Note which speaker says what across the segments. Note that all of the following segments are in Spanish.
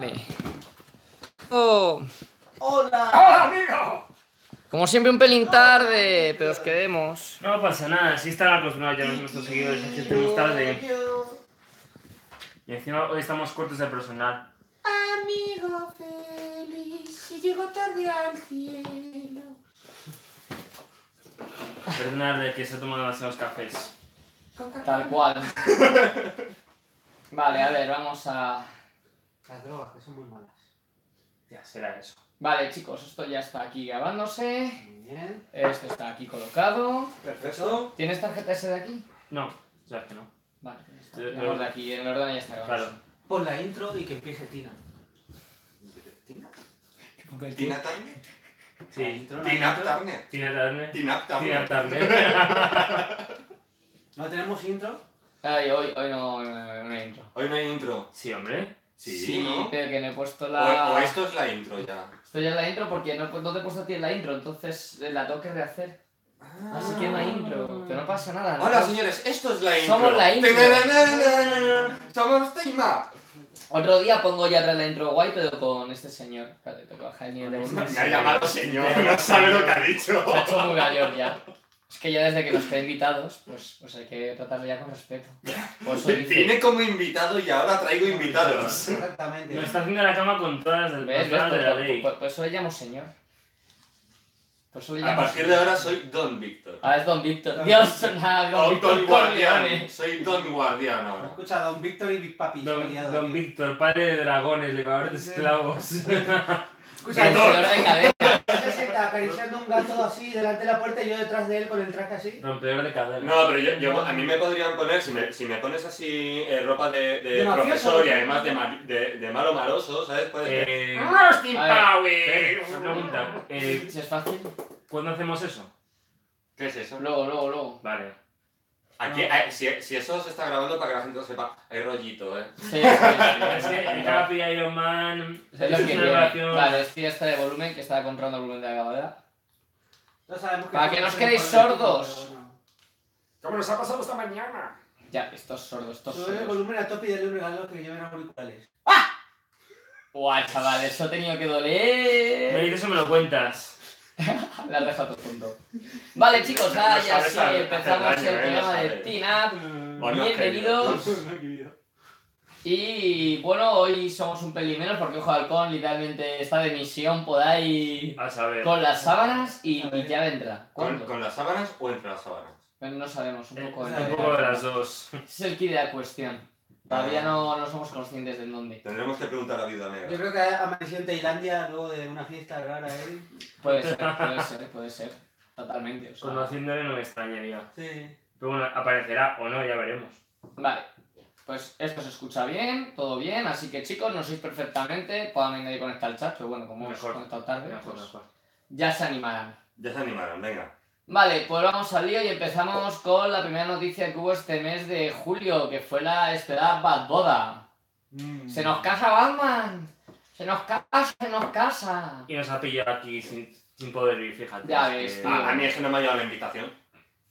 Speaker 1: Vale. Oh,
Speaker 2: ¡Hola!
Speaker 3: ¡Hola, amigo!
Speaker 1: como siempre, un pelín tarde, pero os quedemos.
Speaker 3: No pasa nada, sí están acostumbrados ya los nuestros seguidores a que estemos tarde. Y encima hoy estamos cortos de personal.
Speaker 2: Amigo feliz, que llegó tarde al cielo.
Speaker 3: Perdonad de que se ha tomado demasiados cafés.
Speaker 1: Tal cual. Vale, a ver, vamos a.
Speaker 4: Las drogas, que son muy malas.
Speaker 3: Ya será eso.
Speaker 1: Vale, chicos, esto ya está aquí grabándose.
Speaker 4: Muy bien.
Speaker 1: Esto está aquí colocado.
Speaker 4: Perfecto.
Speaker 1: ¿Tienes tarjeta ese de aquí?
Speaker 3: No, sabes que no.
Speaker 1: Vale, ya está.
Speaker 3: Eh,
Speaker 1: Tenemos de aquí, en orden ya está grabado.
Speaker 3: Claro.
Speaker 4: Pon la intro y que empiece Tina. ¿Tina?
Speaker 5: Tina Turner.
Speaker 4: La
Speaker 3: Sí.
Speaker 4: intro, la
Speaker 5: Tina
Speaker 4: intro.
Speaker 5: Turner.
Speaker 3: Tina Turner.
Speaker 5: Tina
Speaker 3: Tina
Speaker 5: Turner.
Speaker 3: Turner.
Speaker 4: ¿No tenemos intro?
Speaker 1: Ay, hoy, hoy no, no, no, no hay intro.
Speaker 5: Hoy no hay intro.
Speaker 3: Sí, hombre.
Speaker 5: Sí, ¿no?
Speaker 1: pero que no he puesto la.
Speaker 5: O, o esto es la intro ya.
Speaker 1: Esto ya es la intro porque no, no te he puesto a ti en la intro, entonces eh, la tengo que rehacer. Así que no hay intro, pero no pasa nada. ¿no?
Speaker 5: Hola señores, esto es la intro.
Speaker 1: Somos la intro.
Speaker 5: Tenenenenenen. Somos Teima.
Speaker 1: Otro día pongo ya la intro guay, pero con este señor. Espérate, tengo que bajar el nivel de volumen.
Speaker 5: Me ha llamado señor, no sabe lo que ha dicho.
Speaker 1: Se ha hecho muy mayor ya. Es que ya desde que nos quedan invitados, pues, pues hay que tratarlo ya con respeto. Por eso dice-
Speaker 5: Vine como invitado y ahora traigo invitados.
Speaker 4: Exactamente.
Speaker 3: Nos está haciendo la cama con todas las
Speaker 1: ¿Ves? ¿Ves?
Speaker 3: del
Speaker 1: Pues,
Speaker 3: personal de la
Speaker 1: Por, por-
Speaker 3: ley.
Speaker 1: por- por eso le llamo señor. Por eso le
Speaker 5: A
Speaker 1: llamo
Speaker 5: partir de ahora soy Don Víctor.
Speaker 1: Ah, es Don Víctor. Dios, nada, Don
Speaker 5: O Don
Speaker 1: Víctor
Speaker 5: Guardián.
Speaker 1: Corleone.
Speaker 5: Soy Don Guardián ahora.
Speaker 4: Escucha, Don Víctor y Big
Speaker 1: pues,
Speaker 4: Papi.
Speaker 3: Don,
Speaker 4: liado,
Speaker 3: don
Speaker 4: tío.
Speaker 3: Víctor, padre de dragones, liberador de
Speaker 1: pues,
Speaker 3: esclavos.
Speaker 1: El
Speaker 4: Escucha,
Speaker 1: señor de cabeza.
Speaker 4: se sienta acariciando un gato así delante de la puerta y yo detrás de él con el traje así.
Speaker 3: Rompedor de cadenas.
Speaker 5: No, pero yo, yo- a mí me podrían poner, si me, si me pones así eh, ropa de, de
Speaker 4: De mafioso.
Speaker 5: profesor y además de, ma- de, de malo maroso, ¿sabes? Puedes
Speaker 3: Eh,
Speaker 1: Rustin A
Speaker 3: eh, una pregunta. Eh,
Speaker 1: Si es fácil. pues
Speaker 3: ¿Cuándo hacemos eso?
Speaker 5: ¿Qué es eso?
Speaker 1: Luego, luego, luego.
Speaker 3: Vale.
Speaker 5: Aquí,
Speaker 3: No.
Speaker 5: eh, si, si eso se está grabando para que la gente lo sepa, hay rollito, ¿eh?
Speaker 1: Sí, sí,
Speaker 3: Es que el
Speaker 1: sí.
Speaker 3: Happy Iron Man.
Speaker 1: Es lo que
Speaker 3: es una
Speaker 1: viene.
Speaker 3: relación-
Speaker 1: Vale, estoy ya está de volumen, que estaba comprando volumen de la grabadora.
Speaker 4: No sabemos
Speaker 1: Para que no os quedéis sordos.
Speaker 5: ¿Cómo nos ha pasado esta mañana?
Speaker 1: Ya, estos sordos, estos
Speaker 4: Sube el
Speaker 1: sordos.
Speaker 4: volumen a tope y dale un regalo que lleven auriculares.
Speaker 1: Guau, chaval, eso ha tenido que
Speaker 3: Me
Speaker 1: doler.
Speaker 3: dices o me lo cuentas.
Speaker 1: La has dejado a tu punto. Vale, chicos,
Speaker 5: No
Speaker 1: nada, ya
Speaker 5: sabes
Speaker 1: sí,
Speaker 5: hacer
Speaker 1: empezamos el
Speaker 5: daño, eh,
Speaker 1: programa
Speaker 5: no
Speaker 1: de
Speaker 5: sabes.
Speaker 1: Tina.
Speaker 5: Bueno,
Speaker 1: Bienvenidos. Y bueno, hoy somos un pelín menos porque Ojo de Halcón literalmente está de misión por ahí
Speaker 3: A saber.
Speaker 1: con las sábanas y, y ya vendrá.
Speaker 5: ¿Con,
Speaker 1: ¿Cuándo?
Speaker 5: con las sábanas o entre las sábanas?
Speaker 1: Bueno, No sabemos, un
Speaker 3: Eh,
Speaker 1: poco.
Speaker 4: un
Speaker 3: Un poco de las dos.
Speaker 1: Ese es el kit de la cuestión. Todavía
Speaker 5: Ah.
Speaker 1: no, no somos conscientes de en dónde.
Speaker 5: Tendremos que preguntar a Viuda
Speaker 4: Yo
Speaker 5: Negra.
Speaker 4: creo que amaneció en Tailandia luego de una fiesta rara, ¿eh?
Speaker 1: Puede ser, puede ser, puede ser. Totalmente. o sea.
Speaker 3: Conociéndole no me extrañaría.
Speaker 4: Sí.
Speaker 3: Pero bueno, aparecerá o no, ya veremos.
Speaker 1: Vale. Pues esto se escucha bien, todo bien, así que chicos, nos sois perfectamente. Puedan nadie conectar el chat, pero bueno, como hemos
Speaker 3: Mejor,
Speaker 1: conectado tarde,
Speaker 3: Mejor,
Speaker 1: pues
Speaker 3: mejor.
Speaker 1: ya se animarán.
Speaker 5: Ya se animaron, venga.
Speaker 1: Vale, pues vamos al lío y empezamos con la primera noticia que hubo este mes de julio, que fue la esperada Bad Boda. ¡Se
Speaker 4: Mm.
Speaker 1: nos casa Batman! ¡Se nos casa, se nos casa!
Speaker 3: Y nos ha pillado aquí sin, sin poder ir, fíjate.
Speaker 1: Ya
Speaker 3: es
Speaker 1: ves,
Speaker 3: que-
Speaker 1: tío.
Speaker 5: Ah, a mí es que no me ha llegado la invitación.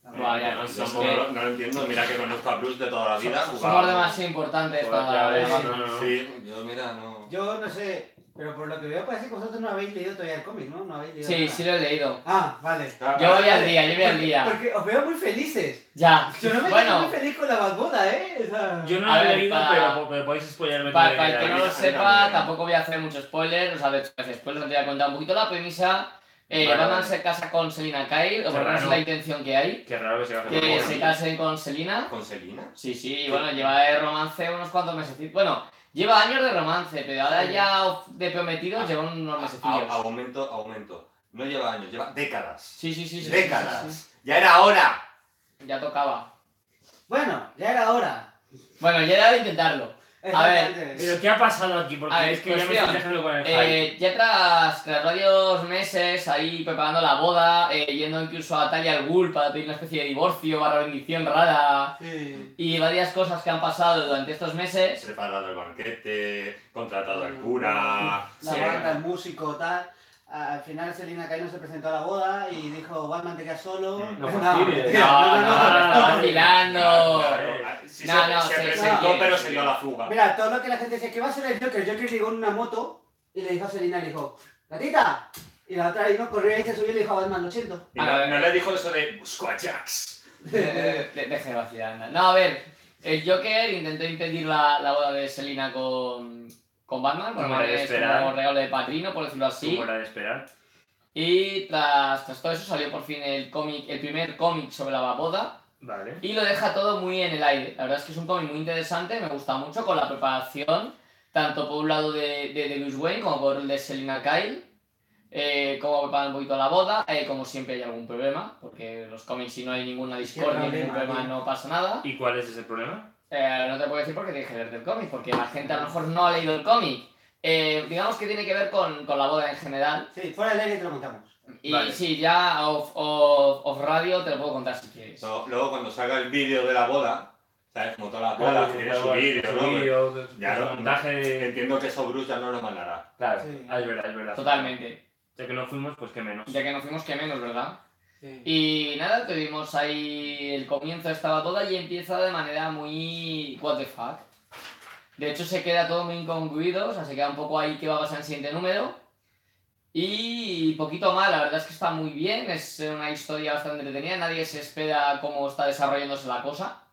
Speaker 1: Vale,
Speaker 5: Eh,
Speaker 1: pues
Speaker 5: no,
Speaker 1: es
Speaker 5: tampoco
Speaker 1: que-
Speaker 5: lo- no lo entiendo, mira que conozco a Bruce de toda la vida.
Speaker 1: Somos
Speaker 5: jugaba-
Speaker 1: demasiado importantes
Speaker 3: Joder, ya
Speaker 1: para
Speaker 3: ves,
Speaker 1: la
Speaker 3: no, no, no.
Speaker 5: Sí, yo mira, no...
Speaker 4: Yo no sé, pero por lo que veo parece que vosotros no habéis leído todavía el cómic, ¿no? No habéis leído
Speaker 1: Sí,
Speaker 4: nada.
Speaker 1: sí lo he leído.
Speaker 4: Ah, vale.
Speaker 5: Claro,
Speaker 1: Yo voy al
Speaker 4: Vale.
Speaker 1: día, yo voy al
Speaker 4: Porque-
Speaker 1: día.
Speaker 4: Porque os veo muy felices.
Speaker 1: Ya.
Speaker 4: Yo no me
Speaker 1: Bueno.
Speaker 4: veo muy feliz con la batboda, ¿eh? O sea,
Speaker 3: Yo no
Speaker 1: A
Speaker 3: lo he
Speaker 1: ver,
Speaker 3: leído,
Speaker 1: pa-
Speaker 3: pero, pero podéis spoilerme.
Speaker 1: Para,
Speaker 3: todo
Speaker 1: para el que
Speaker 3: ya.
Speaker 1: no lo
Speaker 5: Mira,
Speaker 1: sepa,
Speaker 5: mira.
Speaker 1: tampoco voy a hacer mucho spoiler, o sea, de hecho, hacer spoiler, te voy a contar un poquito la premisa. Eh,
Speaker 3: Vale,
Speaker 1: Batman
Speaker 3: vale.
Speaker 1: se casa con Selina Kyle, o por lo
Speaker 3: Claro.
Speaker 1: menos es la intención que hay,
Speaker 3: Qué raro que se va a hacer.
Speaker 1: que
Speaker 5: bueno.
Speaker 1: se casen con Selina.
Speaker 5: ¿Con Selina?
Speaker 1: Sí, sí, y bueno, lleva de romance unos cuantos meses. Bueno, lleva años de romance, pero ahora ya of- de prometidos lleva unos
Speaker 3: Ah,
Speaker 5: A-
Speaker 1: mesecillos.
Speaker 5: Aumento, aumento. No lleva años, lleva décadas.
Speaker 1: Sí, sí, sí, sí. sí, sí,
Speaker 5: Décadas. Ya era hora.
Speaker 1: sí. Ya tocaba.
Speaker 4: Bueno, ya era hora.
Speaker 1: Bueno, ya era de intentarlo. A ver.
Speaker 3: Pero ¿qué ha pasado aquí? Porque
Speaker 1: A ver,
Speaker 3: es que ya me
Speaker 1: cuestión.
Speaker 3: estoy dejando con el hype.
Speaker 1: Eh, ya tras, tras varios meses ahí preparando la boda, eh, yendo incluso a Talia al Ghul para pedir una especie de divorcio barra bendición rara
Speaker 4: Sí.
Speaker 1: y varias cosas que han pasado durante estos
Speaker 5: He
Speaker 1: meses,
Speaker 5: preparado el banquete, contratado al cura.
Speaker 4: La
Speaker 1: Sí.
Speaker 4: banda, el músico, tal. al final Selina Kyle no se presentó a la boda y dijo, Batman te quedas solo.
Speaker 1: No,
Speaker 5: No fastidies.
Speaker 1: Ah, no, no,
Speaker 3: no,
Speaker 1: no, vacilando.
Speaker 5: Ah, Sí
Speaker 1: No,
Speaker 5: se,
Speaker 1: no,
Speaker 5: se
Speaker 1: se-
Speaker 5: presentó,
Speaker 1: no.
Speaker 5: pero se dio a la fuga.
Speaker 4: Mira, todo lo que la gente decía que va a ser el Joker. Joker llegó en una moto y le dijo a Selina, le dijo, gatita. Y la otra vino, corrió y se subió y le dijo a Batman, lo siento.
Speaker 5: Y no, no le dijo eso de busco a Jax.
Speaker 1: Eh, de- Deje de vacilar, anda. No, a ver, el Joker intentó impedir la, la boda de Selina con, con Batman,
Speaker 3: Como
Speaker 1: como,
Speaker 3: era de
Speaker 1: es
Speaker 3: esperar.
Speaker 1: como regalo de patrino, por decirlo así.
Speaker 3: Como era de esperar.
Speaker 1: Y tras, tras todo eso salió por fin el cómic, el primer cómic sobre la boda.
Speaker 3: Vale.
Speaker 1: Y lo deja todo muy en el aire. La verdad es que es un cómic muy interesante, me gusta mucho con la preparación, tanto por un lado de, de, de Bruce Wayne como por el de Selina Kyle. eh, cómo preparan un poquito la boda, eh, como siempre hay algún problema, porque en los cómics si no hay ninguna discordia,
Speaker 4: problema,
Speaker 1: ningún problema
Speaker 4: tío.
Speaker 1: no pasa nada.
Speaker 3: ¿Y cuál es ese problema?
Speaker 1: Eh, no te puedo decir porque tienes que leerte el cómic, porque la gente a lo mejor no ha leído el cómic. Eh, digamos que tiene que ver con, con la boda en general.
Speaker 4: Sí, fuera del aire te lo montamos.
Speaker 1: Y
Speaker 3: Vale.
Speaker 1: sí, ya off, off- off radio te lo puedo contar si quieres.
Speaker 5: No, luego cuando salga el vídeo de la boda, ¿sabes? Como toda la boda, tiene su vídeo,
Speaker 3: Su
Speaker 5: ¿no?
Speaker 3: vídeo,
Speaker 5: Ya,
Speaker 3: su
Speaker 5: no,
Speaker 3: montaje de...
Speaker 5: Entiendo que eso Bruce ya no lo mandará.
Speaker 3: Claro,
Speaker 4: Sí.
Speaker 3: ah, es verdad, es verdad.
Speaker 1: Totalmente.
Speaker 3: Ya que no fuimos, pues que menos.
Speaker 1: Ya que nos fuimos, que menos, ¿verdad?
Speaker 4: Sí.
Speaker 1: Y nada, tuvimos ahí el comienzo de esta batalla y empieza de manera muy... what the fuck. De hecho se queda todo muy incongruido, o sea, se queda un poco ahí que va a pasar en el siguiente número. Y poquito más, la verdad es que está muy bien, es una historia bastante entretenida, nadie se espera cómo está desarrollándose la cosa.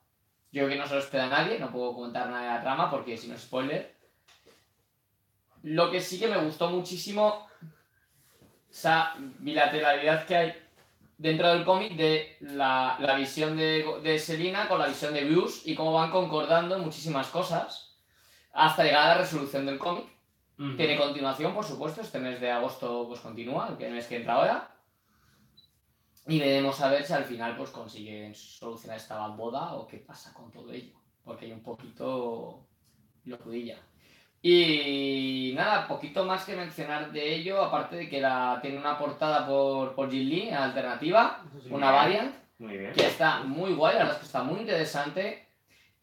Speaker 1: Yo creo que no se lo espera nadie, no puedo contar nada de la trama porque si no es spoiler. Lo que sí que me gustó muchísimo esa bilateralidad que hay dentro del cómic de la, la visión de, de Selina con la visión de Bruce y cómo van concordando en muchísimas cosas hasta llegar a la resolución del cómic.
Speaker 3: Ujú.
Speaker 1: Tiene continuación, por supuesto, este mes de agosto pues continúa, el que- el mes que entra ahora. Y veremos a ver si al final pues consiguen solucionar esta boda o qué pasa con todo ello. Porque hay un poquito locudilla. Y nada, poquito más que mencionar de ello, aparte de que la, tiene una portada por, por Jin Lee, alternativa
Speaker 4: Eso sí.
Speaker 1: una variant
Speaker 3: Muy bien.
Speaker 1: que está muy guay, la verdad es que está muy interesante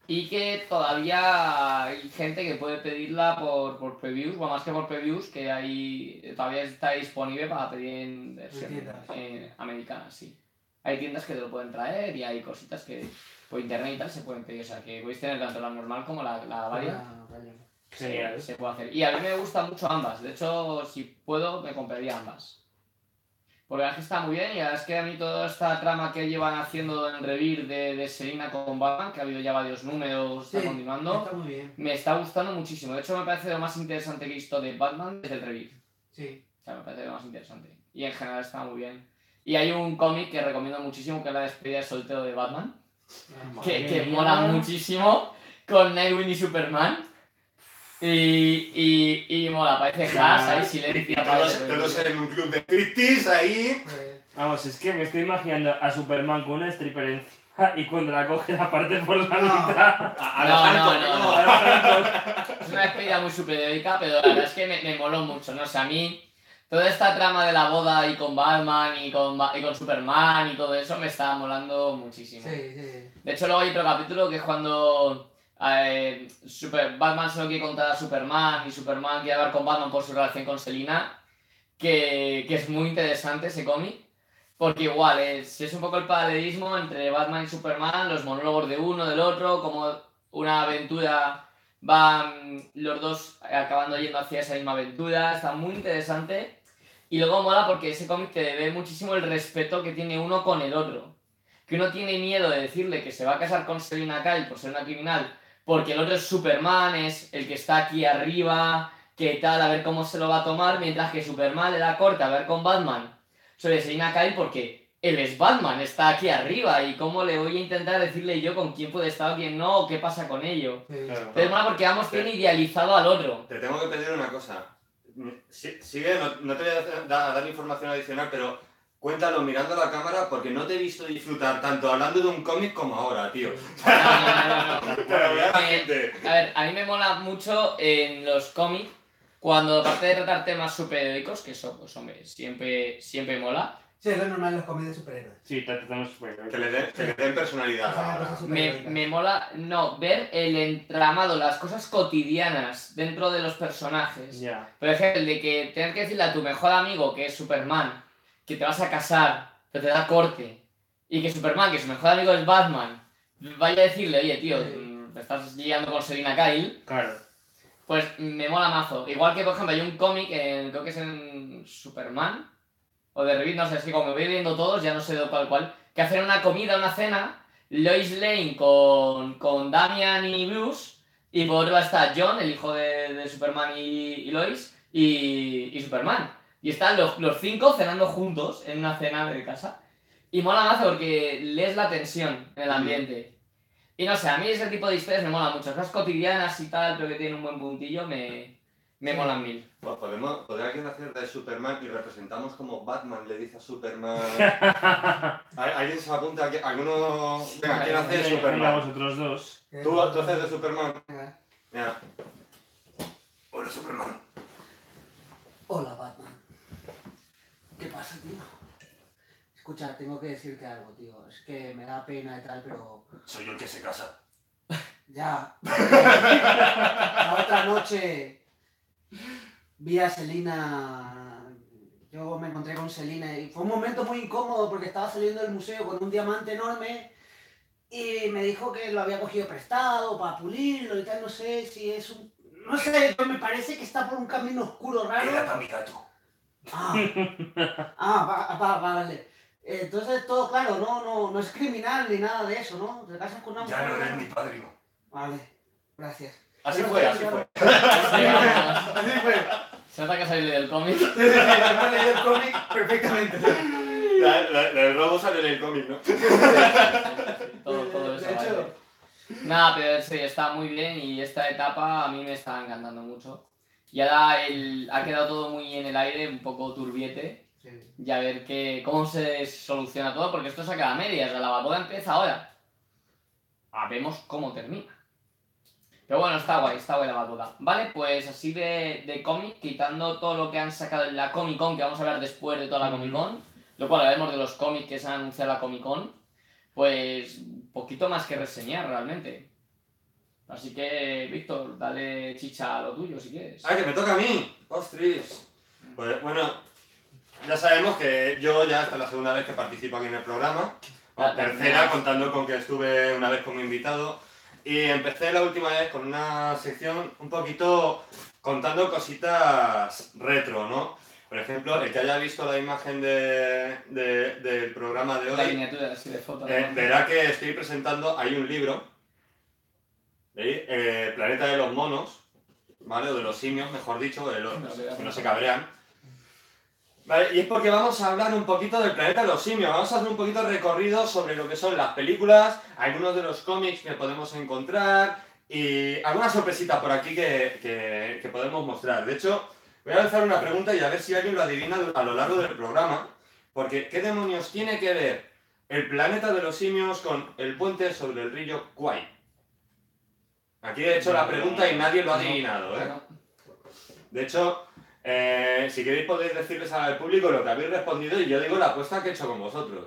Speaker 1: y que todavía hay gente que puede pedirla por, por previews, o más que por previews, que ahí todavía está disponible para pedir en versión
Speaker 4: En tiendas.
Speaker 1: eh, americana, sí. Hay tiendas que te lo pueden traer y hay cositas que por internet y tal se pueden pedir, o sea que podéis tener tanto la normal como la, la variant.
Speaker 4: Ah, vale.
Speaker 3: Genial.
Speaker 1: Se puede hacer. Y a mí me gustan mucho ambas. De hecho, si puedo, me compraría ambas. Porque la verdad es que está muy bien y la verdad es que a mí toda esta trama que llevan haciendo en Revir de, de Selina con Batman, que ha habido ya varios números,
Speaker 4: Sí.
Speaker 1: está continuando,
Speaker 4: Está muy bien.
Speaker 1: me está gustando muchísimo. De hecho, me parece lo más interesante que he visto de Batman desde el Revir.
Speaker 4: Sí.
Speaker 1: O sea, me parece lo más interesante. Y en general está muy bien. Y hay un cómic que recomiendo muchísimo, que es la despedida de soltero de Batman que, que mola muchísimo con Nightwing y Superman. Y, y, y mola, parece gas, hay silencio.
Speaker 5: Todos, todos en un club de striptease ahí.
Speaker 4: Pues,
Speaker 3: Vamos, es que me estoy imaginando a Superman con una stripper encima y cuando la coge la parte por la
Speaker 4: No.
Speaker 3: mitad.
Speaker 5: A, a
Speaker 1: No,
Speaker 5: los
Speaker 1: no,
Speaker 5: Hancock,
Speaker 1: no,
Speaker 5: ¿no?
Speaker 1: no.
Speaker 3: Ahora,
Speaker 1: Es una despedida muy superiódica, pero la verdad es que me, me moló mucho, no sé, a mí toda esta trama de la boda y con Batman y con, Ba- y con Superman y todo eso me está molando muchísimo.
Speaker 4: sí, sí.
Speaker 1: De hecho, luego hay otro capítulo que es cuando eh, Super- Batman solo quiere contar a Superman y Superman quiere hablar con Batman por su relación con Selina, que, que es muy interesante ese cómic, porque igual es, es un poco el paralelismo entre Batman y Superman, los monólogos de uno, del otro, como una aventura van los dos acabando yendo hacia esa misma aventura, está muy interesante. Y luego mola porque ese cómic te ve muchísimo el respeto que tiene uno con el otro. Que uno tiene miedo de decirle que se va a casar con Selina Kyle por ser una criminal, porque el otro es Superman, es el que está aquí arriba, que tal, a ver cómo se lo va a tomar, mientras que Superman le da corta a ver con Batman sobre Selina Kyle porque él es Batman, está aquí arriba y cómo le voy a intentar decirle yo con quién puede estar o quién no, o qué pasa con ello.
Speaker 4: sí.
Speaker 1: Pero mola porque ambos tienen idealizado al otro.
Speaker 5: Te tengo que pedir una cosa. Si- Sigue, no, no te voy a hacer- da- a dar información adicional, pero cuéntalo mirando a la cámara porque no te he visto disfrutar tanto hablando de un cómic como ahora, tío.
Speaker 1: No, no, no, no, no.
Speaker 5: Pero mira la
Speaker 1: Eh,
Speaker 5: gente.
Speaker 1: A ver, a mí me mola mucho en los cómics cuando aparte de tratar temas superhéroicos, que eso, pues hombre, siempre, siempre mola,
Speaker 4: Sí, es lo normal en los cómics de superhéroes.
Speaker 3: Sí, te tratamos súper
Speaker 5: Que le den, que le den personalidad.
Speaker 4: Pasan a
Speaker 5: ahora.
Speaker 4: cosas
Speaker 1: Me,
Speaker 4: superhéroicas.
Speaker 1: me mola, no, ver el entramado, las cosas cotidianas dentro de los personajes.
Speaker 3: Ya.
Speaker 1: Por ejemplo, el de que tener que decirle a tu mejor amigo que es Superman, que te vas a casar, que te da corte, y que Superman, que su mejor amigo es Batman, vaya a decirle, oye, tío, mm, te estás liando con Selina Kyle,
Speaker 3: Claro.
Speaker 1: pues me mola mazo. Igual que, por ejemplo, hay un cómic, en- creo que es en Superman, o de Revit, no sé, es que como me voy viendo todos, ya no sé de cuál cual, que hacen una comida, una cena, Lois Lane con, con Damian y Bruce, y por otro lado está John, el hijo de, de Superman y, y Lois, y, y Superman. Y están los, los cinco cenando juntos en una cena de casa. Y mola mazo porque lees la tensión en el ambiente. Y no sé, a mí ese tipo de historias me mola mucho. Las cotidianas y tal, pero que tienen un buen puntillo, me, me molan mil.
Speaker 5: Pues podemos, podría alguien hacer de Superman y representamos como Batman le dice a Superman. ¿Al- ¿Alguien se apunta? aquí? ¿Alguno? Venga, ¿quién hace de
Speaker 3: Venga, venga,
Speaker 5: Superman?
Speaker 3: vosotros dos.
Speaker 5: ¿Tú, tú haces de Superman?
Speaker 4: Venga.
Speaker 5: Mira. Hola, Superman.
Speaker 4: Hola, Batman. ¿Qué pasa, tío? Escucha, tengo que decirte algo, tío. Es que me da pena y tal, pero
Speaker 5: Soy yo el que se casa.
Speaker 4: ya. La otra noche vi a Selina. Yo me encontré con Selina y fue un momento muy incómodo porque estaba saliendo del museo con un diamante enorme y me dijo que lo había cogido prestado para pulirlo y tal. No sé si es un. No sé, pero me parece que está por un camino oscuro raro.
Speaker 5: mi gato.
Speaker 4: Ah, ah va, va- va, vale. Entonces todo claro, no, no, no es criminal ni nada de eso, ¿no? Te casas con una mujer.
Speaker 5: padrino.
Speaker 4: Vale, gracias. pues,
Speaker 5: Así fue, así fue.
Speaker 1: Se
Speaker 4: Así fue.
Speaker 1: nota que ha salido del cómic.
Speaker 4: Sí, sí, sí, hemos leído el cómic perfectamente.
Speaker 5: La, la- la del robo sale en el cómic, ¿no?
Speaker 1: todo, todo
Speaker 4: De
Speaker 1: eso.
Speaker 4: hecho.
Speaker 1: vale. Nada, pero sí, está muy bien y esta etapa a mí me está encantando mucho. Y ahora el, ha quedado todo muy en el aire, un poco turbiete,
Speaker 4: Sí.
Speaker 1: y a ver qué, cómo se soluciona todo, porque esto se acaba a medias, la lavaboda empieza ahora. Ah, vemos cómo termina. Pero bueno, está guay, está guay la lavaboda. Vale, pues así de, de cómic, quitando todo lo que han sacado en la Comic Con, que vamos a hablar después de toda la
Speaker 3: Ujú.
Speaker 1: Comic Con, lo cual hablaremos de los cómics que se han anunciado en la Comic Con, pues poquito más que reseñar realmente. Así que, Víctor, dale chicha a lo tuyo si quieres.
Speaker 5: ¡Ah, que me toca a mí! ¡Ostras! Pues bueno, ya sabemos que yo ya esta es la segunda vez que participo aquí en el programa. O
Speaker 1: La
Speaker 5: tercera,
Speaker 1: tercera.
Speaker 5: contando con que estuve una vez como invitado. Y empecé la última vez con una sección un poquito contando cositas retro, ¿no? Por ejemplo, el que haya visto la imagen de- de- del programa de
Speaker 1: La
Speaker 5: hoy
Speaker 1: miniatura así de foto.
Speaker 5: eh,
Speaker 1: ¿no?
Speaker 5: verá que estoy presentando, hay un libro, ¿veis? Eh, Planeta de los Monos, ¿vale? O de los simios, mejor dicho, de los que no se cabrean. Vale, y es porque vamos a hablar un poquito del planeta de los simios, vamos a hacer un poquito de recorrido sobre lo que son las películas, algunos de los cómics que podemos encontrar y alguna sorpresita por aquí que, que- que podemos mostrar. De hecho, voy a lanzar una pregunta y a ver si alguien lo adivina a lo largo del programa, porque ¿qué demonios tiene que ver el planeta de los simios con el puente sobre el río Kwai. Aquí he hecho la pregunta y nadie lo ha adivinado. ¿eh?
Speaker 1: Bueno,
Speaker 5: De hecho, eh, si queréis podéis decirles al público lo que habéis respondido y yo digo la apuesta que he hecho con vosotros.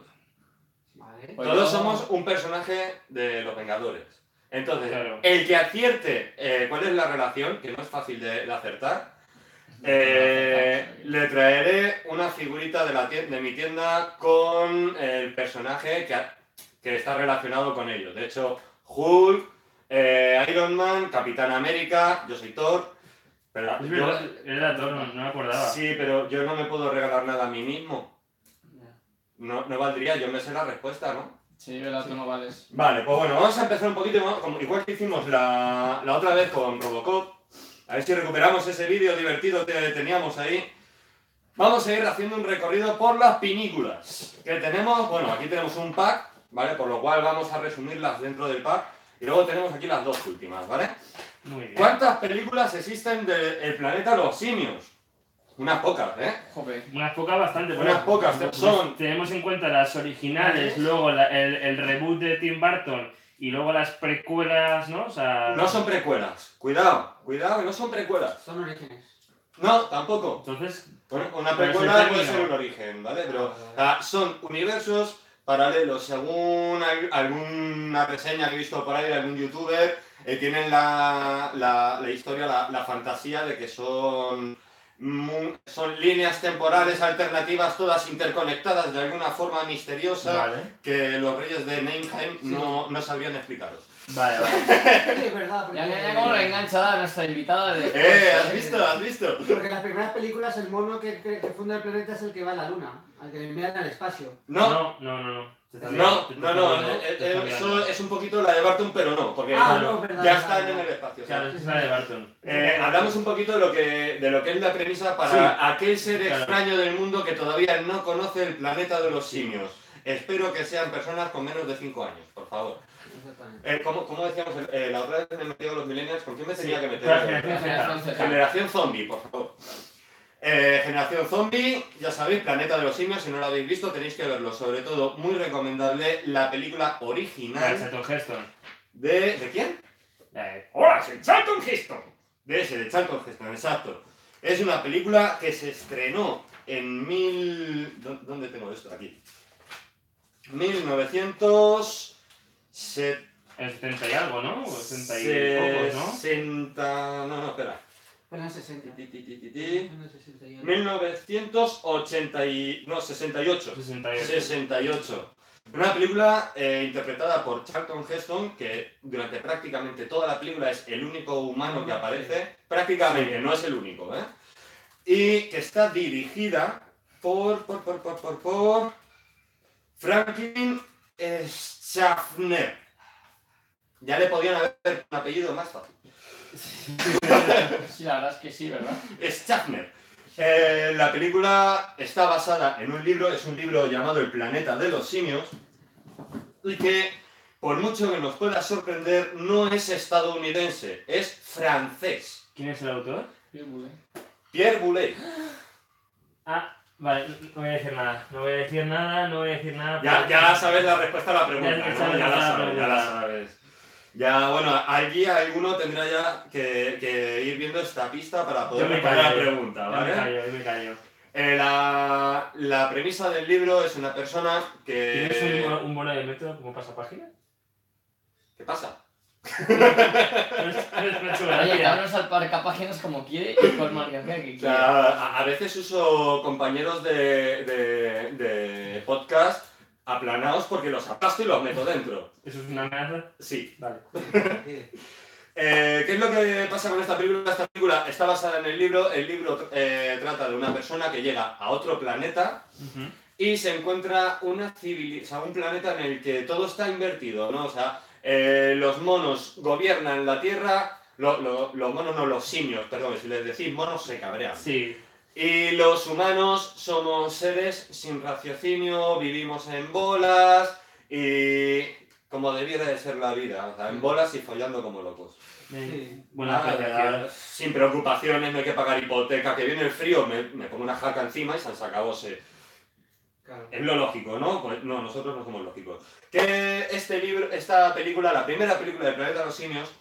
Speaker 4: Vale.
Speaker 1: pues
Speaker 5: Todos
Speaker 1: yo-
Speaker 5: somos un personaje de los Vengadores. Entonces,
Speaker 3: Claro.
Speaker 5: el que acierte eh, cuál es la relación, que no es fácil de, de acertar, eh, le traeré una figurita de, la tien- de mi tienda con el personaje que, ha- que está relacionado con ellos. De hecho, Hulk, eh, Iron Man, Capitán América, yo soy Thor. Pero
Speaker 3: Es
Speaker 5: yo-
Speaker 3: verdad, era Thor, no, no me acordaba.
Speaker 5: sí, pero yo no me puedo regalar nada a mí mismo. No, no valdría, yo me sé la respuesta, ¿no?
Speaker 1: Sí, verdad, tú no vales.
Speaker 5: Vale, pues bueno, vamos a empezar un poquito, ¿no? Como- igual que hicimos la, la otra vez con Robocop, a ver si recuperamos ese vídeo divertido que teníamos ahí. Vamos a ir haciendo un recorrido por las pinículas que tenemos, bueno, aquí tenemos un pack, ¿vale? Por lo cual vamos a resumirlas dentro del pack y luego tenemos aquí las dos últimas, ¿vale?
Speaker 3: Muy bien.
Speaker 5: ¿Cuántas películas existen del planeta Los Simios? Unas pocas, ¿eh?
Speaker 1: Jope.
Speaker 3: Unas pocas bastante.
Speaker 5: Unas pocas,
Speaker 3: pues,
Speaker 5: son-
Speaker 3: Tenemos en cuenta las originales, luego la- el, el reboot de Tim Burton y luego las precuelas, ¿no? O sea,
Speaker 5: No son precuelas, cuidado, cuidado, que no son precuelas.
Speaker 4: Son orígenes.
Speaker 5: No, tampoco.
Speaker 3: Entonces,
Speaker 5: Bueno, una
Speaker 3: Pero
Speaker 5: precuela
Speaker 3: se
Speaker 5: puede
Speaker 3: termina.
Speaker 5: ser un origen, ¿vale? Pero o sea, son universos paralelos. Según al- alguna reseña que he visto por ahí de algún youtuber, eh, tienen la, la- la historia, la, la fantasía de que son, mu- son líneas temporales alternativas, todas interconectadas de alguna forma misteriosa,
Speaker 3: vale.
Speaker 5: que los reyes de Neinheim no, no sabrían explicaros.
Speaker 3: Vale, vale.
Speaker 4: Sí, es verdad. Porque,
Speaker 1: Ya viene como reenganchada a nuestra invitada de después,
Speaker 5: ¡Eh! ¿Has
Speaker 1: ¿sabes?
Speaker 5: visto? ¿Has visto?
Speaker 4: porque en las primeras películas el mono que, que- que funda el planeta es el que va a la luna, al que le envían al espacio.
Speaker 5: No,
Speaker 3: no, no, no. no. Te estás
Speaker 5: No,
Speaker 3: liando,
Speaker 5: no,
Speaker 3: te
Speaker 5: no,
Speaker 3: estás liando,
Speaker 5: eh,
Speaker 3: te
Speaker 5: eh,
Speaker 3: estás
Speaker 5: eso
Speaker 3: liando.
Speaker 5: es un poquito la de Barton, pero no, porque
Speaker 4: Ah,
Speaker 5: claro,
Speaker 4: no, verdad,
Speaker 5: ya
Speaker 4: verdad,
Speaker 5: están en
Speaker 4: verdad.
Speaker 5: el espacio. o sea,
Speaker 3: Claro, esa es la de Barton.
Speaker 5: eh, hablamos un poquito de lo, que, de lo que es la premisa para
Speaker 3: Sí.
Speaker 5: aquel ser
Speaker 3: Claro.
Speaker 5: extraño del mundo que todavía no conoce el planeta de los simios. Espero que sean personas con menos de 5 años, por favor.
Speaker 4: Exactamente.
Speaker 5: Eh, ¿cómo, cómo decíamos eh, la otra vez me he metido los millennials? ¿Con quién me tenía que meter?
Speaker 3: Claro, generación Z.
Speaker 1: Generación Z.
Speaker 5: Generación zombie, por favor. Eh, generación zombie, ya sabéis, Planeta de los Simios, si no lo habéis visto tenéis que verlo. Sobre todo, muy recomendable la película
Speaker 3: Claro,
Speaker 5: original
Speaker 3: Charlton Heston.
Speaker 5: de... ¿De quién?
Speaker 3: Eh,
Speaker 5: Oh.
Speaker 3: ¡Hola, soy Charlton Heston!
Speaker 5: De ese, de Charlton Heston, exacto. Es una película que se estrenó en mil... ¿dó- ¿Dónde tengo esto? Aquí. 1970
Speaker 3: En el 70 y algo, ¿no? O 70 y pocos, ¿no?
Speaker 5: 60... No, no, espera.
Speaker 4: Fue en el 60.
Speaker 5: Ti, ti, ti, ti, ti.
Speaker 4: En el 60 y algo.
Speaker 5: 1980 y... No, 68.
Speaker 3: 68.
Speaker 5: 68. Una película eh, interpretada por Charlton Heston, que durante prácticamente toda la película es el único humano que aparece. Prácticamente, no es el único, ¿eh? Y que está dirigida por, por, por, por, por, por Franklin eh, Schaffner. Ya le podían haber un apellido más fácil.
Speaker 1: Sí, la verdad es que sí, ¿verdad?
Speaker 5: Schaffner. Eh, la película está basada en un libro, es un libro llamado El planeta de los simios, y que, por mucho que nos pueda sorprender, no es estadounidense, es francés.
Speaker 3: ¿Quién es el autor?
Speaker 5: Pierre Boulez.
Speaker 3: Ah, vale, no- no voy a decir nada. No voy a decir nada, no voy a decir nada.
Speaker 5: Ya,
Speaker 3: pero-
Speaker 5: ya sabes la respuesta a la pregunta,
Speaker 3: Ya
Speaker 5: ¿no?
Speaker 3: sabes
Speaker 5: Ya la
Speaker 3: la
Speaker 5: sabes, ya
Speaker 3: pregunta.
Speaker 5: la sabes. Ya, bueno, allí alguno tendrá ya que, que ir viendo esta pista para
Speaker 3: Yo
Speaker 5: poder
Speaker 3: me
Speaker 5: responder la
Speaker 3: callo.
Speaker 5: pregunta,
Speaker 3: Yo me
Speaker 5: ¿vale?
Speaker 3: callo, yo me callo.
Speaker 5: Eh, la, la premisa del libro es una persona que...
Speaker 3: ¿Tienes un, bono- un bono de metro como pasapágina?
Speaker 5: ¿Qué pasa?
Speaker 3: Es- es
Speaker 1: Oye,
Speaker 3: una chulería.
Speaker 1: darnos al parca páginas como quiere y con marcación que
Speaker 5: O
Speaker 1: quiere.
Speaker 5: sea, a, a veces uso compañeros de, de- de podcast aplanados porque los aplasto y los meto dentro.
Speaker 3: ¿Eso es una amenaza?
Speaker 5: Sí.
Speaker 3: Vale.
Speaker 4: Sí.
Speaker 5: Eh, ¿Qué es lo que pasa con esta película? Esta película está basada en el libro. El libro eh, trata de una persona que llega a otro planeta y se encuentra una civili- o sea, un planeta en el que todo está invertido, ¿no? O sea, eh, los monos gobiernan la Tierra, lo- lo- los monos no, los simios, perdón, si les decís monos se cabrean.
Speaker 3: Sí.
Speaker 5: Y los humanos somos seres sin raciocinio, vivimos en bolas y como debiera de ser la vida, o sea, en bolas y follando como locos.
Speaker 4: Sí.
Speaker 3: Mm. Buena
Speaker 5: Ah,
Speaker 3: apreciación.
Speaker 5: sin preocupaciones, no hay que pagar hipoteca, que viene el frío, me, me pongo una jaca encima y se acabó. se-
Speaker 4: Claro.
Speaker 5: es lo lógico, ¿no? Pues no, nosotros no somos lógicos. Que este libro, esta película, la primera película de Planeta de los Simios,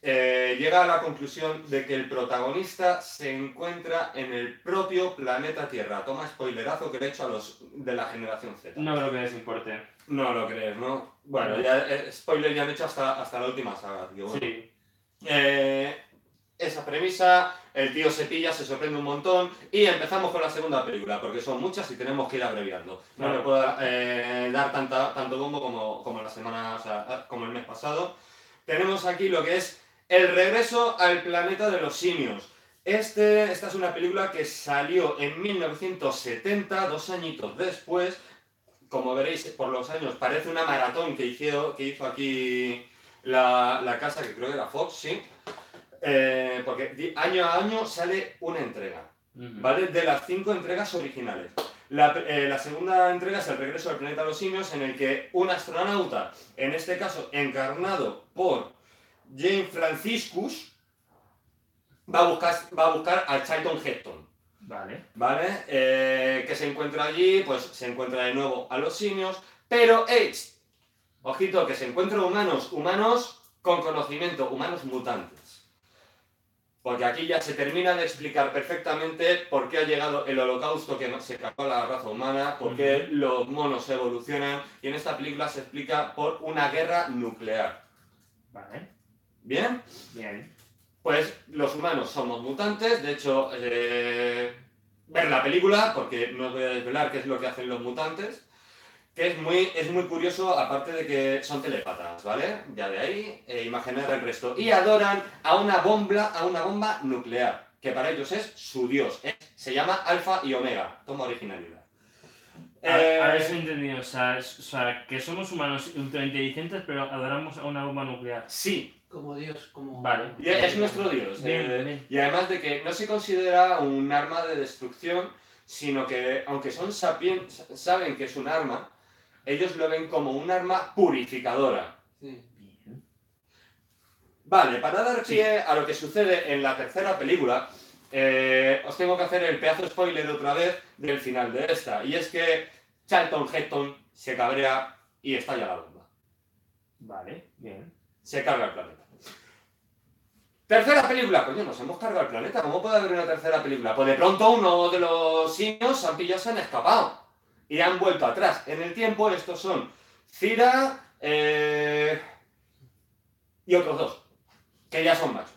Speaker 5: eh, llega a la conclusión de que el protagonista se encuentra en el propio planeta Tierra. Toma spoilerazo que le he hecho a los de la generación Z.
Speaker 3: No creo que les importe.
Speaker 5: No lo crees, ¿no? Bueno, ya, eh, spoiler ya han hecho hasta, hasta la última saga, tío. Bueno.
Speaker 3: Sí.
Speaker 5: Eh, esa premisa, el tío se pilla, se sorprende un montón y empezamos con la segunda película, porque son muchas y tenemos que ir abreviando. No
Speaker 3: Claro.
Speaker 5: le puedo eh, dar tanta, tanto bombo como, como la semana, o sea, ah, como el mes pasado. Tenemos aquí lo que es El regreso al planeta de los simios. Este, esta es una película que salió en 1970, dos añitos después. Como veréis por los años, parece una maratón que, hizo- que hizo aquí la, la casa, que creo que era Fox, sí. Eh, porque di- año a año sale una entrega,
Speaker 3: Ujú.
Speaker 5: ¿vale? De las cinco entregas originales. La, pr- eh, la segunda entrega es el regreso al planeta de los simios, en el que un astronauta, en este caso encarnado por Jane Franciscus, va a buscar, va a, buscar a Charlton Heston.
Speaker 3: Vale.
Speaker 5: ¿Vale? Eh, que se encuentra allí, pues se encuentra de nuevo a los simios, pero es, ojito, que se encuentra humanos, humanos con conocimiento, humanos mutantes. Porque aquí ya se termina de explicar perfectamente por qué ha llegado el holocausto que se acabó la raza humana, por qué los monos evolucionan, y en esta película se explica por una guerra nuclear.
Speaker 3: Vale,
Speaker 5: ¿Bien?
Speaker 3: bien.
Speaker 5: Pues los humanos somos mutantes, de hecho, eh, ver la película, porque no os voy a desvelar qué es lo que hacen los mutantes, que es muy, es muy curioso, aparte de que son telepatas, ¿vale? Ya de ahí, eh, imaginar el resto. Y adoran a una bomba, a una bomba nuclear, que para ellos es su dios, ¿eh? se llama Alfa y Omega, toma originalidad.
Speaker 3: A, ver, a
Speaker 5: Eh,
Speaker 3: ver si he entendido. O sea, es- o sea, que somos humanos ultra inteligentes, pero adoramos a una bomba nuclear.
Speaker 5: sí,
Speaker 4: Como Dios, como...
Speaker 3: Vale.
Speaker 5: Y es nuestro dios.
Speaker 3: Bien,
Speaker 5: eh,
Speaker 3: bien.
Speaker 5: Y además de que no se considera un arma de destrucción, sino que, aunque son sapien- saben que es un arma, ellos lo ven como un arma purificadora.
Speaker 4: Sí.
Speaker 3: Bien.
Speaker 5: Vale, para dar
Speaker 3: Sí.
Speaker 5: pie a lo que sucede en la tercera película, eh, os tengo que hacer el pedazo spoiler otra vez del final de esta. Y es que Charlton Heston se cabrea y estalla la bomba.
Speaker 3: Vale, bien.
Speaker 5: Se carga el planeta. Tercera película, coño, nos hemos cargado el planeta. ¿Cómo puede haber una tercera película? Pues de pronto uno de los simios han pillado, se han escapado y han vuelto atrás. En el tiempo, estos son Cira eh, y otros dos, que ya son machos.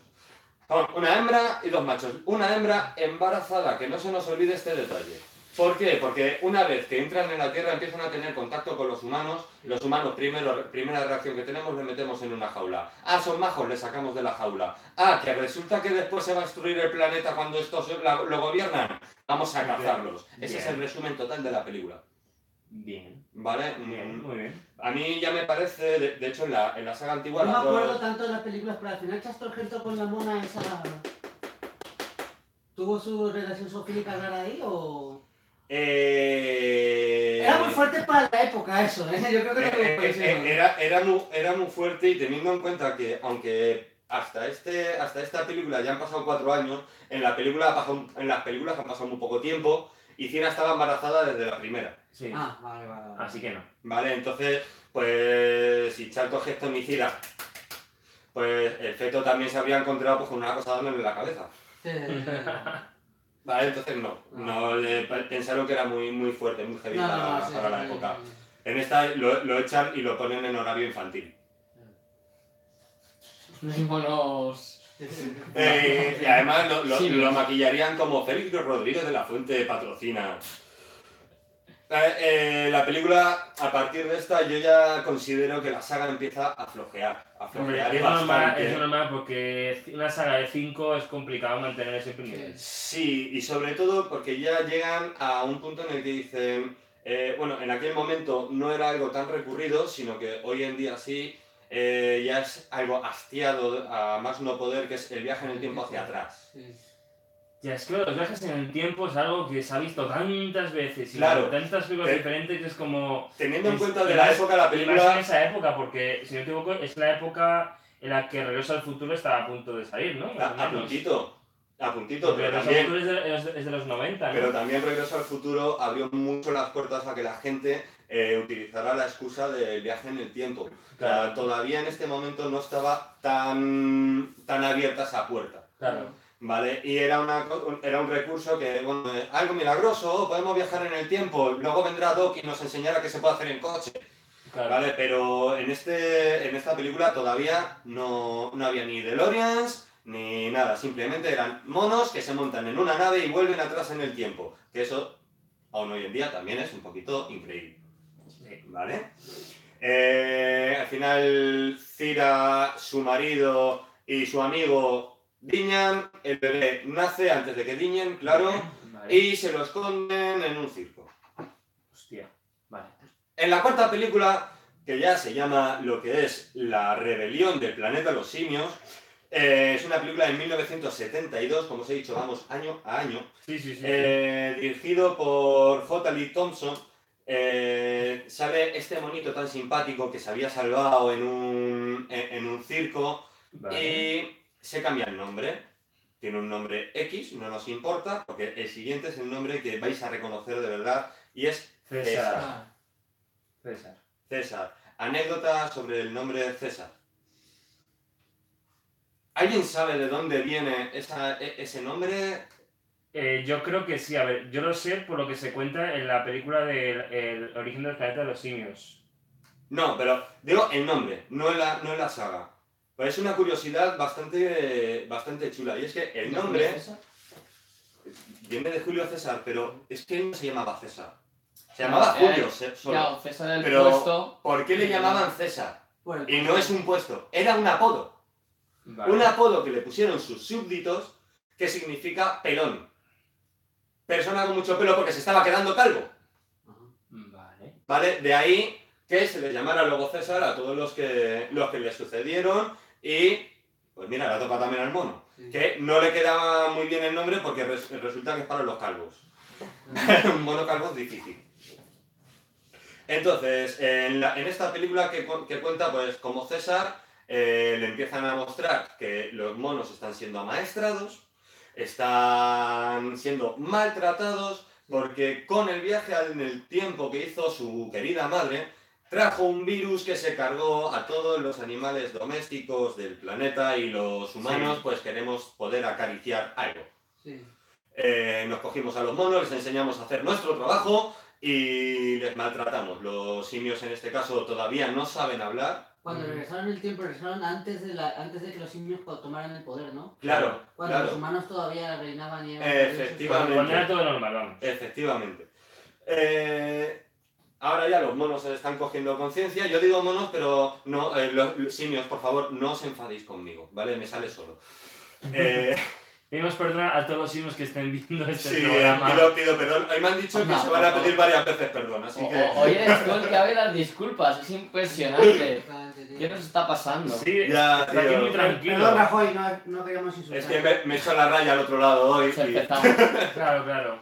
Speaker 5: Son una hembra y dos machos. Una hembra embarazada, que no se nos olvide este detalle. ¿Por qué? Porque una vez que entran en la Tierra empiezan a tener contacto con los humanos. Los humanos, primero, primera reacción que tenemos, les metemos en una jaula. Ah, son majos, les sacamos de la jaula. Ah, que resulta que después se va a destruir el planeta cuando estos la- lo gobiernan. Vamos a cazarlos. Ese es el resumen total de la película.
Speaker 3: Bien,
Speaker 5: ¿Vale?
Speaker 3: bien,
Speaker 5: Mm,
Speaker 3: muy bien.
Speaker 5: A mí ya me parece, de, de hecho en la, en la saga antigua...
Speaker 4: No me
Speaker 5: las dos-
Speaker 4: acuerdo tanto de las películas, pero al final Chastor Heston con la mona esa... ¿Tuvo su relación sofílica rara ahí o...?
Speaker 5: Eh,
Speaker 4: Era muy fuerte para la época eso, ¿eh? Yo creo que
Speaker 5: eh, eh,
Speaker 4: no lo
Speaker 5: eh, eh,
Speaker 4: conocía.
Speaker 5: era, era, muy, era muy fuerte y teniendo en cuenta que aunque hasta, este, hasta esta película ya han pasado cuatro años, en, la película ha pasado- en las películas han pasado muy poco tiempo y Cira estaba embarazada desde la primera.
Speaker 3: Sí.
Speaker 4: Ah, vale, vale, vale.
Speaker 3: Así que no.
Speaker 5: Vale, entonces, pues si Charlton Heston y Cira, pues el feto también se habría encontrado pues, con una cosa dándole en la cabeza.
Speaker 4: Sí, sí, sí.
Speaker 5: Vale, entonces no. No, eh, pensaron que era muy, muy fuerte, muy heavy
Speaker 4: No, no,
Speaker 5: para,
Speaker 4: no, sí,
Speaker 5: para la
Speaker 4: sí, sí,
Speaker 5: época.
Speaker 4: sí.
Speaker 5: En esta lo, lo echan y lo ponen en horario infantil.
Speaker 1: Los monos.
Speaker 5: Eh, y además lo, lo-
Speaker 1: Sí.
Speaker 5: lo maquillarían como Félix Rodríguez de la Fuente patrocina. Eh, eh, la película, a partir de esta, yo ya considero que la saga empieza a flojear. A
Speaker 3: Hombre,
Speaker 5: flojear y
Speaker 3: es normal,
Speaker 5: bastante.
Speaker 3: es normal porque una saga de 5 es complicado mantener ese
Speaker 1: eh,
Speaker 3: nivel.
Speaker 5: Sí, y sobre todo porque ya llegan a un punto en el que dicen, eh, bueno, en aquel momento no era algo tan recurrido, sino que hoy en día sí, eh, ya es algo hastiado a más no poder, que es el viaje en el tiempo hacia atrás.
Speaker 4: Sí.
Speaker 3: Ya es que los viajes en el tiempo es algo que se ha visto tantas veces y
Speaker 5: Claro.
Speaker 3: tantas películas
Speaker 5: Eh,
Speaker 3: diferentes que es como.
Speaker 5: Teniendo en
Speaker 3: Es-
Speaker 5: cuenta de
Speaker 3: y
Speaker 5: la
Speaker 3: más-
Speaker 5: época de la
Speaker 3: Y más en
Speaker 5: película,
Speaker 3: esa época, porque si no me equivoco, es la época en la que Regreso al Futuro estaba a punto de salir, ¿no? Más o
Speaker 5: Ah, a, a
Speaker 3: menos.
Speaker 5: puntito, a puntito,
Speaker 3: Porque
Speaker 5: pero
Speaker 3: Regreso al
Speaker 5: también,
Speaker 3: Futuro es de, es de- es de los 90, ¿no?
Speaker 5: pero también Regreso al Futuro abrió mucho las puertas a que la gente eh, utilizara la excusa del viaje en el tiempo.
Speaker 3: Claro.
Speaker 5: O sea, todavía en este momento no estaba tan, tan abierta esa puerta.
Speaker 3: Claro.
Speaker 5: Vale, y era, una, co- era un recurso que, bueno, eh, algo milagroso, podemos viajar en el tiempo, luego vendrá Doc y nos enseñará qué se puede hacer en coche,
Speaker 3: claro.
Speaker 5: ¿vale? Pero en, este, en esta película todavía no, no había ni DeLoreans ni nada, simplemente eran monos que se montan en una nave y vuelven atrás en el tiempo, que eso, aún hoy en día, también es un poquito increíble.
Speaker 3: Sí.
Speaker 5: ¿Vale? Eh, al final, Cira, su marido y su amigo Diñan. El bebé nace antes de que Diñan, claro.
Speaker 3: Vale.
Speaker 5: Y se lo esconden en un circo.
Speaker 3: Hostia. Vale.
Speaker 5: En la cuarta película, que ya se llama lo que es La rebelión del planeta de los simios, eh, es una película de 1972, como os he dicho, vamos año a año.
Speaker 3: Sí, sí, sí.
Speaker 5: Eh, dirigido por J. Lee Thompson. eh, sale este monito tan simpático que se había salvado en un, en, en un circo
Speaker 3: Vale.
Speaker 5: y se cambia el nombre. Tiene un nombre X, no nos importa, porque el siguiente es el nombre que vais a reconocer de verdad y es
Speaker 3: César.
Speaker 1: Ah,
Speaker 3: César.
Speaker 5: César. Anécdota sobre el nombre de César. ¿Alguien sabe de dónde viene esa- e- ese nombre?
Speaker 3: Eh, yo creo que sí, a ver, yo lo sé por lo que se cuenta en la película del el origen del planeta de los simios.
Speaker 5: No, pero digo el nombre, no la, no la saga. Pero es una curiosidad bastante, bastante chula. Y es que el nombre viene de Julio César, pero es que él no se llamaba César. Se llamaba
Speaker 1: No,
Speaker 5: Julio
Speaker 1: eh,
Speaker 5: se- solo.
Speaker 1: Claro, César del
Speaker 5: Pero-
Speaker 1: puesto.
Speaker 5: ¿Por qué le llamaban César?
Speaker 4: Bueno,
Speaker 5: Y no es un puesto, era un apodo. Un apodo que le pusieron sus súbditos que significa pelón. Persona con mucho pelo porque se estaba quedando calvo.
Speaker 1: Vale.
Speaker 5: ¿Vale? De ahí que se le llamara luego César a todos los que, los que le sucedieron y, pues mira, la toca también al mono.
Speaker 4: sí.
Speaker 5: Que no le quedaba muy bien el nombre porque res- resulta que es para los calvos. Un mono calvo es difícil. Entonces, en, la- en esta película que, cu- que cuenta, pues como César, eh, le empiezan a mostrar que los monos están siendo amaestrados, están siendo maltratados, porque con el viaje al- en el tiempo que hizo su querida madre, trajo un virus que se cargó a todos los animales domésticos del planeta y los humanos,
Speaker 3: Sí.
Speaker 5: pues queremos poder acariciar algo.
Speaker 4: Sí.
Speaker 5: Eh, nos cogimos a los monos, les enseñamos a hacer nuestro trabajo y les maltratamos. Los simios en este caso todavía no saben hablar.
Speaker 4: Cuando regresaron el tiempo, regresaron antes de, la, antes de que los simios co- tomaran el poder, ¿no?
Speaker 5: Claro,
Speaker 4: Cuando los
Speaker 5: claro,
Speaker 4: humanos todavía reinaban y eran...
Speaker 5: Efectivamente.
Speaker 3: Cuando era todo normal, vamos.
Speaker 5: efectivamente. Eh, ahora ya los monos se están cogiendo conciencia. Yo digo monos, pero no, eh, los los simios, por favor, no os enfadéis conmigo, ¿vale? Me sale solo. Eh,
Speaker 3: Pedimos perdón a todos los simios que estén viendo este
Speaker 5: sí, eh,
Speaker 3: programa.
Speaker 5: pido, pido perdón. Hoy me han dicho que
Speaker 1: Anda,
Speaker 5: se van a
Speaker 1: por
Speaker 5: pedir varias veces perdón, así
Speaker 1: O-
Speaker 5: que...
Speaker 1: o- Hoy eres tú el que abre las disculpas, es impresionante.
Speaker 4: Efectivamente, tío.
Speaker 1: ¿Qué nos está pasando?
Speaker 3: Sí,
Speaker 5: Ya,
Speaker 3: está aquí
Speaker 5: tío.
Speaker 3: muy tranquilo.
Speaker 4: Perdón, Rajoy, no, no queríamos insultar.
Speaker 5: Es que me, me he hecho la raya al otro lado hoy.
Speaker 1: Se
Speaker 5: y-
Speaker 1: Pues empezamos.
Speaker 3: Claro, claro.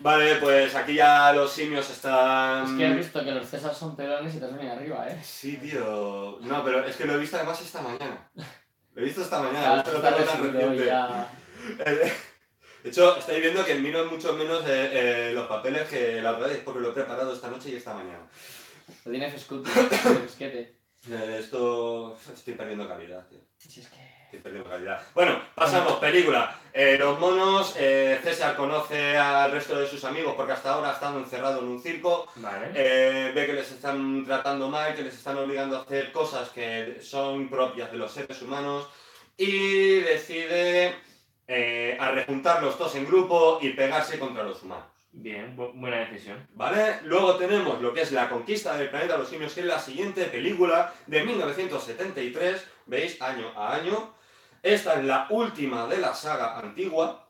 Speaker 5: Vale, pues aquí ya los simios están.
Speaker 1: Es que he visto que los César son pelones y te vienen arriba, ¿eh?
Speaker 5: Sí, tío. No, pero es que lo he visto además esta mañana. Lo he visto esta mañana,
Speaker 1: Ya,
Speaker 5: no te lo tengo tan
Speaker 1: seguro,
Speaker 5: reciente.
Speaker 1: ya.
Speaker 5: De hecho, estáis viendo que miro mucho menos eh, eh, los papeles que la verdad es porque lo he preparado esta noche y esta mañana.
Speaker 1: Lo tienes escudo, el disquete.
Speaker 5: Eh, esto. Estoy perdiendo calidad, tío.
Speaker 1: Si es que-
Speaker 5: Estoy perdiendo calidad. Bueno, pasamos, película. Eh, los monos, eh, César conoce al resto de sus amigos porque hasta ahora ha estado encerrado en un circo.
Speaker 3: Vale.
Speaker 5: Eh, ve que les están tratando mal, que les están obligando a hacer cosas que son propias de los seres humanos y decide eh, arrejuntar los dos en grupo y pegarse contra los humanos.
Speaker 3: Bien, bu- buena decisión.
Speaker 5: ¿Vale? Luego tenemos lo que es La conquista del planeta de los simios, que es la siguiente película de 1973, veis, año a año. Esta es la última de la saga antigua,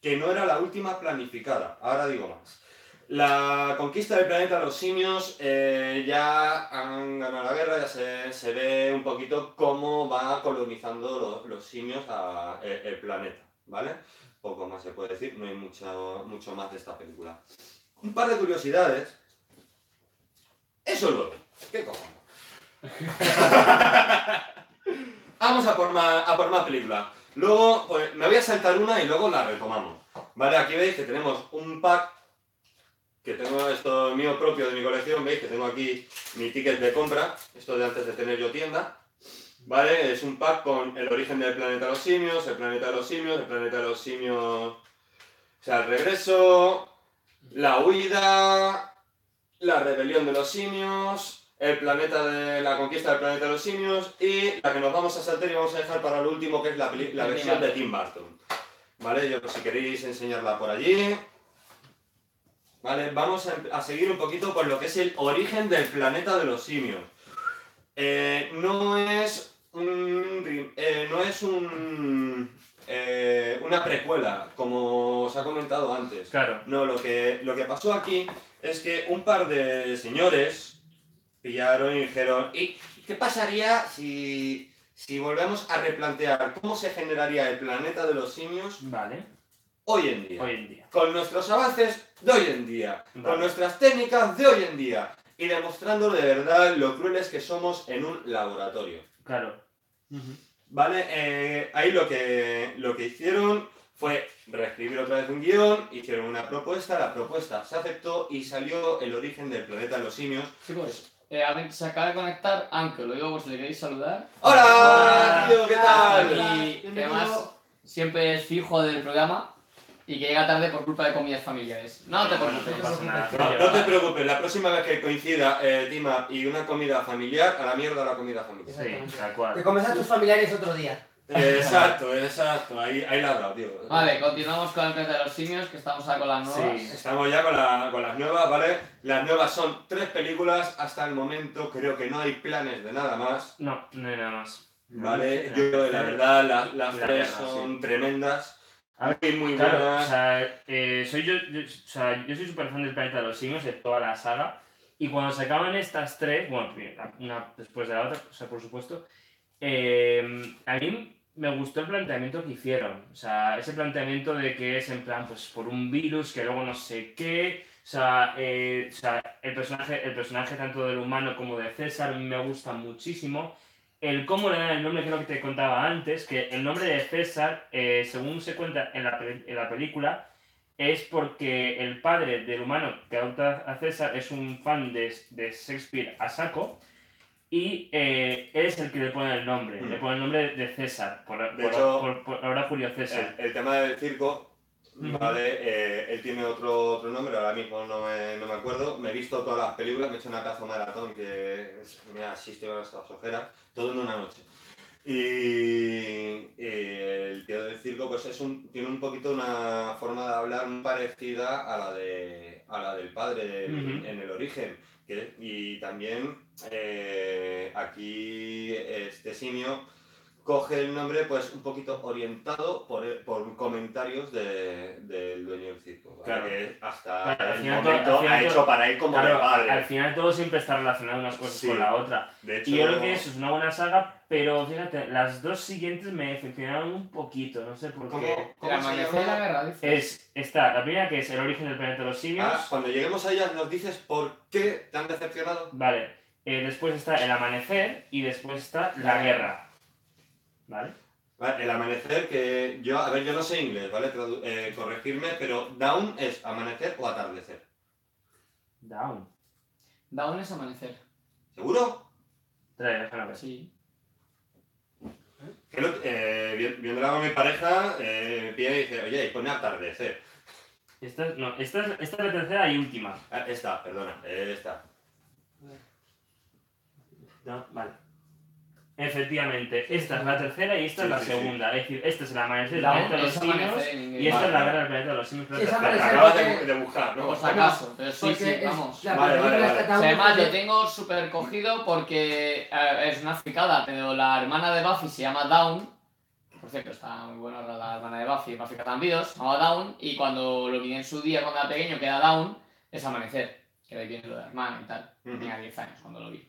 Speaker 5: que no era la última planificada, ahora digo más. La conquista del planeta de los simios eh, ya han ganado la guerra, ya se, se ve un poquito cómo va colonizando lo- los simios a- eh, el, el planeta, ¿vale? Poco más se puede decir, no hay mucho, mucho más de esta película un par de curiosidades. Eso es lo ¿Qué cojones? Vamos a por, más, a por más película. Luego, pues, me voy a saltar una y luego la retomamos. Vale, aquí veis que tenemos un pack que tengo esto mío propio de mi colección. Veis que tengo aquí mi ticket de compra. Esto de antes de tener yo tienda. Vale, es un pack con el origen del planeta de los simios, el planeta de los simios, el planeta de los simios. O sea, el regreso, la huida, la rebelión de los simios, el planeta de la conquista del planeta de los simios y la que nos vamos a saltar y vamos a dejar para lo último que es la, peli- la
Speaker 1: Tim
Speaker 5: versión de
Speaker 1: Burton.
Speaker 5: Tim Burton. Vale, yo si queréis enseñarla por allí. Vale, vamos a, em- a seguir un poquito por lo que es el origen del planeta de los simios. Eh, no es un rim- eh, no es un eh, una precuela, como os ha comentado antes.
Speaker 3: Pues Claro.
Speaker 5: No, lo que, lo que pasó aquí es que un par de señores pillaron y dijeron, ¿y qué pasaría si, si volvemos a replantear cómo se generaría el planeta de los simios
Speaker 3: Vale.
Speaker 5: hoy en día?
Speaker 3: Hoy en día.
Speaker 5: Con nuestros avances de hoy en día,
Speaker 3: Vale.
Speaker 5: con nuestras técnicas de hoy en día y demostrando de verdad lo crueles que somos en un laboratorio.
Speaker 3: Claro.
Speaker 5: Vale, eh, ahí lo que, lo que hicieron fue reescribir otra vez un guión, hicieron una propuesta, la propuesta se aceptó y salió el origen del planeta de los simios.
Speaker 1: Chicos, Eh, a ver, se acaba de conectar Anke, lo digo por si le queréis saludar.
Speaker 5: ¡Hola! tío, ¿Qué tal?
Speaker 1: Hola. Y
Speaker 4: Bienvenido.
Speaker 1: además- Siempre es fijo del programa y que llega tarde por culpa de comidas familiares. No te
Speaker 3: Bueno,
Speaker 1: preocupes.
Speaker 3: no pasa nada.
Speaker 5: No, no te preocupes, la próxima vez que coincida eh, Dima y una comida familiar, a la mierda la comida familiar.
Speaker 3: Sí,
Speaker 4: Exactamente.
Speaker 3: tal
Speaker 4: Te
Speaker 3: cual.
Speaker 4: comes a tus familiares otro día.
Speaker 5: Exacto, exacto, ahí, ahí la has dado, tío.
Speaker 1: Vale, continuamos con el planeta de los simios, que estamos ahora con las nuevas.
Speaker 3: Sí.
Speaker 5: Estamos ya con, la- con las nuevas, ¿vale? Las nuevas son tres películas hasta el momento, creo que no hay planes de nada más,
Speaker 3: No, no hay nada más.
Speaker 5: ¿vale?
Speaker 3: No.
Speaker 5: Yo creo que la verdad las, las
Speaker 3: La
Speaker 5: tres
Speaker 3: verdad,
Speaker 5: son tremendas,
Speaker 3: A ver,
Speaker 5: muy, muy
Speaker 3: Claro, o
Speaker 5: buenas.
Speaker 3: sea, eh, soy yo, yo- o sea, yo soy súper fan del Planeta de los Simios, de toda la saga, y cuando se acaban estas tres, bueno, primero, la- una después de la otra, o sea, por supuesto, eh, a mí me gustó el planteamiento que hicieron, o sea, ese planteamiento de que es en plan, pues, por un virus, que luego no sé qué, o sea, eh, o sea, el, personaje, el personaje tanto del humano como de César me gusta muchísimo, el cómo le dan el nombre, creo que te contaba antes, que el nombre de César, eh, según se cuenta en la, pel- en la película, es porque el padre del humano que adopta a César es un fan de, de Shakespeare a saco y eh, él es el que le pone el nombre,
Speaker 5: Mm.
Speaker 3: le pone el nombre de César, por,
Speaker 5: De
Speaker 3: por-
Speaker 5: hecho-
Speaker 3: por- por ahora Julio César.
Speaker 5: Eh, El, el tema del circo,
Speaker 3: Ujú.
Speaker 5: ¿vale? Eh, él tiene otro, otro nombre, ahora mismo no me, no me acuerdo. Me he visto todas las películas, me he hecho una caza maratón que es- me ha asistido hasta las ojeras, todo en una noche. Y eh, el tío del circo pues es un, tiene un poquito una forma de hablar muy parecida a la, de, a la del padre en-
Speaker 3: Ujú.
Speaker 5: en el origen. que- y también eh, aquí este simio coge el nombre pues un poquito orientado por, por comentarios de- del dueño del circo. ¿vale?
Speaker 3: Claro.
Speaker 5: Que hasta
Speaker 3: Claro, al
Speaker 5: el
Speaker 3: final
Speaker 5: momento
Speaker 3: todo- al final
Speaker 5: ha
Speaker 3: todo-
Speaker 5: hecho para él como de
Speaker 3: Claro,
Speaker 5: padre.
Speaker 3: al final todo siempre está relacionado unas cosas
Speaker 5: Sí.
Speaker 3: con la otra.
Speaker 5: De hecho,
Speaker 3: Y yo creo que eso es una buena saga, pero fíjate, las dos siguientes me decepcionaron un poquito, no sé por
Speaker 5: ¿cómo-
Speaker 3: qué.
Speaker 1: El
Speaker 5: cómo se
Speaker 1: amanecer
Speaker 5: llama?
Speaker 1: de la guerra, dice.
Speaker 3: es está la primera que es el origen del planeta de los simios
Speaker 5: Ah, cuando lleguemos a ellas nos dices por qué te han decepcionado.
Speaker 3: vale Eh, después está el amanecer y después está la guerra vale
Speaker 5: Vale, El amanecer, que yo, a ver, yo no sé inglés, ¿vale? Tradu- eh, corregirme, pero down es amanecer o atardecer.
Speaker 3: down
Speaker 1: Dawn es amanecer.
Speaker 5: ¿Seguro?
Speaker 3: trae déjame ver
Speaker 1: Sí.
Speaker 5: Que lo- eh, vi- viéndola con mi pareja, eh, pide y dice, oye, y pone atardecer.
Speaker 3: esta es- no esta es, esta es la tercera y última
Speaker 5: Ah, Esta, perdona, eh, esta.
Speaker 3: No, vale efectivamente esta es la tercera y esta
Speaker 5: Sí,
Speaker 3: es la
Speaker 5: sí, sí.
Speaker 3: segunda es decir este es el amanecer del
Speaker 1: Dawn
Speaker 3: planeta de los
Speaker 1: es
Speaker 3: simios
Speaker 1: amanecer en
Speaker 3: y este-
Speaker 1: inglés.
Speaker 3: esta es la
Speaker 5: Vale.
Speaker 3: guerra del planeta de los simios
Speaker 4: Sí, es
Speaker 5: La
Speaker 4: Parece
Speaker 5: acabas
Speaker 4: que-
Speaker 5: de, de buscar, ¿no?
Speaker 1: Por si acaso, pero sí, sí,
Speaker 4: es-
Speaker 1: vamos.
Speaker 4: la
Speaker 5: Vale,
Speaker 4: película
Speaker 5: vale,
Speaker 4: está
Speaker 5: vale.
Speaker 4: tan-
Speaker 1: Además, lo tengo súper cogido porque eh, es una fricada, pero la hermana de Buffy se llama Dawn. Por cierto, está muy buena la hermana de Buffy, Buffy Catambidos, se llama Dawn, y cuando lo vi en su día cuando era pequeño, que era Dawn, es Amanecer, que de ahí viene lo de la hermana y tal.
Speaker 5: Ujú.
Speaker 1: Tenía 10 años cuando lo vi.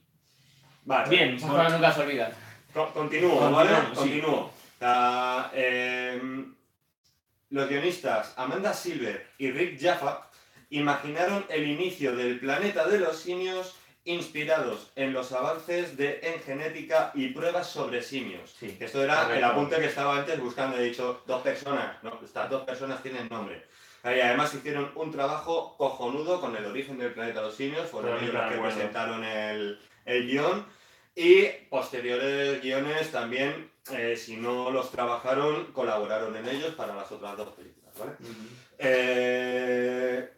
Speaker 5: Vale,
Speaker 3: bien
Speaker 1: Esas cosas nunca se olvidan.
Speaker 5: Co- continúo,
Speaker 3: Continúo,
Speaker 5: ¿vale?
Speaker 3: sí.
Speaker 5: Continúo. La, em, los guionistas Amanda Silver y Rick Jaffa imaginaron el inicio del planeta de los simios inspirados en los avances de, en genética y pruebas sobre simios.
Speaker 3: sí
Speaker 5: Esto era el
Speaker 3: Correcto.
Speaker 5: apunte que estaba antes buscando. He dicho dos personas. No, estas dos personas tienen nombre. Y además hicieron un trabajo cojonudo con el origen del planeta de los simios. Fueron
Speaker 3: Totalmente
Speaker 5: ellos los que
Speaker 3: de acuerdo.
Speaker 5: presentaron el, el guión. Y posteriores guiones también, eh, si no los trabajaron, colaboraron en ellos para las otras dos películas. ¿vale? Eh,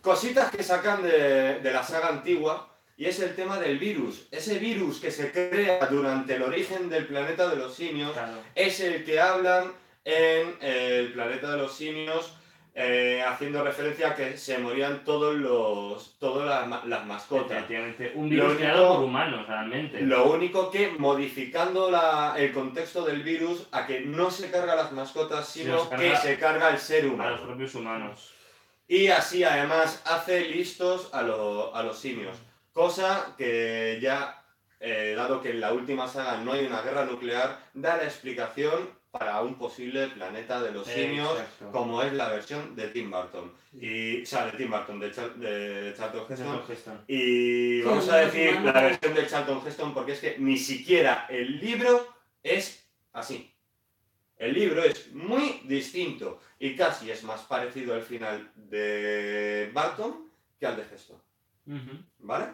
Speaker 5: cositas que sacan de, de la saga antigua y es el tema del virus. Ese virus que se crea durante el origen del planeta de los simios
Speaker 3: Claro.
Speaker 5: es el que hablan en eh, el planeta de los simios eh, haciendo referencia a que se morían todos los todas las, ma- las mascotas.
Speaker 3: efectivamente un
Speaker 5: Lo
Speaker 3: virus
Speaker 5: único-
Speaker 3: creado por humanos realmente
Speaker 5: Lo único que modificando la- el contexto del virus a que no se carga a las mascotas, sino
Speaker 3: los
Speaker 5: que
Speaker 3: carga
Speaker 5: se carga al ser
Speaker 3: a
Speaker 5: humano.
Speaker 3: los propios humanos
Speaker 5: Y así además hace listos a, lo- a los simios. Cosa que ya, eh, dado que en la última saga no hay una guerra nuclear, da la explicación para un posible planeta de los simios,
Speaker 3: Exacto.
Speaker 5: como es la versión de Tim Burton. Y, o sea, de Tim Burton, de, Char- de Charlton Heston. Y
Speaker 4: Sí,
Speaker 5: vamos
Speaker 4: los
Speaker 5: a decir la
Speaker 4: humanos.
Speaker 5: versión de Charlton Heston porque es que ni siquiera el libro es así. El libro es muy distinto y casi es más parecido al final de Barton que al de Heston.
Speaker 3: Ujú.
Speaker 5: ¿Vale?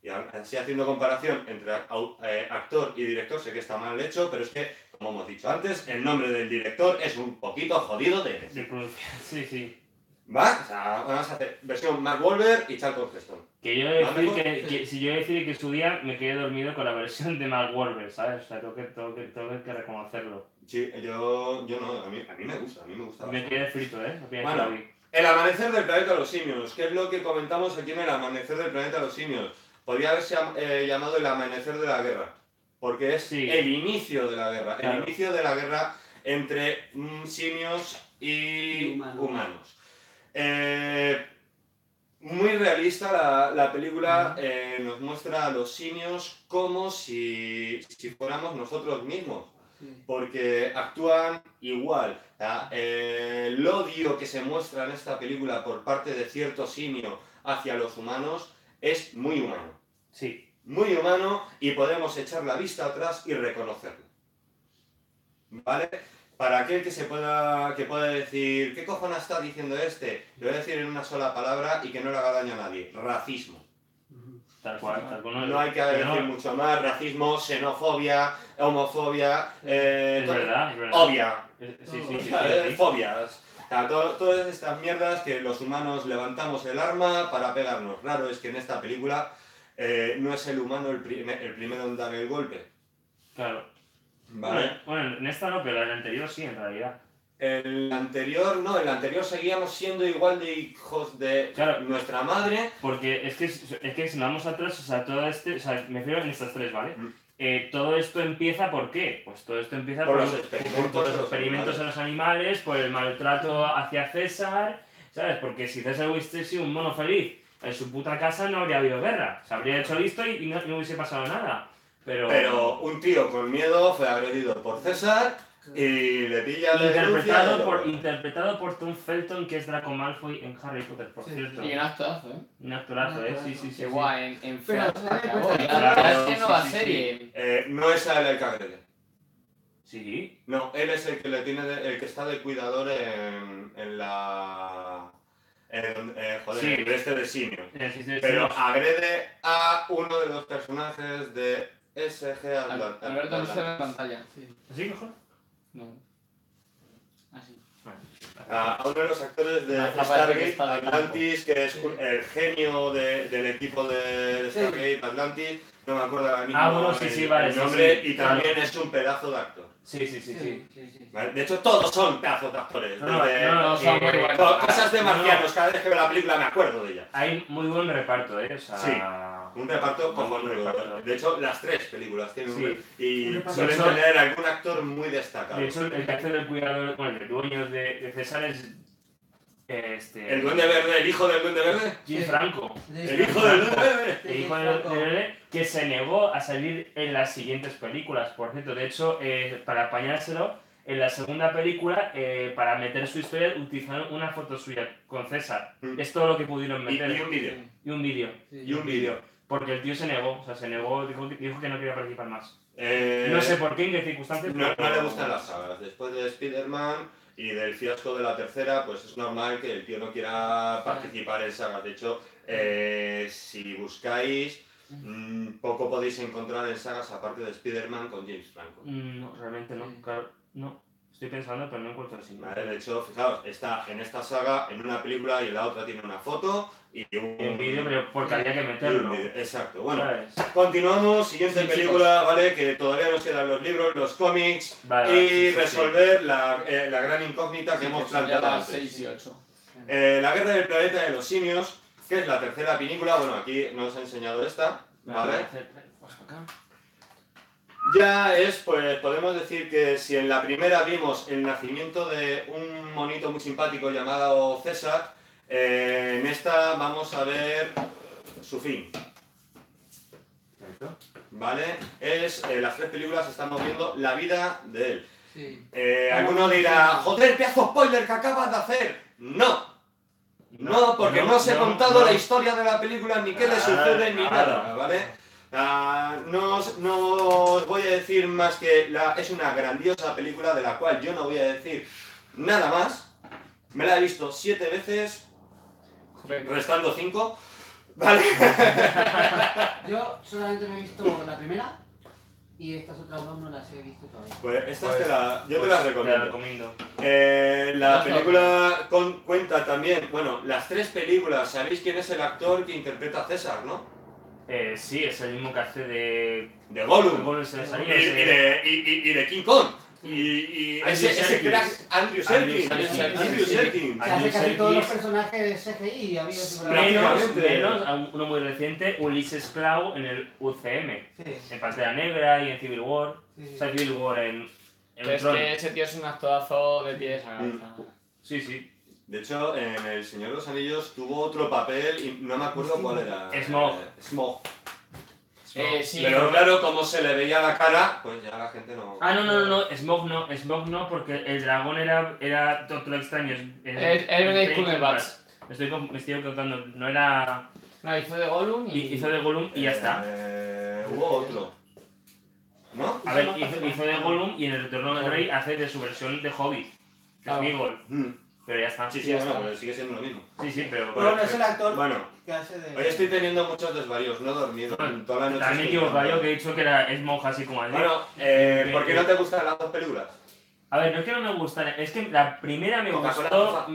Speaker 5: Y a- así haciendo comparación entre au- eh, actor y director, sé que está mal hecho, pero es que, como hemos dicho antes, el nombre del director es un poquito jodido de decir.
Speaker 3: De pronunciar, sí, sí.
Speaker 5: ¿Va? O sea, vamos a hacer versión Mark Wahlberg y Charlton Heston.
Speaker 3: Que yo he de
Speaker 5: No,
Speaker 3: decir
Speaker 5: no,
Speaker 3: que, que- si yo he de decir que en su día me quedé dormido con la versión de Mark Wahlberg, ¿sabes? O sea, tengo que, tengo que, tengo que reconocerlo.
Speaker 5: Sí, yo, yo no, a mí, a mí me gusta, a mí me gusta.
Speaker 3: Me
Speaker 5: bastante.
Speaker 3: quedé frito, ¿eh? Apenas
Speaker 5: Bueno.
Speaker 3: lo vi.
Speaker 5: El amanecer del planeta de los simios, que es lo que comentamos aquí en el amanecer del planeta de los simios. Podría haberse am- eh, llamado el amanecer de la guerra, porque es
Speaker 3: Sí.
Speaker 5: el inicio de la guerra, el
Speaker 3: Claro.
Speaker 5: inicio de la guerra entre mm, simios y
Speaker 4: Y humanos.
Speaker 5: humanos. Eh, muy realista la, la película, eh, nos muestra a los simios como si, si fuéramos nosotros mismos
Speaker 4: Sí.
Speaker 5: porque actúan igual. ¿ah? Eh, el odio que se muestra en esta película por parte de cierto simio hacia los humanos es muy humano.
Speaker 3: Sí.
Speaker 5: Muy humano y podemos echar la vista atrás y reconocerlo. ¿Vale? Para aquel que se pueda, que pueda decir, ¿qué cojones está diciendo este? Lo voy a decir en una sola palabra y que no le haga daño a nadie. Racismo.
Speaker 4: Ujú.
Speaker 3: Tal cual, tal cual.
Speaker 5: No hay que
Speaker 3: pero
Speaker 5: decir mucho más. Racismo, xenofobia, homofobia. eh,
Speaker 3: Es
Speaker 5: todo-
Speaker 3: verdad, es verdad.
Speaker 5: Obvia,
Speaker 3: Es- Sí, sí, sí. sí,
Speaker 5: eh,
Speaker 3: sí.
Speaker 5: fobias. O sea, to- todas estas mierdas que los humanos levantamos el arma para pegarnos. Raro es que en esta película eh, no es el humano el, prime- el primero en dar el golpe.
Speaker 3: Claro.
Speaker 5: ¿Vale?
Speaker 3: Bueno, bueno, en esta no, pero en la anterior sí, en realidad.
Speaker 5: El anterior, no, el anterior seguíamos siendo igual de hijos de
Speaker 3: Claro.
Speaker 5: nuestra madre.
Speaker 3: Porque es que, es que si nos vamos atrás, o sea, todo este, o sea, me refiero en estas tres, ¿vale?
Speaker 5: Mm.
Speaker 3: Eh, todo esto empieza por qué? Pues todo esto empieza
Speaker 5: Por los experimentos
Speaker 3: por los
Speaker 5: a los
Speaker 3: experimentos a los animales, por el maltrato hacia César, ¿sabes? Porque si César hubiese sido un mono feliz en su puta casa no habría habido guerra, se habría hecho listo y, y no, no hubiese pasado nada. Pero,
Speaker 5: Pero un tío con miedo fue agredido por César y le pilla la denuncia y
Speaker 3: interpretado
Speaker 5: lo-
Speaker 3: por, interpretado por Tom Felton, que es Draco Malfoy en Harry Potter, por
Speaker 4: Sí.
Speaker 3: cierto.
Speaker 1: Y un actorazo, ¿eh?
Speaker 3: Un actorazo, ¿eh? Sí, sí, sí.
Speaker 1: Qué
Speaker 3: sí.
Speaker 1: guay, en, en
Speaker 4: Pero,
Speaker 1: Francia.
Speaker 4: ¿sabes?
Speaker 1: acabó.
Speaker 4: Pues,
Speaker 1: Y
Speaker 3: claro,
Speaker 1: ahora es que
Speaker 3: sí,
Speaker 1: nueva
Speaker 3: sí, sí.
Speaker 1: serie.
Speaker 5: Eh, no es a él el que agrede.
Speaker 3: Sí,
Speaker 5: No, él es el que le tiene de- el que está de cuidador en, en la. En, eh, joder,
Speaker 3: Sí.
Speaker 5: en el este de simio.
Speaker 3: Sí, sí, sí,
Speaker 5: Pero
Speaker 3: sí.
Speaker 5: agrede a uno de los personajes de SG Atlan-
Speaker 1: Alberto no se ve
Speaker 5: Atlantis.
Speaker 1: en pantalla.
Speaker 3: ¿Así mejor?
Speaker 1: No. Así.
Speaker 5: A a uno de los actores de
Speaker 1: Ah, parece que
Speaker 5: Stargate
Speaker 1: está de
Speaker 5: Atlantis, que es un- el genio de- del equipo de
Speaker 4: Sí.
Speaker 5: Stargate Atlantis. No me acuerdo ahora mismo
Speaker 3: Ah, bueno, sí,
Speaker 5: el-
Speaker 3: sí, vale,
Speaker 5: el
Speaker 3: sí,
Speaker 5: nombre.
Speaker 3: sí,
Speaker 5: y
Speaker 3: claro.
Speaker 5: también es un pedazo de actor.
Speaker 3: Sí, sí, sí, sí.
Speaker 4: Sí, sí.
Speaker 5: ¿vale? De hecho, todos son pedazos de actores.
Speaker 3: No, no,
Speaker 5: desde-
Speaker 3: no,
Speaker 1: No, son
Speaker 3: eh,
Speaker 1: muy buenos.
Speaker 5: Co- Cosas de
Speaker 3: No, no.
Speaker 5: marcianos, cada vez que veo la película me acuerdo de ella.
Speaker 3: Hay muy buen reparto, ¿eh? O sea,
Speaker 5: Sí. Un reparto como
Speaker 3: Un reparto.
Speaker 5: De hecho, las tres películas tienen
Speaker 3: Sí.
Speaker 5: un Y
Speaker 4: Un reparto.
Speaker 5: suelen
Speaker 3: Son-
Speaker 5: tener algún actor muy destacado.
Speaker 3: De hecho, el que hace del cuidador, bueno, el dueño de, de César es. eh, Este.
Speaker 5: ¿El Duende Verde? ¿El hijo del Duende Verde?
Speaker 3: Jim Franco.
Speaker 5: ¿El hijo del Duende Verde?
Speaker 3: El hijo del- del Lele, que se negó a salir en las siguientes películas, por cierto. De hecho, eh, para apañárselo, en la segunda película, eh, para meter su historia, utilizaron una foto suya con César.
Speaker 5: Mm.
Speaker 3: Es todo lo que pudieron
Speaker 5: Y,
Speaker 3: meter.
Speaker 5: y un vídeo.
Speaker 3: Y un vídeo.
Speaker 5: Y un vídeo.
Speaker 3: Porque el tío se negó, o sea, se negó, dijo que, dijo que no quería participar más.
Speaker 5: Eh,
Speaker 3: No sé por qué, en qué circunstancias.
Speaker 5: no-
Speaker 3: pero-
Speaker 5: no le gustan las sagas. Después de Spider-Man y del fiasco de la tercera, pues es normal que el tío no quiera participar en sagas. De hecho, eh, si buscáis, mm, poco podéis encontrar en sagas aparte de Spider-Man con James Franco.
Speaker 3: Mm, No, realmente no,
Speaker 4: Sí.
Speaker 3: claro, no. Estoy pensando, pero no encuentro así.
Speaker 5: Vale, de hecho, fijaos, está en esta saga, en una película y en la otra tiene una foto y un,
Speaker 3: Un vídeo, pero porque había que
Speaker 5: y un
Speaker 3: meterlo.
Speaker 5: vídeo. Exacto. Bueno,
Speaker 3: ¿sabes?
Speaker 5: continuamos, siguiente
Speaker 1: Sí,
Speaker 5: película, ¿vale? Que todavía nos quedan los libros, los cómics
Speaker 3: Vale,
Speaker 5: y
Speaker 3: vale, sí, sí, sí.
Speaker 5: resolver La, eh, la gran incógnita que hemos
Speaker 1: Sí, son ya
Speaker 5: planteado
Speaker 1: las
Speaker 5: antes.
Speaker 1: 6 y 8.
Speaker 5: Eh, la guerra del planeta de los simios, que es la tercera película, bueno, aquí nos ha enseñado esta, ¿vale?
Speaker 3: Pues
Speaker 5: Ya es, pues podemos decir que si en la primera vimos el nacimiento de un monito muy simpático llamado César, eh, en esta vamos a ver su fin, ¿vale? Es, eh, las tres películas estamos viendo la vida de él.
Speaker 4: Sí.
Speaker 5: Eh, alguno dirá, joder, pedazo spoiler que acabas de hacer. No, No, porque no, os he
Speaker 3: no,
Speaker 5: contado
Speaker 3: no.
Speaker 5: la historia de la película, ni qué le
Speaker 3: Ah,
Speaker 5: sucede, ni
Speaker 3: ah,
Speaker 5: nada, ¿vale? Ah, no, os, no os voy a decir más que la, es una grandiosa película de la cual yo no voy a decir nada más. Me la he visto siete veces, restando cinco. Vale.
Speaker 4: Yo solamente me he visto la primera y estas otras dos no las he visto todavía.
Speaker 5: Pues esta
Speaker 6: Pues-
Speaker 5: te la, yo
Speaker 6: pues,
Speaker 5: te la
Speaker 3: Te la
Speaker 5: recomiendo.
Speaker 3: recomiendo.
Speaker 5: Eh, la
Speaker 1: Ojo.
Speaker 5: película con- cuenta también, bueno, las tres películas, ¿sabéis quién es el actor que interpreta a César, no?
Speaker 3: Eh, sí, es el mismo que hace de.
Speaker 5: De
Speaker 3: Golem
Speaker 5: Gollum.
Speaker 3: en las
Speaker 5: Y, y
Speaker 3: anillas, eh,
Speaker 5: de, y, y- y de King Kong. Y, y
Speaker 3: Andrew
Speaker 5: ese, ese
Speaker 3: Serkis.
Speaker 5: crack, Andrew Serkis.
Speaker 3: Andrew
Speaker 5: Andrew
Speaker 3: Serkis.
Speaker 5: Andrew Serkis.
Speaker 4: Se
Speaker 3: Andrew
Speaker 4: hace casi
Speaker 3: Serkis.
Speaker 4: todos los personajes de CGI y ha habido
Speaker 3: Menos,
Speaker 5: prácticamente.
Speaker 3: menos, a uno muy reciente, Ulises Clau en el UCM.
Speaker 4: Sí, sí,
Speaker 3: En Pantera Negra y en Civil War. O
Speaker 4: sí.
Speaker 3: sea, Civil War en. en
Speaker 1: Es
Speaker 3: Tron.
Speaker 1: que ese tío es un actorazo de pies a
Speaker 5: Mm.
Speaker 1: cabeza.
Speaker 3: Sí, sí.
Speaker 5: De hecho, en El Señor de los Anillos tuvo otro papel y no me acuerdo cuál era.
Speaker 3: Smaug.
Speaker 5: Eh, Smaug.
Speaker 1: Eh, sí,
Speaker 5: Pero claro, como se le veía la cara, pues ya la gente no.
Speaker 3: Ah, no, no, no, no, Smog no, Smog no, porque el dragón era, era Doctor Extraño.
Speaker 1: Es- es Benedict Cumberbatch.
Speaker 3: Estoy, con- me estoy contando, no era.
Speaker 1: No, hizo de Gollum y...
Speaker 3: Hizo de Gollum y ya está.
Speaker 5: Eh, hubo otro. ¿No?
Speaker 3: A ver, hizo, hizo de Gollum y en el Retorno del Rey hace de su versión de Hobbit. Que es
Speaker 1: Claro.
Speaker 3: Migol,
Speaker 5: Mm.
Speaker 3: pero ya está.
Speaker 5: Sí,
Speaker 3: Sí,
Speaker 5: sí,
Speaker 1: Ya
Speaker 5: bueno,
Speaker 1: está.
Speaker 5: pero sigue siendo lo mismo.
Speaker 3: sí, pero.
Speaker 4: Bueno, es el actor
Speaker 5: Bueno,
Speaker 4: que hace de.
Speaker 5: hoy estoy teniendo muchos desvarios, no he dormido. Toda la noche
Speaker 3: También me he
Speaker 5: estoy
Speaker 3: equivocado yo
Speaker 5: durmiendo.
Speaker 3: que he dicho que era Smog así como así.
Speaker 5: Bueno, eh, ¿por qué no te gustan las dos películas?
Speaker 3: A ver, no es que no me gustara, es que la primera me
Speaker 5: Coca-Cola,
Speaker 3: gustó.
Speaker 5: Coca.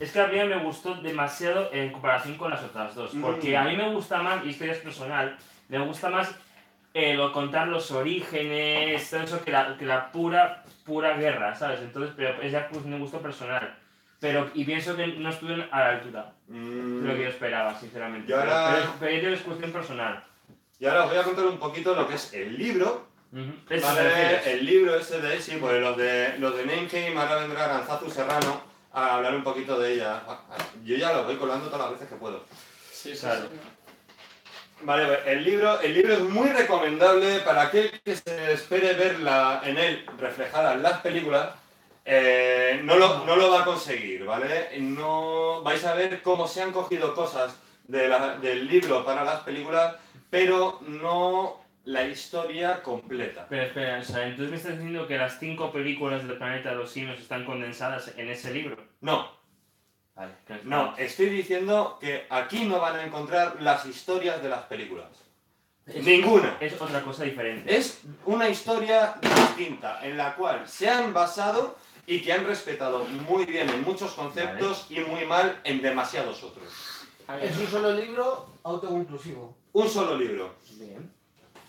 Speaker 3: Es que la primera me gustó demasiado en comparación con las otras dos. Porque
Speaker 5: Mm.
Speaker 3: a mí me gusta más, y esto ya es personal, me gusta más eh, lo, contar los orígenes, todo eso, que la, que la pura, pura guerra, ¿sabes? Entonces, pero es ya pues, un gusto personal. Pero, y pienso que no estuvieron a la altura de
Speaker 5: Mm,
Speaker 3: lo que yo esperaba, sinceramente.
Speaker 5: Yo ahora-
Speaker 3: Pero, pero yo creo que es cuestión personal.
Speaker 5: y ahora os voy a contar un poquito lo que es el libro.
Speaker 3: Ujú. Eso
Speaker 5: ¿vale? eh,
Speaker 3: te refieres.
Speaker 5: El libro ese de sí, pues los de los de Name Game, ahora vendrá Aranzazu Serrano a hablar un poquito de ella. Ah, Yo ya lo voy colando todas las veces que puedo.
Speaker 1: Sí, sí,
Speaker 3: Claro.
Speaker 1: sí.
Speaker 5: Vale, pues, el libro, el libro es muy recomendable para aquel que se espere ver la- en él reflejadas las películas. eh, no, lo, no lo va a conseguir, ¿vale? No vais a ver cómo se han cogido cosas de la- del libro para las películas, pero no la historia completa.
Speaker 3: Pero espera, o sea, entonces me estás diciendo que las cinco películas del planeta de los simios están condensadas en ese libro.
Speaker 5: No,
Speaker 3: Vale.
Speaker 5: no, estoy diciendo que aquí no van a encontrar las historias de las películas. Ninguna.
Speaker 3: Es otra cosa diferente.
Speaker 5: Es una historia distinta en la cual se han basado y que han respetado muy bien en muchos conceptos y muy mal en demasiados otros.
Speaker 1: A ver.
Speaker 4: Es un solo libro autoconclusivo.
Speaker 5: Un solo libro.
Speaker 4: Bien.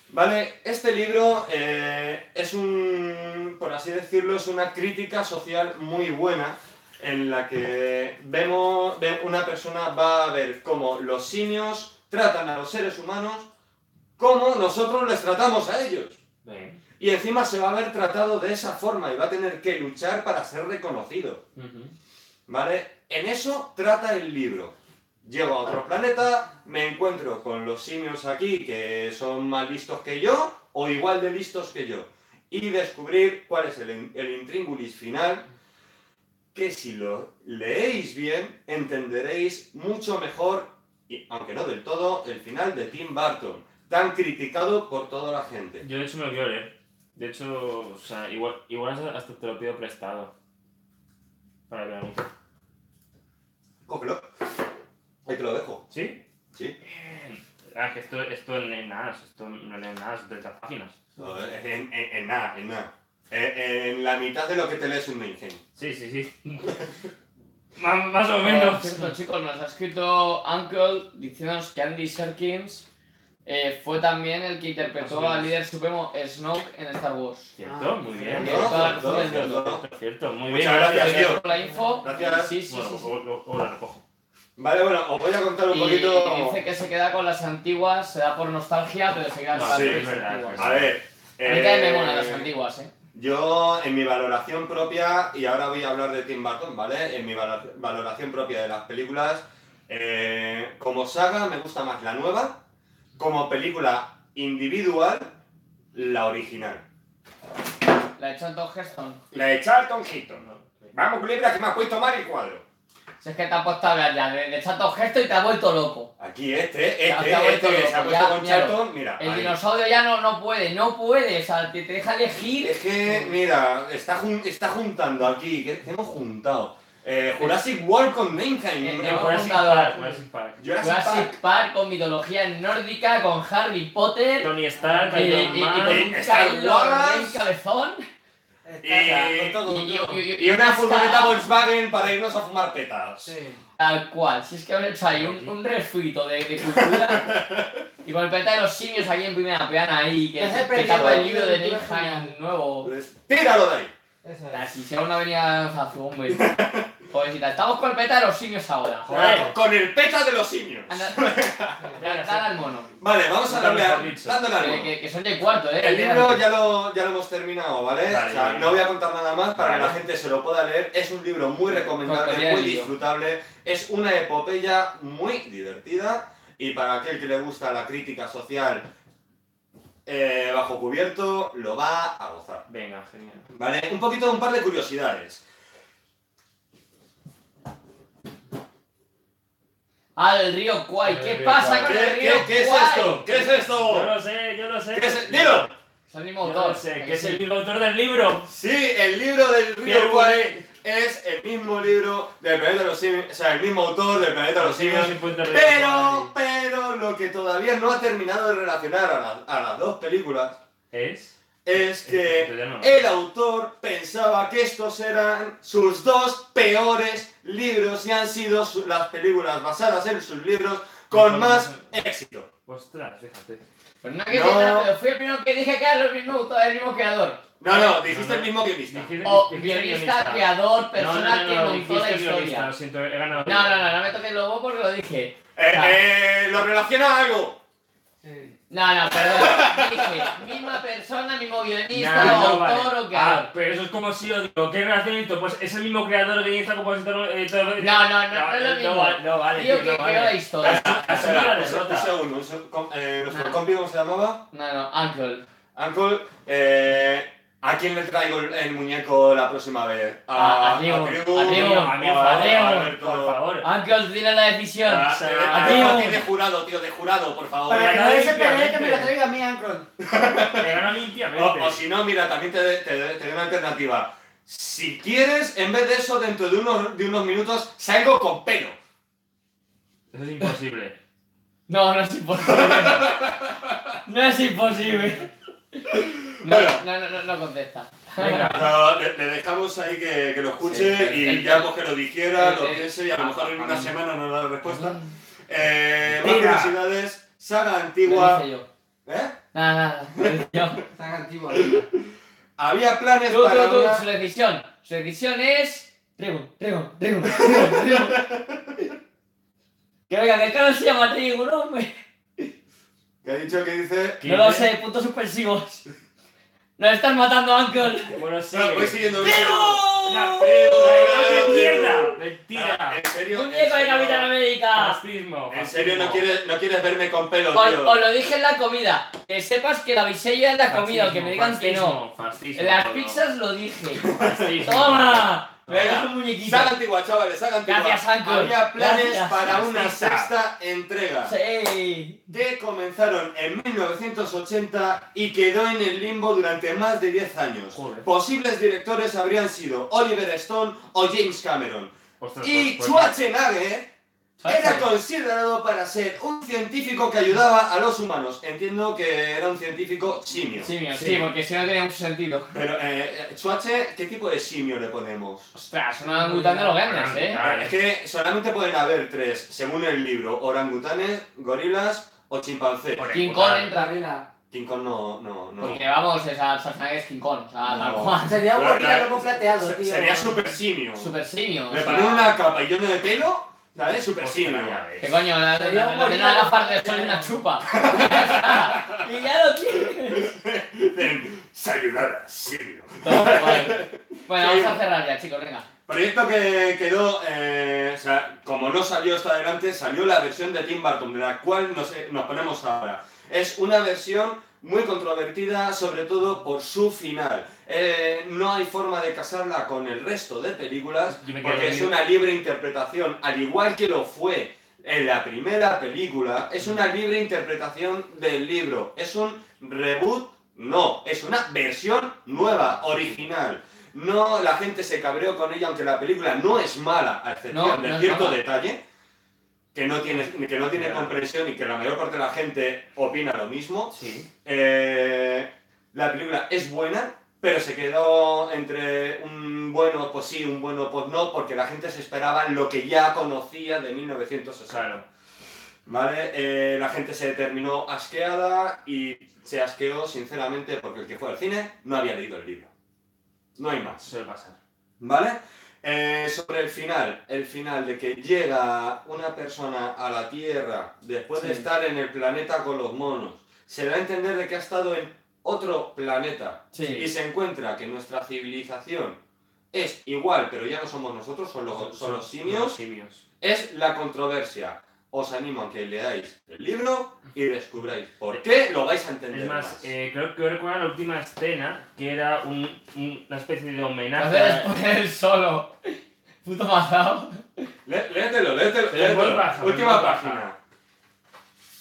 Speaker 5: Vale, este libro eh, es un, por así decirlo, es una crítica social muy buena en la que vemos, ve- una persona va a ver cómo los simios tratan a los seres humanos, cómo nosotros les tratamos a ellos.
Speaker 3: Bien.
Speaker 5: Y encima se va a ver tratado de esa forma y va a tener que luchar para ser reconocido. ¿Vale? En eso trata el libro. Llego a otro planeta, me encuentro con los simios aquí que son más listos que yo o igual de listos que yo. Y descubrir cuál es el, in- el intríngulis final, que si lo leéis bien, entenderéis mucho mejor, y, aunque no del todo, el final de Tim Burton, tan criticado por toda la gente.
Speaker 3: Yo de hecho me lo quiero leer. De hecho, o sea, igual, igual hasta- hasta te lo pido prestado. Para ver algún-
Speaker 5: Cógelo. Ahí te lo dejo.
Speaker 3: ¿Sí?
Speaker 5: Sí.
Speaker 3: Ah, que esto, esto no es nada, esto no es nada, son 30 páginas.
Speaker 5: En, en, en nada, en nada. Eh, En, la mitad de lo que te lees un ingenio.
Speaker 3: Sí, sí, sí. más, más o
Speaker 1: Por
Speaker 3: menos.
Speaker 1: Eh, cierto, chicos, nos ha escrito Uncle diciéndonos que Andy Serkins eh, fue también el que
Speaker 3: Más o
Speaker 1: interpretó
Speaker 3: menos.
Speaker 1: al líder supremo Snoke en Star Wars.
Speaker 3: Cierto, muy bien.
Speaker 1: Toda la razón del mundo.
Speaker 3: Cierto, muy bien.
Speaker 5: Muchas gracias,
Speaker 1: Gracias
Speaker 5: tío.
Speaker 1: por la info.
Speaker 5: Gracias.
Speaker 1: Sí, sí,
Speaker 3: Bueno,
Speaker 1: sí, sí.
Speaker 3: o- o- o la recojo.
Speaker 5: Vale, bueno, os voy a contar pues,
Speaker 1: Y
Speaker 5: un poquito.
Speaker 1: dice que se queda con las antiguas, se da por nostalgia, pero se queda con las
Speaker 5: Sí,
Speaker 1: pelis
Speaker 5: es
Speaker 3: verdad,
Speaker 1: antiguas.
Speaker 3: Ah, es
Speaker 5: A ver.
Speaker 1: A mí también
Speaker 5: eh,
Speaker 1: me molan las antiguas, ¿eh?
Speaker 5: Yo, en mi valoración propia, y ahora voy a hablar de Tim Burton, ¿vale? En mi valo- valoración propia de las películas, eh, como saga me gusta más la nueva, como película individual, la original.
Speaker 1: La de Charlton Heston.
Speaker 5: La de Charlton Heston. Vamos, culebra, que me has puesto mal el cuadro.
Speaker 1: Si es que te has puesto a hablar ya de, de Charlton Heston y te has vuelto loco.
Speaker 5: Aquí este,
Speaker 1: Ya,
Speaker 5: este,
Speaker 1: ya voy
Speaker 5: este, que
Speaker 1: todo,
Speaker 5: se ha
Speaker 1: ya,
Speaker 5: puesto con
Speaker 1: míralo.
Speaker 5: Charlton, mira.
Speaker 1: El
Speaker 5: ahí.
Speaker 1: dinosaurio ya no, no puede, no puede. O sea, te, te deja elegir.
Speaker 5: Es que, mira, está, jun- está juntando aquí, que que hemos juntado. Eh, Jurassic World con
Speaker 1: Eh,
Speaker 5: Mainheim.
Speaker 1: eh,
Speaker 5: ¿no?
Speaker 3: Jurassic
Speaker 1: contador.
Speaker 3: Park, Jurassic Park.
Speaker 5: Jurassic Park.
Speaker 1: Jurassic Park con mitología nórdica, con Harry Potter
Speaker 3: Tony Stark,
Speaker 1: y, y-
Speaker 3: Iron
Speaker 1: y
Speaker 3: Man,
Speaker 1: con un
Speaker 5: Star
Speaker 1: Kylo
Speaker 5: Wars.
Speaker 1: Ren cabezón.
Speaker 5: Y-
Speaker 4: Está,
Speaker 1: Y, y-
Speaker 4: todo.
Speaker 1: y-
Speaker 5: Y una furgoneta
Speaker 1: Star-
Speaker 5: Volkswagen para irnos a fumar petas.
Speaker 4: Sí.
Speaker 1: Tal cual, si es que han hecho ahí un, un refrito de, de cultura. y con el planeta de los simios aquí en primera plana ahí, que
Speaker 4: Es el
Speaker 1: te tapa el
Speaker 4: periodo
Speaker 1: libro
Speaker 4: de
Speaker 1: de Neil
Speaker 4: cultura
Speaker 1: Hyde
Speaker 4: general.
Speaker 1: nuevo.
Speaker 5: Pues, tíralo de ahí.
Speaker 4: Eso
Speaker 1: La
Speaker 4: es.
Speaker 1: hicieron una avenida Zazu, hombre. Pobrecita, estamos con el planeta de los simios ahora. joder.
Speaker 3: Joder.
Speaker 5: Con el peta de los simios.
Speaker 1: Anda,
Speaker 3: Ya,
Speaker 1: dale al mono.
Speaker 5: Vale, vamos a darle a,
Speaker 3: Mejor dicho.
Speaker 5: dándole al
Speaker 1: Que,
Speaker 5: mono.
Speaker 1: que- que son de cuarto, eh.
Speaker 5: El libro ya lo, ya lo hemos terminado, ¿vale?
Speaker 3: Vale,
Speaker 5: O sea,
Speaker 3: vale.
Speaker 5: no voy a contar nada más para que
Speaker 3: Vale.
Speaker 5: la gente se lo pueda leer. Es un libro muy recomendable,
Speaker 1: Contenido
Speaker 5: muy
Speaker 1: del libro.
Speaker 5: disfrutable. Es una epopeya muy divertida. Y para aquel que le gusta la crítica social eh, bajo cubierto, lo va a gozar.
Speaker 3: Venga, genial.
Speaker 5: ¿Vale? Un poquito, un par de curiosidades.
Speaker 1: Al río Kwai. ¿Qué
Speaker 3: El río
Speaker 1: pasa
Speaker 3: Kwai.
Speaker 1: con el
Speaker 5: ¿Qué,
Speaker 1: río
Speaker 5: qué- qué es
Speaker 1: Kwai?
Speaker 5: esto? ¿Qué es
Speaker 3: Yo
Speaker 5: esto?
Speaker 3: lo sé, yo lo sé.
Speaker 5: ¿Qué es el- ¡Dilo!
Speaker 1: Es el mismo
Speaker 3: Yo
Speaker 1: autor.
Speaker 3: lo sé,
Speaker 1: ¿a
Speaker 3: que
Speaker 1: que
Speaker 3: es
Speaker 1: sí?
Speaker 3: el mismo autor del libro.
Speaker 5: Sí, el libro del
Speaker 3: Bien,
Speaker 5: río Cuare es el mismo libro del planeta de los simios, o sea, el mismo autor del planeta de los simios. Pero, pero lo que todavía no ha terminado de relacionar a, la- a las dos películas
Speaker 3: ¿Es?
Speaker 5: es que
Speaker 3: Yo Este, no.
Speaker 5: el autor pensaba que estos eran sus dos peores libros y han sido su- las películas basadas en sus libros con más éxito.
Speaker 3: Ostras, fíjate.
Speaker 1: Pues no, que
Speaker 5: No.
Speaker 1: nada, pero fui el primero que dije que era el mismo autor, el mismo creador.
Speaker 5: No, no, dijiste el mismo guionista.
Speaker 3: Dijiste-
Speaker 1: O
Speaker 3: dijiste
Speaker 1: guionista, creador, persona
Speaker 3: No, no, no,
Speaker 1: que
Speaker 3: no,
Speaker 1: montó la
Speaker 3: dijiste guionista,
Speaker 1: historia.
Speaker 3: Lo siento, he ganado.
Speaker 1: No, no, no, no me toques los huevos porque lo dije.
Speaker 3: Ah.
Speaker 5: Eh, eh, lo relaciona a algo.
Speaker 4: Sí.
Speaker 1: No, no, perdón. Dije, misma persona, mismo guionista,
Speaker 3: Nah, no vale.
Speaker 1: autor o
Speaker 3: Ah,
Speaker 1: creador.
Speaker 3: pero eso es como si yo digo, ¿qué renacimiento? Pues es el mismo creador, guionista, compositor. eh, todo-
Speaker 1: No, no, no, no es lo mismo.
Speaker 3: va- No vale,
Speaker 1: Tío
Speaker 3: tío,
Speaker 1: que
Speaker 3: no Ah.
Speaker 1: creó la
Speaker 3: vale.
Speaker 1: historia.
Speaker 3: Asumir la
Speaker 5: Espera, un se- un
Speaker 3: derrota.
Speaker 5: segundo, un se- com- eh, nuestro
Speaker 1: Nada.
Speaker 5: compi, ¿cómo se llamaba?
Speaker 1: No, no, Uncle.
Speaker 5: Uncle, eh, ¿a quién le traigo el, el muñeco la próxima vez?
Speaker 1: A- a Diego,
Speaker 5: Creu,
Speaker 1: a Diego,
Speaker 5: a
Speaker 3: A mí, por favor,
Speaker 5: Alberto. Ah,
Speaker 3: por favor.
Speaker 1: Uncle tiene la decisión.
Speaker 5: A,
Speaker 3: Sí.
Speaker 5: eh,
Speaker 3: A
Speaker 5: a Diego,
Speaker 1: Diego.
Speaker 5: a ti de jurado, tío, de jurado, por favor.
Speaker 4: Para que no se pelee que me
Speaker 3: limpiamente.
Speaker 4: lo traiga a mí, Ancron.
Speaker 3: Me gana
Speaker 5: O,
Speaker 3: limpiamente.
Speaker 5: o si no, mira, también te, te- te doy una alternativa. Si quieres, en vez de eso, dentro de unos, de unos minutos, salgo con pelo.
Speaker 3: Eso es imposible.
Speaker 1: No, no es imposible. No es imposible. No,
Speaker 5: Bueno.
Speaker 1: no, no, no, no contesta.
Speaker 3: Venga.
Speaker 5: No, le, le dejamos ahí que, que lo escuche
Speaker 1: Sí,
Speaker 5: y
Speaker 1: el-
Speaker 5: ya pues que lo dijera,
Speaker 1: el-
Speaker 5: lo
Speaker 1: el-
Speaker 5: piense y a lo mejor en
Speaker 1: ah.
Speaker 5: una semana nos da la respuesta.
Speaker 1: Mm.
Speaker 5: Eh, más
Speaker 4: Mira.
Speaker 5: curiosidades, saga
Speaker 1: Lo
Speaker 5: antigua.
Speaker 1: dije yo.
Speaker 5: ¿Eh?
Speaker 1: Nada, nada. Lo dije yo.
Speaker 4: Tan antiguo. ¿eh?
Speaker 5: Había planes
Speaker 1: Tú,
Speaker 5: para
Speaker 1: tú, tú,
Speaker 5: una-
Speaker 1: su decisión. Su decisión es. Rigo, Rigo, Rigo, Rigo, Rigo. Que venga, que acá no se llama Rigo, no, hombre.
Speaker 5: que ha dicho que dice...
Speaker 1: No lo sé, puntos suspensivos. Nos están matando, Uncle.
Speaker 3: Bueno, sí.
Speaker 5: No, pues voy siguiendo...
Speaker 3: ¡No,
Speaker 5: ¡Pero!
Speaker 3: ¡Qué mierda! ¡Mentira!
Speaker 5: En serio, en
Speaker 1: Muñeco de Capitán
Speaker 5: serio,
Speaker 1: América.
Speaker 3: Fascismo.
Speaker 5: Ah, eh. en serio
Speaker 3: fascismo.
Speaker 5: no, quieres, no quieres verme con pelo,
Speaker 1: Os,
Speaker 5: tío.
Speaker 1: os lo dije en la comida. Que sepas que la avisella es la comida, que me digan que no.
Speaker 3: Fascismo, fascismo,
Speaker 1: En las
Speaker 3: todo.
Speaker 1: pizzas lo dije.
Speaker 3: Fascismo.
Speaker 1: ¡Toma! Me
Speaker 5: Venga,
Speaker 1: das un muñequito.
Speaker 5: Saga antigua, chavales, saga antigua.
Speaker 1: Gracias, Anchor.
Speaker 5: Había planes
Speaker 1: Gracias.
Speaker 5: para una
Speaker 3: Fascista.
Speaker 5: sexta entrega.
Speaker 1: Sí.
Speaker 5: que comenzaron en 1980 y quedó en el limbo durante más de 10 años.
Speaker 3: Joder.
Speaker 5: Posibles directores habrían sido Oliver Stone o James Cameron.
Speaker 3: Ostras,
Speaker 5: Y
Speaker 3: pues-
Speaker 5: Schwarzenegger era
Speaker 1: Schwarzenegger.
Speaker 5: considerado para ser un científico que ayudaba a los humanos. Entiendo que era un científico simio.
Speaker 1: Sí, mío, sí, porque si no tenía mucho sentido.
Speaker 5: Pero, eh, Schwarze, ¿qué tipo de simio le ponemos?
Speaker 1: Ostras, una mutante de los grandes, eh.
Speaker 3: Vale.
Speaker 5: Es que solamente pueden haber tres, según el libro, orangutanes, gorilas o chimpancés.
Speaker 3: Por
Speaker 1: King
Speaker 3: puta-
Speaker 1: Kong entra.
Speaker 4: Carrera.
Speaker 5: King Kong no, no, no.
Speaker 1: Porque vamos, esa personaje es King Kong, o sea, tal
Speaker 5: No.
Speaker 1: cual.
Speaker 4: Sería un
Speaker 5: Pero,
Speaker 4: gorila
Speaker 5: claro,
Speaker 4: loco plateado,
Speaker 5: Se-
Speaker 4: tío.
Speaker 5: Sería super simio.
Speaker 1: Super simio. o
Speaker 5: Le
Speaker 1: sea,
Speaker 5: ponen una capa y yo de pelo, ¿sabes? Super
Speaker 3: Hostia,
Speaker 5: simio.
Speaker 3: ya ves.
Speaker 1: ¿Qué coño? La la-
Speaker 4: Sería
Speaker 1: la-
Speaker 4: un
Speaker 1: la
Speaker 4: gorila
Speaker 1: pena de la
Speaker 4: loco
Speaker 1: parte de sol
Speaker 4: plateado.
Speaker 1: es una chupa. y ya lo tienes.
Speaker 5: Sayonara, simio.
Speaker 1: Todo guay. Bueno, vamos a cerrar ya, chicos, venga.
Speaker 5: Proyecto que quedó, eh, o sea, como no salió hasta adelante, salió la versión de Tim Burton, de la cual nos, eh, nos ponemos ahora. Es una versión muy controvertida, sobre todo por su final. Eh, no hay forma de casarla con el resto de películas,
Speaker 3: Yo me quedo
Speaker 5: porque es
Speaker 3: dormido.
Speaker 5: una libre interpretación, al igual que lo fue en la primera película, es una libre interpretación del libro. Es un reboot, no, es una versión nueva, original. No, la gente se cabreó con ella, aunque la película no es mala, a excepción
Speaker 1: No,
Speaker 5: de
Speaker 1: no es
Speaker 5: cierto
Speaker 1: mala.
Speaker 5: detalle, que no tiene, que no tiene
Speaker 3: Ya.
Speaker 5: comprensión y que la mayor parte de la gente opina lo mismo.
Speaker 3: Sí.
Speaker 5: Eh, la película es buena, pero se quedó entre un bueno, pues sí, un bueno, pues no, porque la gente se esperaba lo que ya conocía de 1960.
Speaker 3: Claro.
Speaker 5: ¿Vale? Eh, la gente se terminó asqueada y se asqueó, sinceramente, porque el que fue al cine no había leído el libro. No hay más.
Speaker 3: Suele pasar.
Speaker 5: ¿Vale? Eh, sobre el final, el final de que llega una persona a la Tierra después de
Speaker 6: Sí.
Speaker 5: estar en el planeta con los monos, se da a entender de que ha estado en otro planeta y
Speaker 6: Sí.
Speaker 5: se encuentra que nuestra civilización es igual, pero ya no somos nosotros, son los, son los simios,
Speaker 3: simios.
Speaker 5: es la controversia. Os animo a que leáis el libro y descubráis por qué lo vais a entender.
Speaker 3: Es más,
Speaker 5: más.
Speaker 3: eh, creo que recuerdo la última escena, que era un- un- una especie de homenaje.
Speaker 1: Hacer
Speaker 3: a-
Speaker 1: spoiler el solo. Puto mazao.
Speaker 5: Lé- léetelo, léetelo,
Speaker 3: Pero en voz
Speaker 5: léetelo.
Speaker 3: baja, en
Speaker 5: Última
Speaker 3: voz baja.
Speaker 5: página.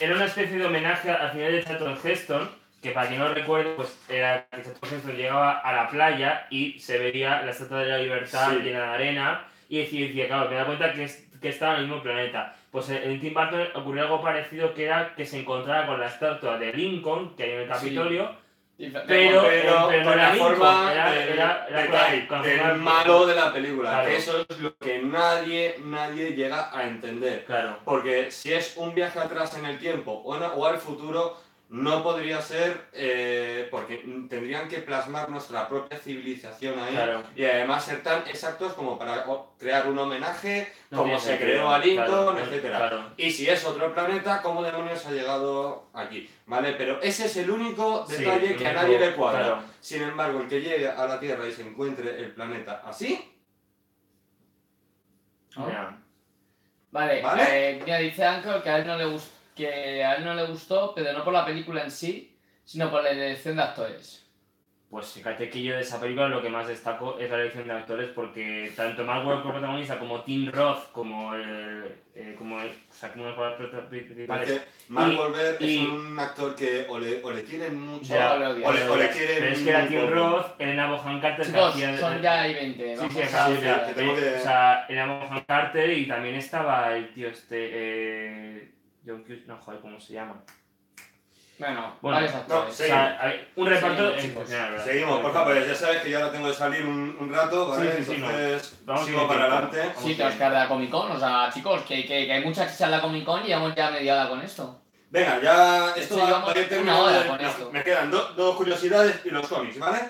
Speaker 3: Era una especie de homenaje al final de Charlton Heston, que para quien no recuerde, pues era que Charlton Heston llegaba a la playa y se veía la Estatua de la Libertad
Speaker 5: Sí.
Speaker 3: llena de arena, y decía, decía, claro, me da cuenta que, es- que estaba en el mismo planeta. Pues en- en Tim Burton ocurrió algo parecido, que era que se encontraba con la estatua de Lincoln, que hay en el Capitolio, Pero-
Speaker 5: pero,
Speaker 3: pero
Speaker 5: con
Speaker 3: era
Speaker 5: la
Speaker 3: Lincoln,
Speaker 5: forma
Speaker 3: era-
Speaker 5: del,
Speaker 3: era- era
Speaker 5: del-
Speaker 3: con- con
Speaker 5: del
Speaker 3: Lincoln.
Speaker 5: malo de la película.
Speaker 3: Claro.
Speaker 5: que Eso es lo que nadie, nadie llega a entender.
Speaker 3: claro.
Speaker 5: Porque si es un viaje atrás en el tiempo o, no- o al futuro, no podría ser eh, porque tendrían que plasmar nuestra propia civilización ahí.
Speaker 3: Claro.
Speaker 5: Y además ser tan exactos como para o- crear un homenaje,
Speaker 3: No
Speaker 5: como
Speaker 3: tiene
Speaker 5: se
Speaker 3: sentido,
Speaker 5: creó a Lincoln,
Speaker 3: claro,
Speaker 5: etcétera.
Speaker 3: claro.
Speaker 5: Y si es otro planeta, ¿cómo demonios ha llegado aquí? ¿Vale? Pero ese es el único
Speaker 3: Sí,
Speaker 5: detalle
Speaker 3: el
Speaker 5: que a
Speaker 3: único,
Speaker 5: nadie le cuadra.
Speaker 3: claro.
Speaker 5: Sin embargo, el que llegue a la Tierra y se encuentre el planeta así,
Speaker 1: ¿no?
Speaker 3: Ya.
Speaker 1: Vale,
Speaker 5: ¿Vale?
Speaker 1: eh, mira, dice Anchor que a, él no le gust- que a él no le gustó, pero no por la película en sí, sino por la elección de actores.
Speaker 3: Pues fíjate que yo de esa película lo que más destaco es la elección de actores porque tanto Mark Wahlberg como protagonista como Tim Roth como el, eh, como el, o sea, como uno de los protagonistas principales,
Speaker 5: porque Mark
Speaker 3: Y-
Speaker 5: Wahlberg
Speaker 3: y-
Speaker 5: es un actor que o le, o le quieren mucho
Speaker 3: Ya,
Speaker 1: Solo lo
Speaker 5: o
Speaker 1: odias.
Speaker 5: le, o le quieren
Speaker 3: pero es que era
Speaker 5: muy
Speaker 3: Tim
Speaker 5: poco.
Speaker 3: Roth, Elena Bohan Carter que
Speaker 1: Chicos,
Speaker 3: hacía-
Speaker 1: son ya y 20.
Speaker 3: Sí,
Speaker 1: vamos
Speaker 3: sí,
Speaker 1: a
Speaker 3: acabo de-
Speaker 5: ya, que tengo que-
Speaker 3: O sea, Elena Bohan Carter y también estaba el tío este eh, John Cus- no joder, ¿cómo se llama?
Speaker 1: Bueno,
Speaker 3: Bueno,
Speaker 1: varios
Speaker 3: no,
Speaker 1: actores.
Speaker 5: sí.
Speaker 3: O sea, a ver, un reparto
Speaker 1: Seguimos, chicos.
Speaker 3: excepcional, ¿verdad?
Speaker 5: Seguimos, por favor, pues ya sabes que yo ahora tengo que salir un, un rato, ¿vale?
Speaker 3: Sí, sí, sí, no.
Speaker 5: Entonces,
Speaker 3: Vamos
Speaker 5: sigo
Speaker 3: bien,
Speaker 5: para
Speaker 3: tiempo.
Speaker 5: adelante.
Speaker 3: Vamos
Speaker 1: Sí,
Speaker 3: bien.
Speaker 1: Oscar de la Comic Con, o sea, chicos, que, que, que hay mucha chicha en la Comic Con y llevamos ya media hora con esto.
Speaker 5: Venga, ya
Speaker 1: Esto
Speaker 5: esto va-
Speaker 1: llevamos
Speaker 5: va a ir
Speaker 1: una
Speaker 5: terminado.
Speaker 1: hora
Speaker 5: de-
Speaker 1: con
Speaker 5: no,
Speaker 1: esto.
Speaker 5: Me quedan do- dos curiosidades y los cómics, ¿vale?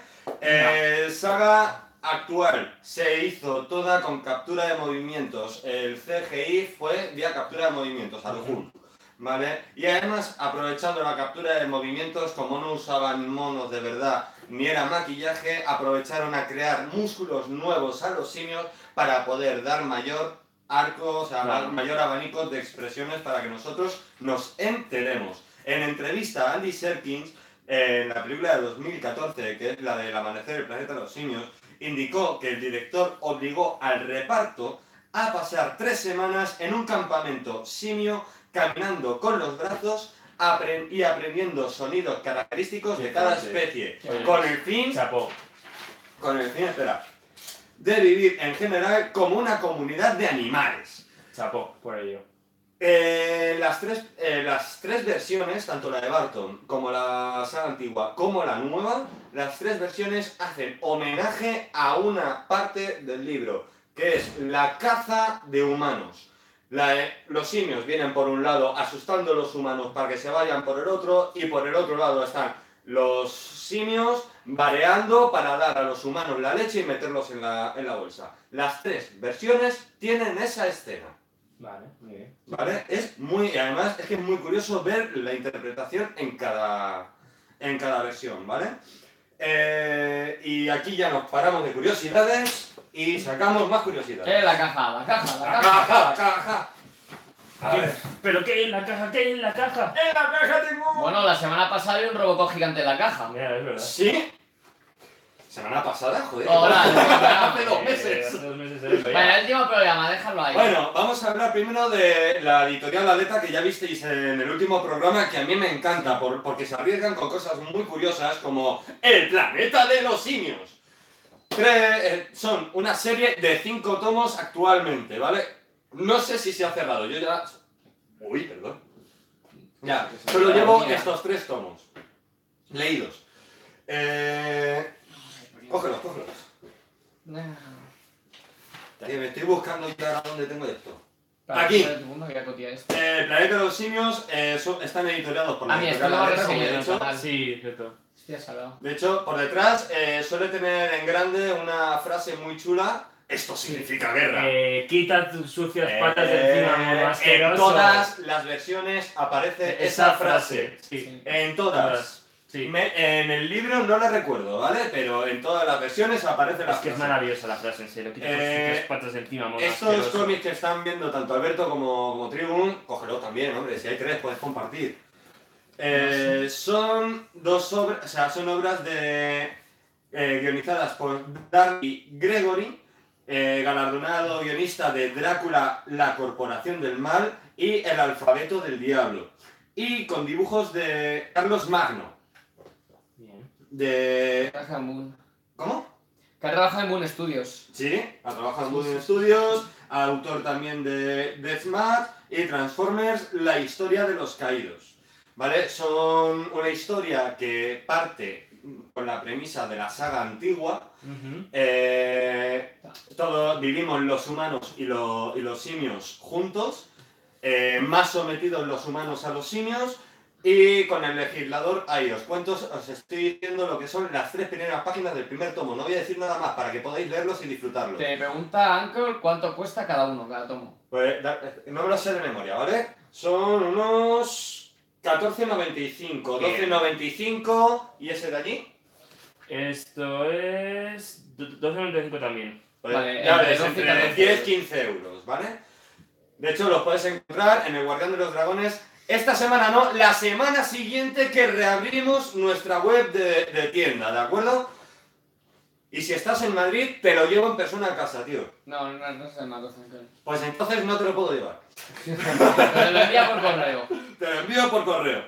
Speaker 5: Eh, saga actual se hizo toda con captura de movimientos. El CGI fue vía captura de movimientos, al Hulk. ¿Vale? Y además, aprovechando la captura de movimientos, como no usaban monos de verdad ni era maquillaje, aprovecharon a crear músculos nuevos a los simios para poder dar mayor arco, o sea,
Speaker 3: Claro.
Speaker 5: ma- mayor abanico de expresiones para que nosotros nos enteremos. En entrevista a Andy Serkins, eh, en la película de 2014, que es la del amanecer del planeta de los simios, indicó que el director obligó al reparto a pasar tres semanas en un campamento simio caminando con los brazos apren- y aprendiendo sonidos característicos de cada
Speaker 3: Fíjate.
Speaker 5: especie,
Speaker 3: Oye,
Speaker 5: con el fin
Speaker 3: Chapó.
Speaker 5: con el fin, espera, de vivir en general como una comunidad de animales.
Speaker 3: Chapó, por ello.
Speaker 5: Eh, las, tres, eh, las tres versiones, tanto la de Barton como la saga antigua como la nueva, las tres versiones hacen homenaje a una parte del libro, que es la caza de humanos. La de- los simios vienen por un lado asustando a los humanos para que se vayan por el otro y por el otro lado están los simios bareando para dar a los humanos la leche y meterlos en la, en la bolsa. Las tres versiones tienen esa escena.
Speaker 3: Vale, muy bien.
Speaker 5: ¿Vale? Es muy, y además es que es muy curioso ver la interpretación en cada, en cada versión, ¿vale? Eh, y aquí ya nos paramos de curiosidades y sacamos más curiosidades.
Speaker 1: Eh, la caja, la caja, la
Speaker 5: ¡Ajá,
Speaker 1: caja.
Speaker 5: ajá, ajá, ajá! A ver,
Speaker 3: ¿Pero qué hay en la caja? ¿Qué hay en la caja?
Speaker 5: ¡en la caja tengo!
Speaker 1: Bueno, la semana pasada había un Robocop gigante en la caja.
Speaker 3: Ah, Mira, es verdad.
Speaker 5: ¿Sí? ¿Semana pasada? Joder.
Speaker 1: Hola,
Speaker 5: hace dos
Speaker 3: Eh,
Speaker 5: meses.
Speaker 3: hace dos meses de eso, ya.
Speaker 1: Bueno, el último programa, déjalo ahí.
Speaker 5: Bueno, vamos a hablar primero de la editorial Aleta que ya visteis en el último programa, que a mí me encanta, por- porque se arriesgan con cosas muy curiosas como el planeta de los simios. Tres- eh, son una serie de cinco tomos actualmente, ¿vale? No sé si se ha cerrado, yo ya... Uy, perdón. Ya, solo llevo estos tres tomos. Leídos. Eh... Cógelos, cógelos. Que me estoy buscando ya ahora dónde tengo esto. Aquí.
Speaker 1: Espera un segundo, que voy a copiar esto.
Speaker 5: Eh, El planeta de los simios eh, son- están editoriados por
Speaker 1: Ah, mira, esto
Speaker 5: editorial
Speaker 1: lo habré
Speaker 5: Planeta, como
Speaker 1: seguido
Speaker 5: ya
Speaker 1: en
Speaker 5: he
Speaker 1: el
Speaker 5: dicho.
Speaker 1: canal.
Speaker 3: Sí, es cierto.
Speaker 1: Hostia, salado.
Speaker 5: De hecho, por detrás eh, suele tener en grande una frase muy chula. Esto significa guerra.
Speaker 3: Eh, quita tus sucias
Speaker 5: Eh,
Speaker 3: patas de encima, mono
Speaker 5: en
Speaker 3: asqueroso.
Speaker 5: todas las versiones aparece esa frase.
Speaker 3: Sí.
Speaker 5: En todas.
Speaker 3: sí.
Speaker 5: Me- en el libro no la recuerdo, ¿vale? Pero en todas las versiones aparece la
Speaker 3: Es que es
Speaker 5: frase.
Speaker 3: maravillosa la frase, en serio. Quita tus
Speaker 5: Eh,
Speaker 3: sucias patas de encima, mono
Speaker 5: Estos
Speaker 3: asqueroso.
Speaker 5: cómics que están viendo tanto Alberto como, como Tribune, cógelos también, hombre, si hay tres puedes compartir. Eh, son dos obras, o sea, son obras de eh, guionizadas por Darby Gregory, eh, galardonado guionista de Drácula, La Corporación del Mal y El Alfabeto del Diablo. Y con dibujos de Carlos Magno.
Speaker 3: Bien.
Speaker 5: De.
Speaker 1: Trabaja en Moon.
Speaker 5: ¿Cómo?
Speaker 1: Que ha trabajado en Moon Studios.
Speaker 5: Sí, ha trabajado en Wooden Studios, autor también de Death Match y Transformers, la historia de los caídos. ¿Vale? Son una historia que parte con la premisa de la saga antigua.
Speaker 3: Ujú.
Speaker 5: Eh, todos vivimos los humanos y, lo- y los simios juntos, eh, más sometidos los humanos a los simios. Y con el legislador, ahí os cuento, os estoy diciendo lo que son las tres primeras páginas del primer tomo. No voy a decir nada más para que podáis leerlos y disfrutarlos.
Speaker 1: Te pregunta Anchor cuánto cuesta cada uno, cada tomo.
Speaker 5: Pues da- no me lo sé de memoria, ¿vale? Son unos 14.95, 12.95 y ese de allí.
Speaker 3: Esto es. 12.95 también.
Speaker 5: Pues,
Speaker 1: Vale,
Speaker 5: ya
Speaker 1: entre
Speaker 5: ves,
Speaker 1: 12 y
Speaker 5: entre
Speaker 1: 14
Speaker 5: 10 15 euros, ¿vale? De hecho, los puedes encontrar en el Guardián de los Dragones. Esta semana no, la semana siguiente que reabrimos nuestra web de, de tienda, ¿de acuerdo? Y si estás en Madrid, te lo llevo en persona a casa, tío.
Speaker 1: No, no, no se llama 12 Anchor.
Speaker 5: Pues entonces no te lo puedo llevar.
Speaker 1: Te lo envía por correo.
Speaker 5: Te lo envío por correo.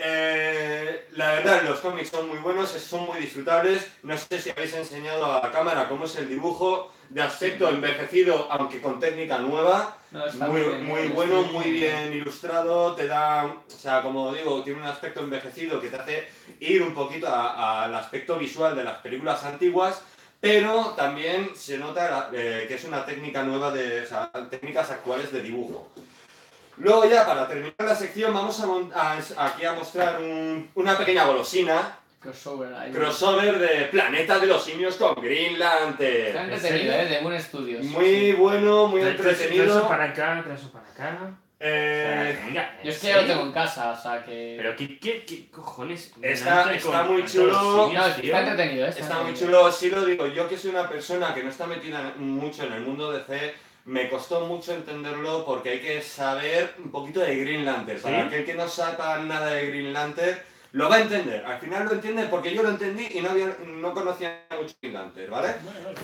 Speaker 5: Eh, la verdad, los cómics son muy buenos, son muy disfrutables. No sé si habéis enseñado a la cámara cómo es el dibujo de aspecto envejecido, aunque con técnica nueva.
Speaker 1: No, ¿eh? está
Speaker 5: Muy,
Speaker 1: bien,
Speaker 5: muy
Speaker 1: está
Speaker 5: bueno, muy bien ilustrado. Te da, o sea, como digo, tiene un aspecto envejecido que te hace ir un poquito a- al aspecto visual de las películas antiguas. Pero también se nota la- eh, que es una técnica nueva de, o sea, técnicas actuales de dibujo. Luego ya, para terminar la sección, vamos a mon- a- aquí a mostrar un- una pequeña golosina,
Speaker 1: Crossover ahí.
Speaker 5: crossover de Planeta de los Simios con Green
Speaker 1: Está
Speaker 5: Lantern.
Speaker 1: entretenido, ¿eh? De Moon Studios.
Speaker 5: Muy bueno, muy
Speaker 3: Trae- trae- trae eso
Speaker 5: entretenido.
Speaker 3: para acá, trae eso para acá.
Speaker 5: Eh,
Speaker 3: Venga,
Speaker 1: Yo es
Speaker 3: ¿en
Speaker 1: que ya lo
Speaker 3: serio?
Speaker 1: tengo en casa, o sea que...
Speaker 3: Pero qué, qué, qué cojones.
Speaker 5: Está-
Speaker 3: Nancy
Speaker 5: está
Speaker 3: con-
Speaker 5: muy
Speaker 3: con
Speaker 5: chulo.
Speaker 3: todos los
Speaker 1: No,
Speaker 3: simios,
Speaker 1: es que
Speaker 3: tío.
Speaker 1: está entretenido, ¿eh? Está
Speaker 5: Está muy
Speaker 1: entretenido.
Speaker 5: chulo, sí lo digo. Yo que soy una persona que no está metida mucho en el mundo de C, me costó mucho entenderlo porque hay que saber un poquito de Green Lantern. Para
Speaker 3: Sí.
Speaker 5: aquel que no sepa nada de Green Lantern, lo va a entender. Al final lo entiende porque yo lo entendí y no, había- no conocía mucho Green Lantern, ¿vale?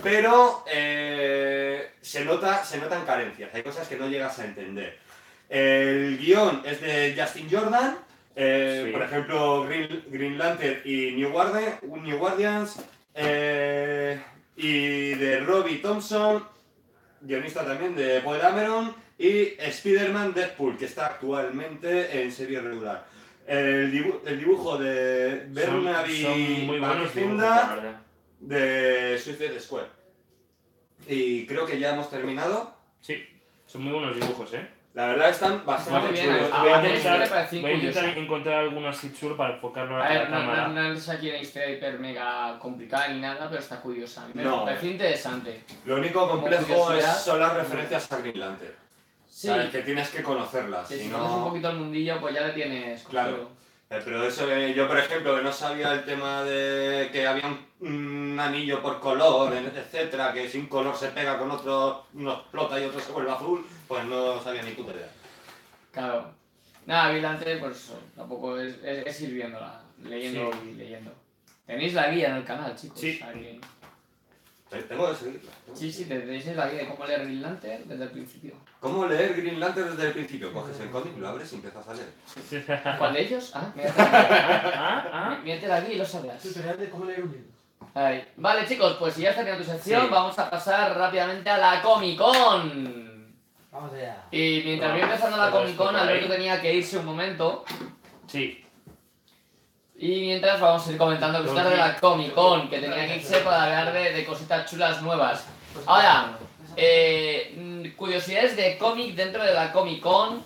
Speaker 5: Pero eh, se, nota, se notan carencias, hay cosas que no llegas a entender. El guión es de Justin Jordan, eh,
Speaker 3: Sí.
Speaker 5: por ejemplo, Green, Green Lantern y New, Guardi- New Guardians, eh, y de Robbie Thompson, guionista también de Poe Dameron, y Spider-Man Deadpool, que está actualmente en serie regular. El, dibu- el dibujo de
Speaker 3: Son- son
Speaker 5: Bernaby
Speaker 3: muy buenos dibujos,
Speaker 5: Bakizinda,
Speaker 3: la verdad.
Speaker 5: de Suicide Square. Y creo que ya hemos terminado.
Speaker 3: Sí, son muy buenos dibujos, ¿eh? pues,
Speaker 5: La verdad están bastante
Speaker 1: Muy bien,
Speaker 5: chulos.
Speaker 1: ah,
Speaker 3: voy a
Speaker 1: vale, me
Speaker 3: intentar,
Speaker 1: parece
Speaker 3: voy a intentar
Speaker 1: curioso.
Speaker 3: encontrar alguno así chulo para enfocarlo
Speaker 1: A
Speaker 3: a la
Speaker 1: ver, no, no,
Speaker 3: cámara.
Speaker 1: no es aquí una historia hiper mega complicada ni nada, pero está curiosa. A mí Me
Speaker 5: No. eh.
Speaker 1: parece interesante.
Speaker 5: Lo único complejo es,
Speaker 1: curiosidad-
Speaker 5: son las referencias a Green Lantern.
Speaker 1: Sí,
Speaker 5: Sabes que tienes que conocerlas.
Speaker 1: que
Speaker 5: Si
Speaker 1: si conoces un
Speaker 5: no...
Speaker 1: poquito el mundillo, pues ya le tienes.
Speaker 5: Claro.
Speaker 1: cogido.
Speaker 5: Eh, Pero eso, eh, yo por ejemplo, que no sabía el tema de que había un, un anillo por color, etcétera, que si un color se pega con otro, uno explota y otro se vuelve azul, pues no sabía ni puta idea.
Speaker 1: Claro. Nada, Vilante, pues eso, tampoco es, es, es ir viéndola, leyendo y leyendo. Tenéis la guía en el canal, chicos.
Speaker 3: Sí.
Speaker 1: o sea que-
Speaker 5: Tengo que seguirla. ¿no?
Speaker 1: sí, sí, tenéis la guía de cómo leer Green Lantern desde el principio.
Speaker 5: ¿Cómo leer Green Lantern desde el principio? Coges el cómic, lo abres y empiezas a leer.
Speaker 1: ¿Cuál de ellos? Ah, mírate la guía.
Speaker 3: Ah, ah,
Speaker 1: Mírate la guía y lo sabrás.
Speaker 4: Tutorial de cómo leer un libro.
Speaker 1: Ay. Vale, chicos, pues si ya has terminado tu sección,
Speaker 3: Sí.
Speaker 1: vamos a pasar rápidamente a la Comic Con.
Speaker 4: Vamos allá.
Speaker 1: Y mientras voy
Speaker 3: Ah,
Speaker 1: empezando la
Speaker 3: todo
Speaker 1: Comic
Speaker 3: esto
Speaker 1: Con,
Speaker 3: por ahí.
Speaker 1: Alberto tenía que irse un momento.
Speaker 3: Sí,
Speaker 1: Y mientras vamos a ir comentando cositas de la Comic Con, que tenía que irse para hablar de, de cositas chulas nuevas. Ahora, eh, mm, curiosidades de cómic dentro de la Comic Con.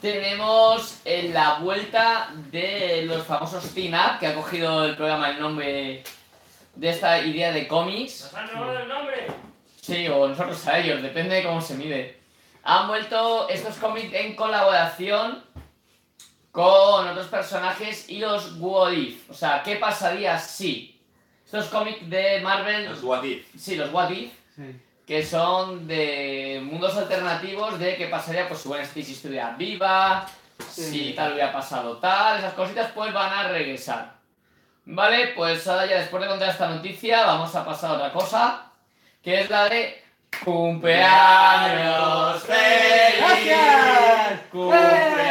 Speaker 1: Tenemos eh, la vuelta de los famosos Teen Up, que ha cogido el programa el nombre de esta idea de cómics.
Speaker 3: nos han robado el nombre.
Speaker 1: Sí, o nosotros a ellos, depende de cómo se mide. Han vuelto estos cómics en colaboración con otros personajes y los What If. O sea, ¿qué pasaría si? Estos cómics de Marvel,
Speaker 5: Los What If.
Speaker 1: sí, los What If,
Speaker 4: Sí.
Speaker 1: que son de mundos alternativos de qué pasaría pues si Gwen Stacy estuviera viva, si
Speaker 4: Sí.
Speaker 1: tal hubiera pasado tal, esas cositas pues van a regresar. Vale, pues ahora ya después de contar esta noticia vamos a pasar a otra cosa, que es la de cumpleaños feliz.
Speaker 4: ¡Gracias!
Speaker 1: Cumpleaños.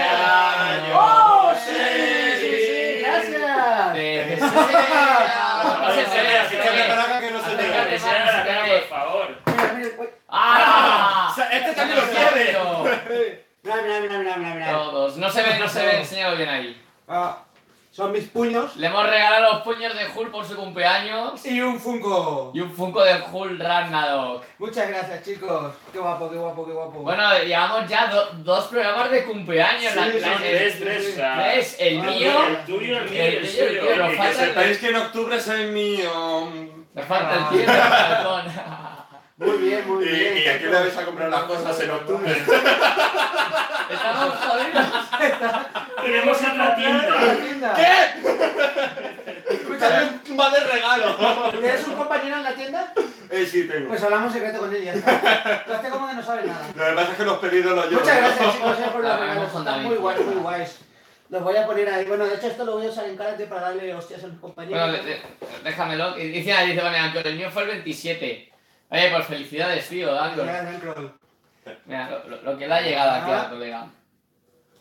Speaker 4: ¡Oh, sí! Sí, sí, gracias.
Speaker 1: Te deseo-
Speaker 5: No se te vea,
Speaker 1: se
Speaker 5: que
Speaker 1: te
Speaker 5: me
Speaker 1: vea.
Speaker 5: paraca que no se te
Speaker 1: Acércate.
Speaker 5: vea.
Speaker 3: Que se haga la cara, por favor.
Speaker 4: Mira, mira, uy.
Speaker 1: ¡Ah!
Speaker 5: O sea, este también lo quiere.
Speaker 4: Mira, mira, mira, mira, mira, mira.
Speaker 1: Todos. No se ve, no se ve, enséñalo bien ahí.
Speaker 4: Ah, son mis puños
Speaker 1: Le hemos regalado los puños de Hulk por su cumpleaños
Speaker 4: y un Funko.
Speaker 1: y un Funko de Hulk Ragnarok.
Speaker 4: Muchas gracias, chicos. Qué guapo, qué guapo, qué guapo.
Speaker 1: Bueno, llevamos ya do- dos programas de cumpleaños.
Speaker 4: Sí,
Speaker 1: la-
Speaker 4: sí,
Speaker 1: la-
Speaker 3: No,
Speaker 4: sí.
Speaker 1: el,
Speaker 3: tres, tres. o sea,
Speaker 1: tres, el
Speaker 4: Ah,
Speaker 1: mío.
Speaker 3: El tuyo, el mío, y
Speaker 1: el
Speaker 3: el
Speaker 1: tuyo, el
Speaker 3: suyo.
Speaker 1: mío, nos
Speaker 3: Oye, que
Speaker 1: falta
Speaker 3: se-
Speaker 1: el-
Speaker 5: Sepáis que en octubre um, es el mío.
Speaker 1: Me falta el
Speaker 4: Ah.
Speaker 1: tío del balcón.
Speaker 4: Muy bien,
Speaker 5: Y,
Speaker 4: muy bien.
Speaker 5: y aquí le vais a comprar las cosas en octubre.
Speaker 1: Estamos jodidos.
Speaker 3: Iremos a otra tienda.
Speaker 4: ¿Qué? Escúchame,
Speaker 5: va de regalo.
Speaker 4: ¿tienes un compañero en la tienda?
Speaker 5: Eh, sí, tengo.
Speaker 4: Pues hablamos secreto con él y ya está. Lo hace como que no sabe nada.
Speaker 5: Lo que pasa es que los pedidos los llevo.
Speaker 4: Muchas gracias, chicos, eh, por
Speaker 1: Ah,
Speaker 4: los
Speaker 1: vamos
Speaker 4: regalos.
Speaker 1: con
Speaker 4: Están
Speaker 1: David.
Speaker 4: muy guays, muy guays. Los voy a poner ahí. Bueno, de hecho, esto lo voy a usar en karate para darle hostias a mis
Speaker 1: Bueno,
Speaker 4: compañeros.
Speaker 1: de- de- déjamelo. Y Dice, ah, dice, Vanessa, que el mío fue el 27. Oye, pues felicidades, tío, Ángel.
Speaker 4: Ya, Dancroll.
Speaker 1: Mira, lo, lo- lo que le ha llegado aquí
Speaker 4: Ah.
Speaker 1: al colega.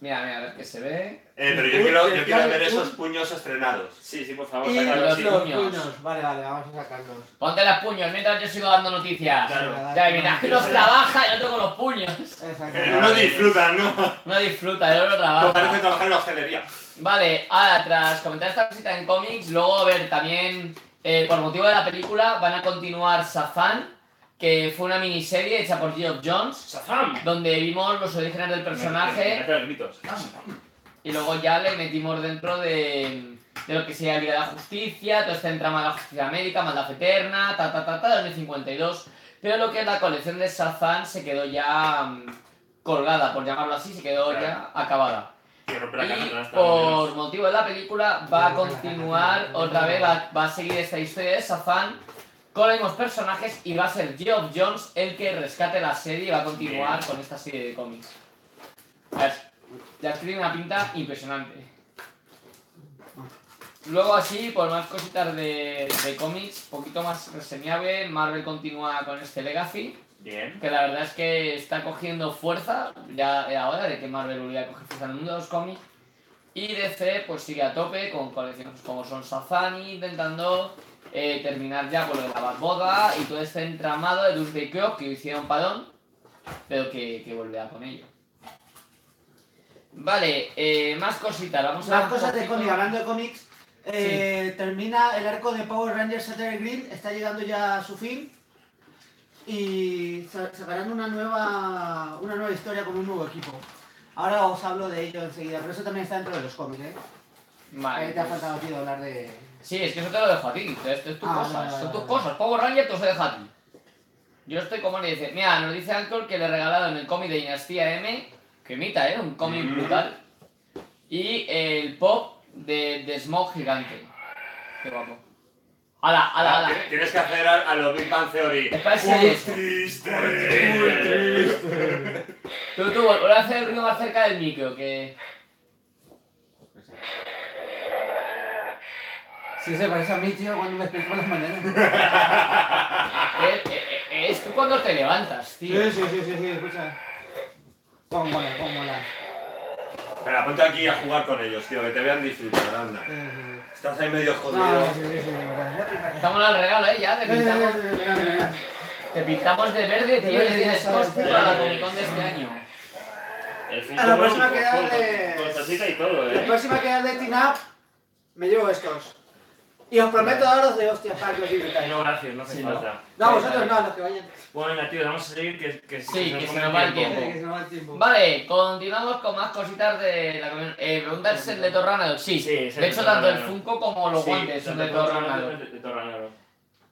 Speaker 1: Mira, mira, a ver que se ve.
Speaker 5: Eh, pero yo quiero, yo quiero ver esos puños estrenados.
Speaker 3: Sí, sí, por favor,
Speaker 4: Y
Speaker 3: sácalo,
Speaker 1: los
Speaker 3: sí.
Speaker 4: los
Speaker 1: puños.
Speaker 4: puños. Vale, vale, vamos a sacarlos.
Speaker 1: Ponte las puños mientras yo sigo dando noticias.
Speaker 3: Claro.
Speaker 1: Ya, mientras que los trabaja, yo tengo los puños.
Speaker 5: Eh, uno
Speaker 4: Exacto.
Speaker 5: disfruta, ¿no?
Speaker 1: No disfruta, yo lo
Speaker 5: No
Speaker 1: trabajo.
Speaker 5: parece trabajar en la hostelería.
Speaker 1: Vale, ahora tras comentar esta cosita en cómics, luego a ver también, eh, por motivo de la película, van a continuar Safan, que fue una miniserie hecha por Geoff Jones,
Speaker 3: Shazam.
Speaker 1: donde vimos los orígenes del personaje
Speaker 3: Espérate los gritos. Shazam.
Speaker 1: y luego ya le metimos dentro de, de lo que sería Liga de la Justicia, todo este entrama de la Justicia América, Maldad Eterna, ta ta ta ta, 2052. Pero lo que es la colección de Safan se quedó ya mm, colgada, por llamarlo así, se quedó ya acabada.
Speaker 3: Que rompe la
Speaker 1: Y
Speaker 3: cara,
Speaker 1: por motivo de la película va a continuar otra vez, va, va a seguir esta historia de Safan con los mismos personajes y va a ser Geoff Jones el que rescate la serie y va a continuar
Speaker 3: Bien.
Speaker 1: con esta serie de cómics. A ver, ya tiene una pinta impresionante. Luego así, por más cositas de, de cómics, poquito más reseñable, Marvel continúa con este Legacy.
Speaker 3: Bien.
Speaker 1: Que la verdad es que está cogiendo fuerza, ya era hora de que Marvel volviera a coger fuerza en el mundo de los cómics. Y DC pues sigue a tope con colecciones como son Sazani, intentando eh, terminar ya con lo de la Barboda y todo este entramado de Doom Day Clock que hicieron Padón, pero que, que volverá con ello. Vale, eh, más cositas, vamos a
Speaker 4: Más
Speaker 1: ver un
Speaker 4: cosas de
Speaker 1: poquito.
Speaker 4: cómics, hablando de cómics, eh, termina el arco de Power Rangers Saturday Green, está llegando ya a su fin y sa- sacarán una nueva, una nueva historia con un nuevo equipo. Ahora os hablo de ello enseguida, pero eso también está dentro de los cómics, ¿eh?
Speaker 1: Vale,
Speaker 4: Ahí te ha
Speaker 1: pues-
Speaker 4: faltado, tío, hablar de...
Speaker 1: Sí, es que eso te lo dejo a ti. Esto es tu
Speaker 4: Ah,
Speaker 1: cosa,
Speaker 4: vale, vale,
Speaker 1: son tus
Speaker 4: vale.
Speaker 1: cosas. Power Ranger te los dejo a ti. Yo estoy como le dice. Mira, nos dice Anchor que le regalaron el cómic de Dinastía M, que imita, ¿eh? Un cómic
Speaker 5: Mm.
Speaker 1: brutal. Y el pop de, de Smog Gigante. Qué guapo. ¡Hala, hala, hala!
Speaker 5: Tienes- Tienes que hacer a, a los Big Bang Theory.
Speaker 1: Después
Speaker 5: Muy
Speaker 1: series.
Speaker 5: triste.
Speaker 3: Muy triste.
Speaker 1: Tú, tú, vuelve a hacer el ruido más cerca del micro, que...
Speaker 4: Sí, se parece a mí, tío, cuando me explico las maneras.
Speaker 1: eh, eh, eh, es tú cuando te levantas, tío.
Speaker 4: Sí, sí, sí, sí, sí, escucha. Cómo mola, cómo mola.
Speaker 5: Espera, Espera, ponte aquí a jugar con ellos, tío, que te vean disfrutar, anda.
Speaker 4: Eh,
Speaker 5: Estás ahí medio
Speaker 4: no,
Speaker 5: jodido.
Speaker 4: no, sí, sí, sí, bueno.
Speaker 1: Estamos al regalo, eh, ya, te pintamos,
Speaker 4: Eh,
Speaker 1: te pintamos de verde, tío, ya tienes coste para la Comic Con de este año.
Speaker 3: El fin
Speaker 4: A la
Speaker 3: de
Speaker 4: próxima
Speaker 3: con-
Speaker 4: que Pues,
Speaker 3: con-
Speaker 4: hables.
Speaker 3: Con salsita y todo,
Speaker 4: La
Speaker 3: ¿eh?
Speaker 4: próxima que da de Team Up, me llevo estos. Y os prometo daros de hostia para que os divirtáis.
Speaker 3: No, gracias, no hace
Speaker 1: Sí, no.
Speaker 3: falta.
Speaker 4: No, vosotros no, los que vayan.
Speaker 3: Bueno, tío, vamos a seguir que, que
Speaker 1: Sí, que se
Speaker 3: come
Speaker 1: nos va el tiempo.
Speaker 4: Que se nos va el tiempo.
Speaker 1: Vale, continuamos con más cositas de la comi- eh, Pregunta el set de Thor Ragnarok. Sí,
Speaker 3: Sí, es el
Speaker 1: de hecho
Speaker 3: de Thor
Speaker 1: tanto el
Speaker 3: Ragnarok.
Speaker 1: Funko como los
Speaker 3: Sí,
Speaker 1: guantes son de
Speaker 3: tanto
Speaker 1: Thor
Speaker 3: Thor
Speaker 1: Ragnarok.
Speaker 3: Ragnarok. de Thor Ragnarok.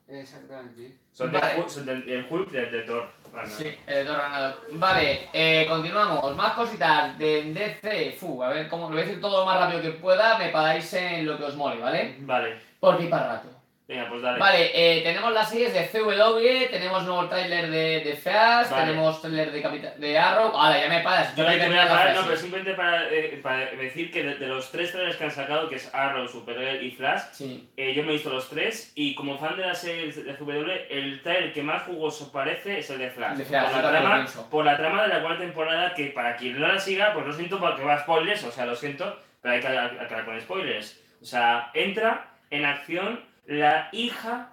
Speaker 4: Exactamente.
Speaker 3: Son de
Speaker 1: Vale.
Speaker 3: Hulk- son del del Hulk de, de Thor. Ragnarok.
Speaker 1: Sí, el de Thor Ragnarok. Vale, eh, continuamos. Más cositas de DC. Fu, a ver, como lo voy a decir todo lo más rápido que pueda, me paráis en lo que os mole, ¿vale?
Speaker 3: Vale,
Speaker 1: Porque hay para rato.
Speaker 3: venga, pues dale.
Speaker 1: Vale, eh, tenemos las series de CW, tenemos nuevo tráiler de, de Flash,
Speaker 3: Vale.
Speaker 1: tenemos tráiler de, Capita- de Arrow. Ahora ya me paras,
Speaker 3: Yo
Speaker 1: yo
Speaker 3: no
Speaker 1: voy a
Speaker 3: te voy
Speaker 1: terminar
Speaker 3: a
Speaker 1: la
Speaker 3: parar, no,
Speaker 1: frase.
Speaker 3: pero simplemente para, eh, para decir que de, de los tres trailers que han sacado, que es Arrow, Supergirl y Flash,
Speaker 1: Sí,
Speaker 3: eh, yo me he visto los tres y como fan de la serie de CW, el trailer que más jugoso parece es el de Flash.
Speaker 1: El de Flash,
Speaker 3: por,
Speaker 1: yo
Speaker 3: la
Speaker 1: también
Speaker 3: trama,
Speaker 1: pienso.
Speaker 3: por la trama de la cuarta temporada, que para quien no la siga, pues lo siento porque va a spoilers, o sea, lo siento, pero hay que ac- acabar con spoilers. O sea, entra en acción la hija,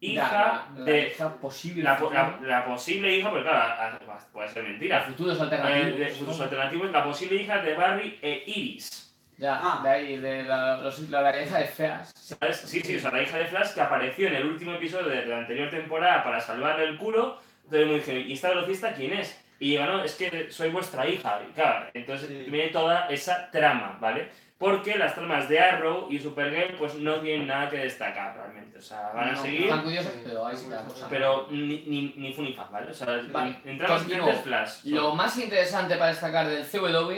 Speaker 3: hija
Speaker 1: La- la
Speaker 3: de...
Speaker 1: hija posible.
Speaker 3: La, po- la- la posible hija, porque claro, a- a- puede ser mentira,
Speaker 1: futuros
Speaker 3: Eh,
Speaker 1: alternativos.
Speaker 3: de sus alternativos, la posible hija de Barry e Iris.
Speaker 1: Ya,
Speaker 4: Ah.
Speaker 1: de ahí, de la, los, la variedad de feas.
Speaker 3: ¿Sabes? Sí, sí, o sea, la hija de Flash que apareció en el último episodio de la anterior temporada para salvarle el culo. Entonces me dijeron, ¿y esta velocista quién es? Y digo, no, es que soy vuestra hija. Y claro, entonces
Speaker 4: Sí.
Speaker 3: viene toda esa trama, ¿vale? Porque las tramas de Arrow y Supergirl pues no tienen nada que destacar realmente. O sea, van a
Speaker 1: No,
Speaker 3: seguir,
Speaker 1: Tan curiosas, pero ahí sí que la cosa.
Speaker 3: pero ni, ni, ni fu ni fa, ¿vale? O sea,
Speaker 1: Vale,
Speaker 3: entramos en
Speaker 1: continúo.
Speaker 3: el Flash.
Speaker 1: Lo más interesante para destacar del CW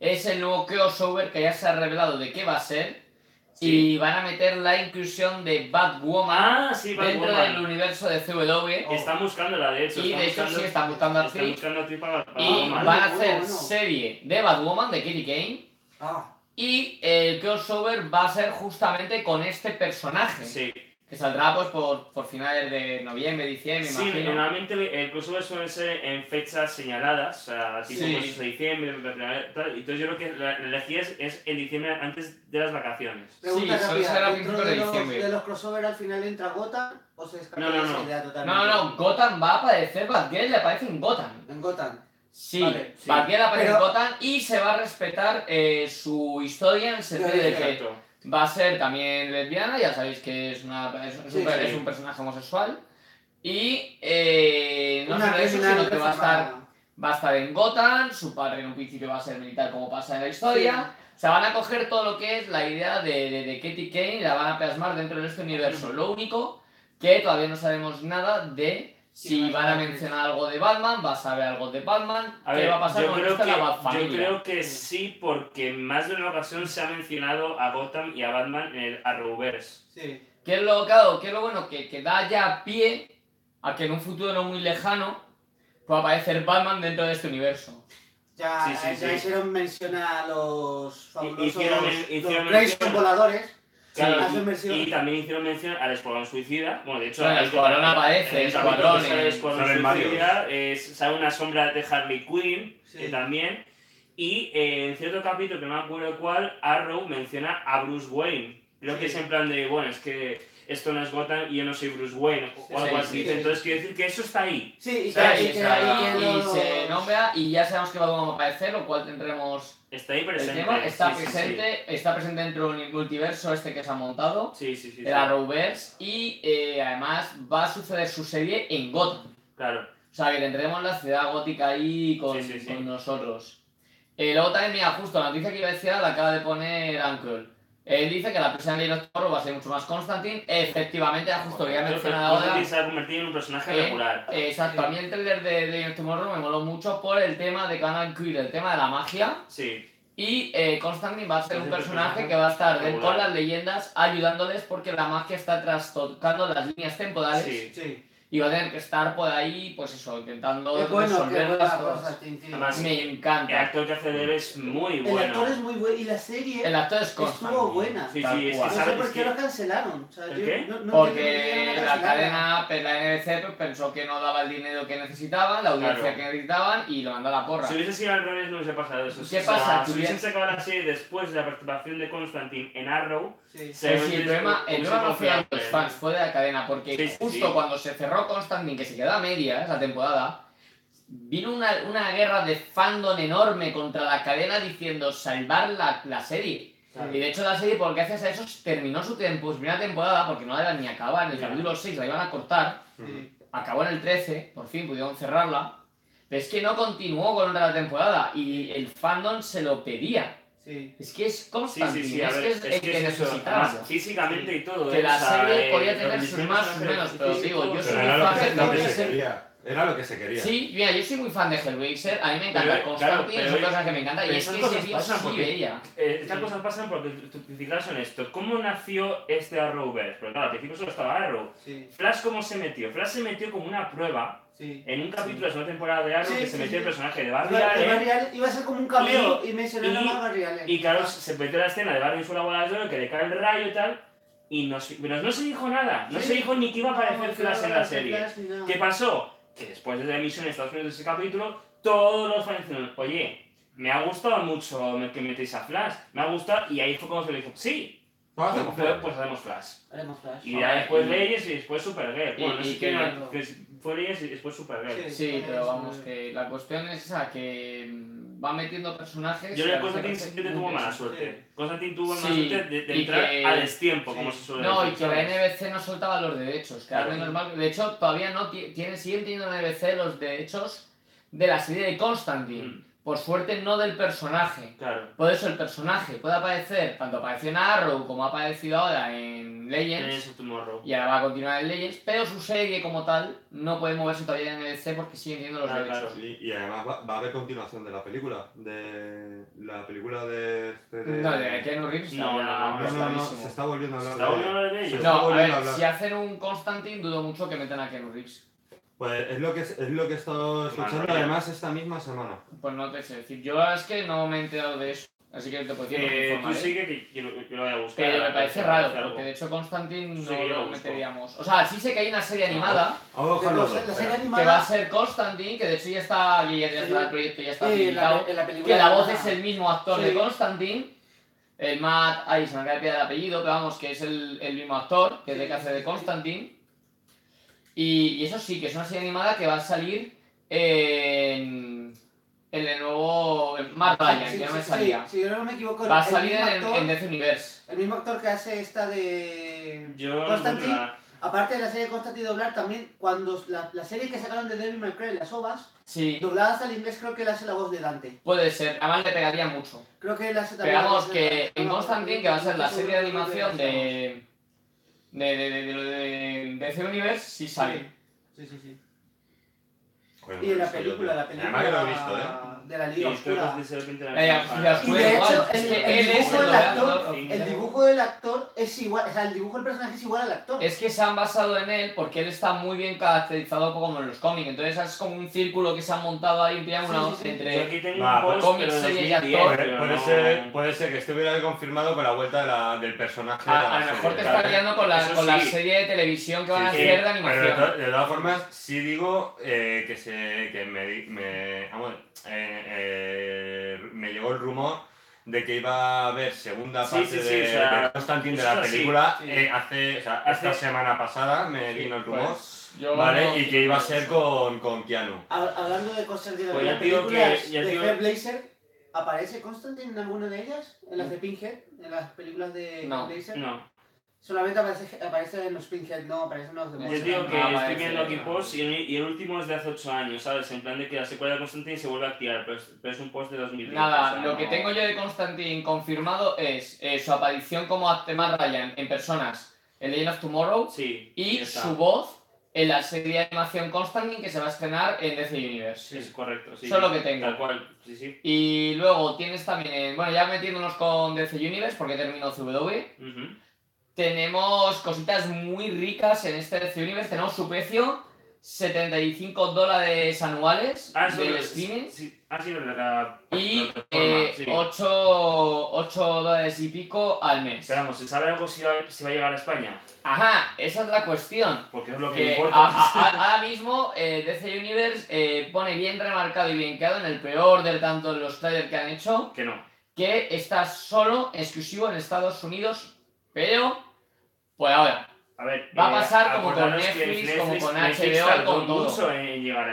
Speaker 1: es el nuevo crossover que ya se ha revelado de qué va a ser.
Speaker 3: Sí.
Speaker 1: Y van a meter la inclusión de Batwoman
Speaker 3: Ah, sí,
Speaker 1: dentro
Speaker 3: Batwoman.
Speaker 1: del universo de CW.
Speaker 4: Oh.
Speaker 3: Están buscándola, de hecho.
Speaker 1: Y de hecho sí están buscando
Speaker 3: buscando
Speaker 1: a
Speaker 3: Están
Speaker 1: actriz.
Speaker 3: buscando actriz para, para
Speaker 1: Y
Speaker 3: Batman.
Speaker 1: van
Speaker 4: vale.
Speaker 1: a hacer
Speaker 4: Bueno, bueno.
Speaker 1: serie de Batwoman de Kitty Kane.
Speaker 4: Ah,
Speaker 1: Y el crossover va a ser justamente con este personaje.
Speaker 3: Sí,
Speaker 1: Que saldrá pues por, por finales de noviembre, diciembre,
Speaker 3: sí
Speaker 1: imagino.
Speaker 3: normalmente el crossover suele ser en fechas señaladas, o sea, tipo
Speaker 1: Sí.
Speaker 3: 15 de diciembre, la primavera, tal. Entonces yo creo que la la elegía es, es en diciembre antes de las vacaciones.
Speaker 4: pregunta
Speaker 1: Sí, suele ser a
Speaker 4: rápida. ¿Dentro
Speaker 1: principios de
Speaker 4: de los,
Speaker 1: diciembre.
Speaker 4: de los crossover al final entra Gotham o se descarta
Speaker 3: No, no,
Speaker 4: esa
Speaker 3: no.
Speaker 4: idea
Speaker 1: No, no,
Speaker 4: totalmente?
Speaker 1: no, Gotham va a aparecer, Batgirl le aparece en Gotham.
Speaker 4: En Gotham.
Speaker 1: Sí,
Speaker 4: Vale, sí.
Speaker 1: Batgirl aparece en
Speaker 4: Pero-
Speaker 1: Gotham y se va a respetar eh, su historia en el sentido
Speaker 4: Ya, ya,
Speaker 1: de
Speaker 4: ya.
Speaker 1: que
Speaker 3: Exacto.
Speaker 1: va a ser también lesbiana, ya sabéis que es, una, es, es un,
Speaker 4: Sí,
Speaker 1: per-
Speaker 3: sí.
Speaker 1: es un personaje homosexual. Y eh, no
Speaker 4: Una
Speaker 1: solo eso,
Speaker 4: criminal
Speaker 1: sino que va a estar
Speaker 4: reformada.
Speaker 1: va a estar en Gotham, su padre en un principio va a ser militar como pasa en la historia. O sea, van a coger todo lo que es la idea de, de, de Katie Kane y la van a plasmar dentro de este universo. Lo único que todavía no sabemos nada de
Speaker 4: Sí,
Speaker 1: si
Speaker 4: más
Speaker 1: van a
Speaker 4: o menos.
Speaker 1: mencionar algo de Batman, vas a ver algo de Batman,
Speaker 3: A
Speaker 1: qué
Speaker 3: ver,
Speaker 1: va a pasar
Speaker 3: yo
Speaker 1: con
Speaker 3: creo,
Speaker 1: esta
Speaker 3: que,
Speaker 1: la Batfamilia.
Speaker 3: yo creo que sí, porque en más de una ocasión se ha mencionado a Gotham y a Batman en el Arrowverse.
Speaker 4: Sí.
Speaker 1: ¿Qué es lo claro, qué es lo bueno? Que, que da ya pie a que en un futuro no muy lejano pueda aparecer Batman dentro de este universo.
Speaker 4: Ya,
Speaker 3: Sí, sí,
Speaker 4: ya
Speaker 3: sí.
Speaker 4: hicieron mención a los fabulosos
Speaker 3: hicieron- hicieron
Speaker 4: los Graysons
Speaker 3: mención.
Speaker 4: voladores.
Speaker 3: Claro,
Speaker 4: hacen
Speaker 3: y-
Speaker 4: mención.
Speaker 3: y, también hicieron mención al Escuadrón Suicida. Bueno, de hecho,
Speaker 1: Bueno, el
Speaker 3: hay-
Speaker 1: Escuadrón aparece,
Speaker 3: en el
Speaker 1: Escuadrón,
Speaker 3: capítulo sale el
Speaker 1: en-
Speaker 3: Escuadrón
Speaker 5: salen
Speaker 3: Suicida, es- eh, sale una sombra de Harley Quinn
Speaker 4: Sí.
Speaker 3: que también. Y eh, en cierto capítulo, que no me acuerdo cuál, Arrow menciona a Bruce Wayne. Creo que es
Speaker 4: Sí.
Speaker 3: en plan de, bueno, es que esto no es Gotham y yo no soy Bruce Wayne o- o
Speaker 1: Sí,
Speaker 3: algo así.
Speaker 4: sí.
Speaker 3: Entonces, quiero decir que eso está ahí.
Speaker 4: Sí, y
Speaker 1: Está
Speaker 4: que-
Speaker 1: ahí,
Speaker 4: y que-
Speaker 1: está
Speaker 4: y que
Speaker 1: ahí, y
Speaker 4: los-
Speaker 1: se nombra y ya sabemos que Batman va a aparecer, lo cual tendremos
Speaker 3: Está ahí
Speaker 1: El
Speaker 3: presente.
Speaker 1: tema está
Speaker 3: Sí, sí, sí.
Speaker 1: presente, está presente dentro del multiverso este que se ha montado,
Speaker 3: Sí, sí, sí. sí.
Speaker 1: el Arrowverse, y eh, además va a suceder su serie en Gotham.
Speaker 3: Claro.
Speaker 1: O sea que tendremos la ciudad gótica ahí con,
Speaker 3: Sí, sí, sí.
Speaker 1: con nosotros. Eh, luego también, mira, justo la noticia que iba a decir la acaba de poner Ankel. Él dice que la presión del director va a ser mucho más Constantine. Efectivamente, era justo lo que ya he
Speaker 3: Entonces,
Speaker 1: mencionado ahora.
Speaker 3: Constantine se ha convertido en un personaje
Speaker 1: Eh,
Speaker 3: regular.
Speaker 1: Eh, Exacto, a mí el trailer de, de Legend of Tomorrow me moló mucho por el tema de Canal Queer, el tema de la magia.
Speaker 3: Sí.
Speaker 1: Y eh, Constantine va a ser
Speaker 3: Este Es
Speaker 1: un
Speaker 3: el
Speaker 1: personaje
Speaker 3: personaje
Speaker 1: que va a estar dentro
Speaker 3: regular.
Speaker 1: de las leyendas ayudándoles porque la magia está trastocando las líneas temporales
Speaker 3: Sí.
Speaker 4: Sí,
Speaker 1: Y va a tener que estar por ahí, pues eso, intentando
Speaker 4: Qué Eh, bueno, qué
Speaker 1: resolver
Speaker 4: buena
Speaker 1: las
Speaker 4: cosa,
Speaker 1: cosas.
Speaker 4: Tintín.
Speaker 3: Además,
Speaker 1: Me
Speaker 3: El
Speaker 1: encanta.
Speaker 3: actor que hace de él es muy
Speaker 4: El
Speaker 3: bueno.
Speaker 4: actor es muy bueno y la serie
Speaker 1: El actor es Cosman.
Speaker 4: estuvo buena.
Speaker 3: Sí,
Speaker 5: Tal
Speaker 3: sí, es que
Speaker 5: cual.
Speaker 4: No sé
Speaker 3: sabe-
Speaker 4: por
Speaker 3: es
Speaker 4: qué
Speaker 3: que-
Speaker 4: lo cancelaron. O sea,
Speaker 3: ¿El
Speaker 4: yo
Speaker 3: qué?
Speaker 4: no- no entiendo por qué
Speaker 1: Porque
Speaker 4: lo
Speaker 1: la
Speaker 4: cancelaron.
Speaker 1: cadena, pues, la NBC pues, pensó que no daba el dinero que necesitaban, la audiencia
Speaker 3: Claro.
Speaker 1: que necesitaban y lo mandó a la porra.
Speaker 3: Si hubiese sido al revés, no hubiese pasado eso.
Speaker 1: ¿Qué
Speaker 3: Si-
Speaker 1: pasa?
Speaker 3: Si
Speaker 1: Tú
Speaker 3: hubiesen
Speaker 1: ya-
Speaker 3: sacado la serie después de la participación de Constantine en Arrow,
Speaker 1: Sí,
Speaker 4: Sí.
Speaker 1: sí, el
Speaker 3: hubiese-
Speaker 1: problema, el
Speaker 3: hubiese
Speaker 1: problema no fue a
Speaker 3: confiado
Speaker 1: los
Speaker 3: en-
Speaker 1: fans, fue de la cadena, porque
Speaker 3: eh. Sí, sí,
Speaker 1: justo
Speaker 3: sí.
Speaker 1: cuando se cerró Constantine, que se quedó a medias la temporada, vino una, una guerra de fandom enorme contra la cadena diciendo salvar la, la serie.
Speaker 3: Claro.
Speaker 1: Y de hecho la serie, por gracias a eso, terminó su, tiempo, su primera temporada, porque no la iban ni a acabar, en el
Speaker 3: Claro.
Speaker 1: capítulo 6 la iban a cortar,
Speaker 5: Ujú.
Speaker 1: acabó en el 13, por fin pudieron cerrarla, pero es que no continuó con la temporada y el fandom se lo pedía.
Speaker 4: Sí.
Speaker 1: Es que es
Speaker 3: Sí, sí,
Speaker 1: Constantine,
Speaker 3: sí, a
Speaker 1: es
Speaker 3: ver,
Speaker 1: que es, el que,
Speaker 3: es eso,
Speaker 1: necesitaba.
Speaker 3: además, físicamente y todo.
Speaker 1: Que
Speaker 3: eh,
Speaker 1: la
Speaker 3: o sea,
Speaker 1: serie
Speaker 3: eh,
Speaker 1: podía tener
Speaker 3: los
Speaker 1: sus
Speaker 3: diseños
Speaker 1: más, sus menos, pero
Speaker 3: sí,
Speaker 1: digo,
Speaker 3: todo.
Speaker 1: yo soy
Speaker 5: Pero
Speaker 1: muy
Speaker 5: era lo
Speaker 1: fan
Speaker 5: que,
Speaker 1: de
Speaker 5: se- lo que se
Speaker 1: Hellraiser.
Speaker 5: quería. Era lo que se quería.
Speaker 1: Sí, mira, yo soy muy fan de Hellraiser, a mí me encanta
Speaker 3: Pero, claro,
Speaker 1: Constantine,
Speaker 3: pero
Speaker 1: es una
Speaker 3: oye,
Speaker 1: cosa que me encanta, y
Speaker 3: pero
Speaker 1: es
Speaker 3: esas
Speaker 1: que ese
Speaker 3: cosas
Speaker 1: tío
Speaker 3: pasan
Speaker 1: sí
Speaker 3: porque-
Speaker 1: veía.
Speaker 3: Eh, estas cosas pasan porque tus criticadas son esto. ¿Cómo nació este Arrowverse? Porque claro, al principio solo estaba Arrow.
Speaker 4: Sí.
Speaker 3: Flash, ¿cómo se metió? Flash se metió como una prueba
Speaker 4: Sí.
Speaker 3: en un capítulo de la segunda temporada de Arrow
Speaker 4: Sí,
Speaker 3: que
Speaker 4: sí,
Speaker 3: se metió el
Speaker 4: sí.
Speaker 3: personaje de
Speaker 4: Barry
Speaker 3: Barry Allen.
Speaker 4: Allen iba a ser como un cameo y,
Speaker 3: ¿eh? y-
Speaker 4: mencionaron a ¿eh? Barry Allen.
Speaker 3: Y claro, se metió la escena de Barry en su laboratorio, que le cae el rayo y tal. Y no, se- pero no se dijo nada. No
Speaker 4: Sí.
Speaker 3: se dijo ni que iba a aparecer
Speaker 4: No,
Speaker 3: Flash
Speaker 4: no,
Speaker 3: en
Speaker 4: no,
Speaker 3: la serie.
Speaker 4: Flash ni nada.
Speaker 3: ¿Qué pasó? Que después de la emisión en Estados Unidos de ese capítulo, todos los fans dijeron, oye, me ha gustado mucho que metéis a Flash, me ha gustado, y ahí fue cuando se le dijo, sí,
Speaker 5: Pues
Speaker 3: pues,
Speaker 5: hacemos
Speaker 3: pues-
Speaker 5: Flash.
Speaker 3: pues hacemos Flash.
Speaker 4: Haremos Flash.
Speaker 3: Y
Speaker 1: Joder,
Speaker 3: ya después
Speaker 1: y-
Speaker 3: Leyes y después Supergirl.
Speaker 1: y-
Speaker 3: Bueno, no
Speaker 1: y
Speaker 3: sé
Speaker 1: que
Speaker 3: qué
Speaker 1: no.
Speaker 3: era, que es- fue Leyes y después Supergirl.
Speaker 1: Sí,
Speaker 4: Sí,
Speaker 1: pero
Speaker 4: es
Speaker 1: vamos,
Speaker 4: muy-
Speaker 1: que la cuestión es esa, que mm, va metiendo personajes...
Speaker 3: Yo
Speaker 1: y
Speaker 3: le
Speaker 1: a
Speaker 3: a Constantine
Speaker 1: veces
Speaker 3: siempre tuvo
Speaker 1: muy
Speaker 3: mala
Speaker 1: interesantes.
Speaker 3: suerte. Constantine tuvo mala
Speaker 1: Sí,
Speaker 3: suerte de, de
Speaker 1: y
Speaker 3: entrar
Speaker 1: que-
Speaker 3: a destiempo,
Speaker 4: sí.
Speaker 3: como se suele
Speaker 1: No, y
Speaker 3: decir.
Speaker 1: que la
Speaker 3: ¿sabes?
Speaker 1: NBC no soltaba los derechos, que
Speaker 3: Claro.
Speaker 1: ahora menos mal- De hecho, todavía no ti- tiene, siguen teniendo la NBC los derechos de la serie de Constantine.
Speaker 3: Mm,
Speaker 1: Por suerte no del personaje.
Speaker 3: Claro.
Speaker 1: Por eso el personaje puede aparecer, tanto apareció en Arrow como ha aparecido ahora en
Speaker 3: Leyes
Speaker 1: Legends,
Speaker 3: of Tomorrow.
Speaker 1: y ahora va a continuar en Legends, pero su serie como tal no puede moverse todavía en NBC porque siguen teniendo los
Speaker 3: Ah,
Speaker 1: derechos.
Speaker 3: claro.
Speaker 5: Y, y además va, va a haber continuación de la película. De la película de. este- de-
Speaker 1: No, de Keanu Reeves
Speaker 3: No,
Speaker 1: estaría
Speaker 3: no,
Speaker 5: no,
Speaker 3: no,
Speaker 5: no, no,
Speaker 1: clarísimo.
Speaker 5: se está volviendo a hablar
Speaker 3: ¿Está
Speaker 5: de
Speaker 3: uno de ellos?
Speaker 5: se
Speaker 1: No,
Speaker 5: está
Speaker 1: a
Speaker 5: volviendo a
Speaker 1: ver,
Speaker 5: hablar.
Speaker 1: si hacen un Constantine dudo mucho que metan a Keanu Reeves.
Speaker 5: Pues es lo que, es lo que he estado escuchando
Speaker 3: Manuel.
Speaker 5: además esta misma semana.
Speaker 1: Pues no te sé decir. Yo es que no me he enterado de eso. Así que te puedo decir. que me
Speaker 3: Eh, tú
Speaker 1: informaré.
Speaker 3: sí que, que, que lo, que lo voy a buscar.
Speaker 1: Pero me
Speaker 3: ahora,
Speaker 1: parece
Speaker 3: que
Speaker 1: raro,
Speaker 3: algo.
Speaker 1: porque de hecho Constantine
Speaker 3: Sí,
Speaker 1: no
Speaker 3: yo lo
Speaker 1: lo
Speaker 3: busco.
Speaker 1: meteríamos. O sea, sí sé que hay una serie animada
Speaker 5: Ahora ojalá.
Speaker 4: Pero la se- la
Speaker 1: que
Speaker 4: serie
Speaker 1: va a
Speaker 4: animada.
Speaker 1: ser Constantine, que de hecho ya está, ya, ya está el proyecto, ya está
Speaker 4: Sí,
Speaker 1: publicado.
Speaker 4: la, en la película.
Speaker 1: que la voz es
Speaker 4: animada.
Speaker 1: el mismo actor
Speaker 4: Sí.
Speaker 1: de Constantine. El Matt, ahí se me acaba de pillar el apellido, pero vamos, que es el, el mismo actor, que es de que hace de Constantine. Y, y eso sí, que es una serie animada que va a salir en, en el nuevo en Matt Ryan,
Speaker 4: Sí,
Speaker 1: que no
Speaker 4: sí,
Speaker 1: me
Speaker 4: sí,
Speaker 1: salía.
Speaker 4: sí, yo no me equivoco.
Speaker 1: Va a
Speaker 4: el
Speaker 1: salir
Speaker 4: mismo
Speaker 1: en,
Speaker 4: actor-
Speaker 1: en Death Universe.
Speaker 4: El mismo actor que hace esta de.
Speaker 3: Yo no encuentro
Speaker 4: Constantine.
Speaker 3: nada.
Speaker 4: Aparte de la serie de Constantine doblar, también cuando la, la serie que sacaron de Devil May Cry, las ovas,
Speaker 1: Sí,
Speaker 4: dobladas al inglés, creo que él hace la voz de Dante.
Speaker 1: puede ser. Además le pegaría mucho.
Speaker 4: Creo que él hace también. la
Speaker 1: Esperamos
Speaker 4: voz de
Speaker 1: que
Speaker 4: Dante.
Speaker 1: en
Speaker 4: No,
Speaker 1: Constantine, que va a ser la
Speaker 4: estoy
Speaker 1: serie de
Speaker 4: seguro que
Speaker 1: animación
Speaker 4: hace la voz.
Speaker 1: de. de. de. de. de. de- de DC Universe, sí sale.
Speaker 4: Sí, sí, sí.
Speaker 5: Bueno,
Speaker 4: Y en la
Speaker 5: eso yo
Speaker 4: película,
Speaker 5: te-
Speaker 4: la película.
Speaker 5: Además que lo he visto, ¿eh?
Speaker 4: De la
Speaker 3: Y
Speaker 4: Liga
Speaker 3: espero
Speaker 4: Oscura.
Speaker 3: que se repente la
Speaker 1: Eh,
Speaker 3: misma
Speaker 1: ya
Speaker 3: palabra.
Speaker 4: Y
Speaker 1: fue
Speaker 4: de
Speaker 1: igual,
Speaker 4: hecho,
Speaker 1: es
Speaker 4: el,
Speaker 1: que
Speaker 4: el
Speaker 1: él es
Speaker 4: dibujo
Speaker 1: el
Speaker 4: del
Speaker 1: doblador,
Speaker 4: actor,
Speaker 3: en
Speaker 4: el
Speaker 3: fin.
Speaker 4: dibujo del actor es igual, o sea, el dibujo del personaje es igual al actor.
Speaker 1: Es que se han basado en él porque él está muy bien caracterizado como en los cómics. Entonces es como un círculo que se han montado ahí, un triángulo
Speaker 4: Sí, sí, sí.
Speaker 3: Yo
Speaker 1: entre.
Speaker 3: aquí tengo
Speaker 5: Va,
Speaker 3: un post,
Speaker 1: cómic,
Speaker 3: pero de
Speaker 1: serie y actor.
Speaker 3: 2010,
Speaker 5: Puede,
Speaker 3: pero
Speaker 5: puede
Speaker 3: no-
Speaker 5: ser, puede ser que estuviera confirmado con la vuelta de la- del personaje. de
Speaker 1: A,
Speaker 5: la
Speaker 1: a lo mejor te
Speaker 5: serie.
Speaker 1: está liando con la,
Speaker 3: Eso
Speaker 1: con la
Speaker 3: sí.
Speaker 1: serie de televisión que
Speaker 5: Sí,
Speaker 1: van a
Speaker 5: sí.
Speaker 1: hacer de
Speaker 5: Pero de,
Speaker 1: animación.
Speaker 5: to- de todas formas, sí digo eh, que, se, que me, di- me, vamos, eh, eh, me llegó el rumor de que iba a haber segunda
Speaker 3: Sí,
Speaker 5: parte
Speaker 3: sí, sí,
Speaker 5: de,
Speaker 3: o sea,
Speaker 5: de Constantine de
Speaker 3: eso
Speaker 5: la
Speaker 3: sí,
Speaker 5: película
Speaker 4: sí.
Speaker 5: eh, hace, o sea,
Speaker 3: Hace-
Speaker 5: esta semana pasada me
Speaker 1: Sí,
Speaker 5: vino el rumor,
Speaker 1: pues, yo no-
Speaker 5: ¿vale? Y que iba a ser con, con Keanu.
Speaker 4: Hab- Hablando de Constantine,
Speaker 3: Pues
Speaker 4: ¿en
Speaker 3: ya
Speaker 4: las
Speaker 3: te digo que-
Speaker 4: películas
Speaker 3: ya te
Speaker 4: de
Speaker 3: digo-
Speaker 4: Hellblazer aparece Constantine en alguna de ellas? ¿En las de Pinhead? ¿En las películas de
Speaker 1: No.
Speaker 4: Hellblazer?
Speaker 3: No,
Speaker 4: Solamente aparece, aparece en los Pinhead, no aparece en los de
Speaker 1: Yo
Speaker 3: yo
Speaker 4: Monster.
Speaker 3: digo
Speaker 1: no, no,
Speaker 3: que estoy
Speaker 1: parece-
Speaker 3: viendo aquí
Speaker 1: no.
Speaker 3: posts y, y el último es de hace 8 años, ¿sabes? En plan de que la secuela de Constantine se vuelve a activar, pero es, pero es un post de 2010.
Speaker 1: Nada,
Speaker 3: o sea,
Speaker 1: lo que
Speaker 3: no-
Speaker 1: tengo yo de Constantine confirmado es eh, su aparición como Atema Ryan en Personas, en Legend of Tomorrow,
Speaker 3: Sí.
Speaker 1: y
Speaker 3: ya está.
Speaker 1: su voz en la serie de animación Constantine que se va a estrenar en DC Universe.
Speaker 3: Sí, es correcto. Sí,
Speaker 1: Eso es lo que tengo.
Speaker 3: Tal cual, sí, sí.
Speaker 1: Y luego tienes también, en- bueno, ya metiéndonos con DC Universe porque terminó CW,
Speaker 3: Ujú.
Speaker 1: tenemos cositas muy ricas en este DC Universe, tenemos su precio 75 dólares anuales
Speaker 3: Ah,
Speaker 1: del
Speaker 3: sí,
Speaker 1: streaming
Speaker 3: sí, ah, sí, la- la-
Speaker 1: y eh,
Speaker 3: plataforma, sí.
Speaker 1: 8, dólares y pico al mes.
Speaker 3: Esperamos, ¿se sabe algo si va, si va a llegar a España?
Speaker 1: Ajá, esa es la cuestión.
Speaker 3: Porque es lo que
Speaker 1: Que
Speaker 3: importa.
Speaker 1: a- a- a- ahora mismo eh, DC Universe eh, pone bien remarcado y bien quedado en el peor de tanto en los trailers que han hecho
Speaker 3: Que no.
Speaker 1: que está solo exclusivo en Estados Unidos, pero pues, por ahora.
Speaker 3: A ver,
Speaker 1: Va a pasar
Speaker 3: eh,
Speaker 1: como con
Speaker 3: acordaros que
Speaker 1: Netflix, como con
Speaker 3: Netflix
Speaker 1: HBO y
Speaker 3: tardó
Speaker 1: con todo.
Speaker 3: mucho en llegar a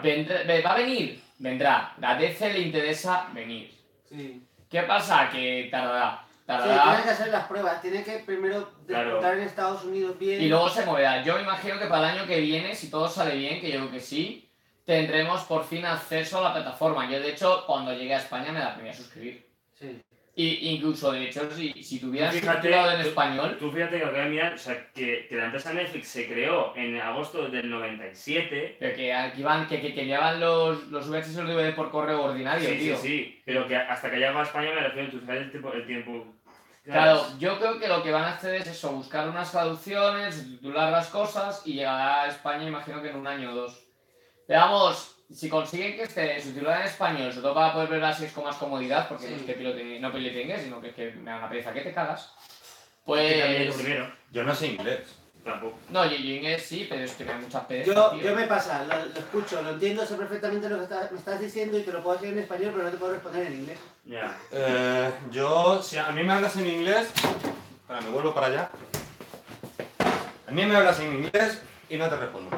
Speaker 1: Eh, vendrá- ve- va a venir, vendrá. A DC le interesa venir.
Speaker 4: Sí.
Speaker 1: ¿Qué pasa? Que tardará.
Speaker 4: Sí,
Speaker 1: Tardará.
Speaker 4: tienes que hacer las pruebas. Tienes que primero
Speaker 3: Claro.
Speaker 4: disfrutar en Estados Unidos bien.
Speaker 1: Y luego se moverá. Yo me imagino que para el año que viene, si todo sale bien, que yo creo que sí, tendremos por fin acceso a la plataforma. Yo, de hecho, cuando llegue a España me la voy a suscribir.
Speaker 4: Sí.
Speaker 1: Y incluso, de hecho, si, si tuvieran
Speaker 3: Fíjate,
Speaker 1: subtitulado en
Speaker 3: tú-
Speaker 1: español,
Speaker 3: Tú fíjate que lo que voy a mirar, o sea, que, que la empresa Netflix se creó en agosto del 97.
Speaker 1: pero que aquí van, que, que, que llevan los, los VHS y los DVD por correo ordinario,
Speaker 3: sí,
Speaker 1: tío.
Speaker 3: sí, sí. Pero que hasta que llegó a España me refiero, tú fíjate el tiempo. El tiempo
Speaker 1: Claro, yo creo que lo que van a hacer es eso, buscar unas traducciones, titular las cosas y llegará a España, imagino que en un año o dos. Pero vamos, si consiguen que esté subtitulada en español, sobre todo para poder ver las series con más comodidad, porque
Speaker 4: Sí.
Speaker 1: no es que pilote, no pilote inglés, sino que es que me da una pereza que te cagas.
Speaker 3: Que también es lo
Speaker 1: Pues.
Speaker 3: primero.
Speaker 5: Yo no sé inglés.
Speaker 3: Tampoco.
Speaker 1: No, yo, yo inglés sí, pero es que me da muchas perezas.
Speaker 4: Yo,
Speaker 1: tío.
Speaker 4: yo me pasa, lo, lo escucho, lo entiendo, sé perfectamente lo que está- me estás diciendo y te lo puedo decir en español, pero no te puedo responder en inglés.
Speaker 3: Ya.
Speaker 5: Eh, yo, si a mí me hablas en inglés. Espera, me vuelvo para allá. A mí me hablas en inglés y no te respondo.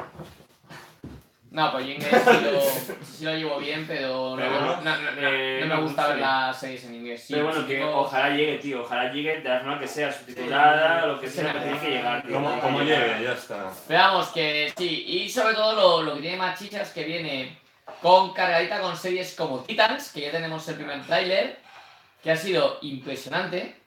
Speaker 1: No, pues yo inglés sí lo, sí lo llevo bien, pero,
Speaker 3: Pero
Speaker 1: no,
Speaker 3: bueno,
Speaker 1: no- no- no-
Speaker 3: eh,
Speaker 1: no me
Speaker 3: no,
Speaker 1: gusta
Speaker 3: sí.
Speaker 1: ver las series en inglés. Sí,
Speaker 3: Pero bueno, que
Speaker 1: sí, no-
Speaker 3: ojalá llegue, tío. Ojalá llegue de la forma que sea, subtitulada, lo que sea, pero tiene que llegar. tío.
Speaker 5: Como, como llegue, ya está.
Speaker 1: Veamos que sí, y sobre todo lo, lo que tiene más chichas que viene con cargadita con series como Titans, que ya tenemos el primer tráiler, que ha sido impresionante.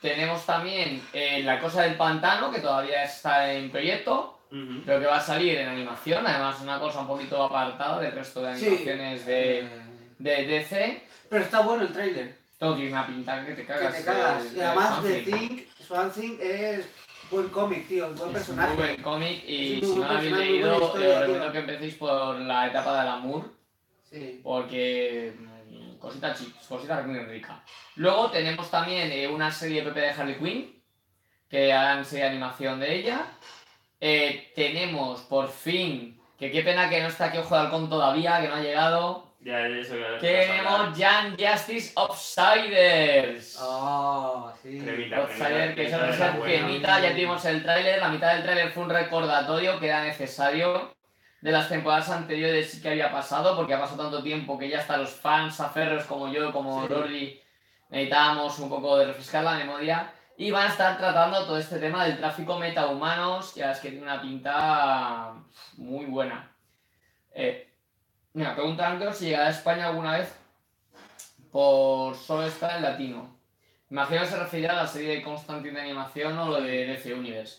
Speaker 1: Tenemos también eh, La Cosa del Pantano, que todavía está en proyecto,
Speaker 3: Ujú.
Speaker 1: pero que va a salir en animación, además una cosa un poquito apartada del resto de
Speaker 4: Sí.
Speaker 1: animaciones de, de DC.
Speaker 4: Pero está bueno el tráiler.
Speaker 1: Todo tiene una pinta que te
Speaker 4: Que
Speaker 1: cagas.
Speaker 4: te cagas.
Speaker 1: el-
Speaker 4: Y
Speaker 1: el
Speaker 4: además de
Speaker 1: fanfic.
Speaker 4: Think, Swan Think es buen cómic, tío, buen
Speaker 1: Es un muy
Speaker 4: personaje.
Speaker 1: buen cómic y
Speaker 4: Es un
Speaker 1: si no
Speaker 4: muy
Speaker 1: lo
Speaker 4: buen
Speaker 1: habéis
Speaker 4: personaje, muy buena
Speaker 1: leído, eh,
Speaker 4: historia,
Speaker 1: os
Speaker 4: tío.
Speaker 1: recomiendo que empecéis por la etapa del amor.
Speaker 4: Sí.
Speaker 1: porque mm, cosita chi- cosita muy rica. Luego tenemos también eh, una serie de PP de Harley Quinn, que harán serie de animación de ella. Eh, tenemos por fin, que qué pena que no está aquí Ojo de Halcón todavía, que no ha llegado.
Speaker 3: Ya, eso que-
Speaker 1: Tenemos Young Justice Outsiders.
Speaker 4: Oh, sí.
Speaker 3: Cremita,
Speaker 1: Outsiders, Pues que es
Speaker 3: cremita,
Speaker 1: una
Speaker 3: cremita,
Speaker 1: cosa
Speaker 3: buena.
Speaker 1: pequeñita, ya tuvimos el tráiler, la mitad del tráiler fue un recordatorio que era necesario de las temporadas anteriores y que había pasado, porque ha pasado tanto tiempo que ya hasta los fans aferros como yo, como
Speaker 4: Sí.
Speaker 1: Rory, necesitábamos un poco de refrescar la memoria. Y van a estar tratando todo este tema del tráfico metahumanos, que la verdad es que tiene una pinta muy buena. Eh, mira, preguntan creo, si llegará a España alguna vez por solo estar en latino. Imagino que se referirá a la serie de Constantine de animación o lo de DC Universe.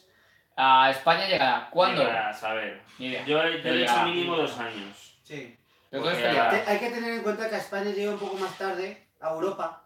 Speaker 1: A España llegará. ¿Cuándo?
Speaker 3: Para saber.
Speaker 1: Ni idea.
Speaker 3: Yo he yo he hecho
Speaker 1: Ya.
Speaker 3: mínimo dos años.
Speaker 4: Sí.
Speaker 1: Pero todo
Speaker 3: Porque
Speaker 1: esto ya-
Speaker 4: Te- hay que tener en cuenta que a España llega un poco más tarde, a Europa.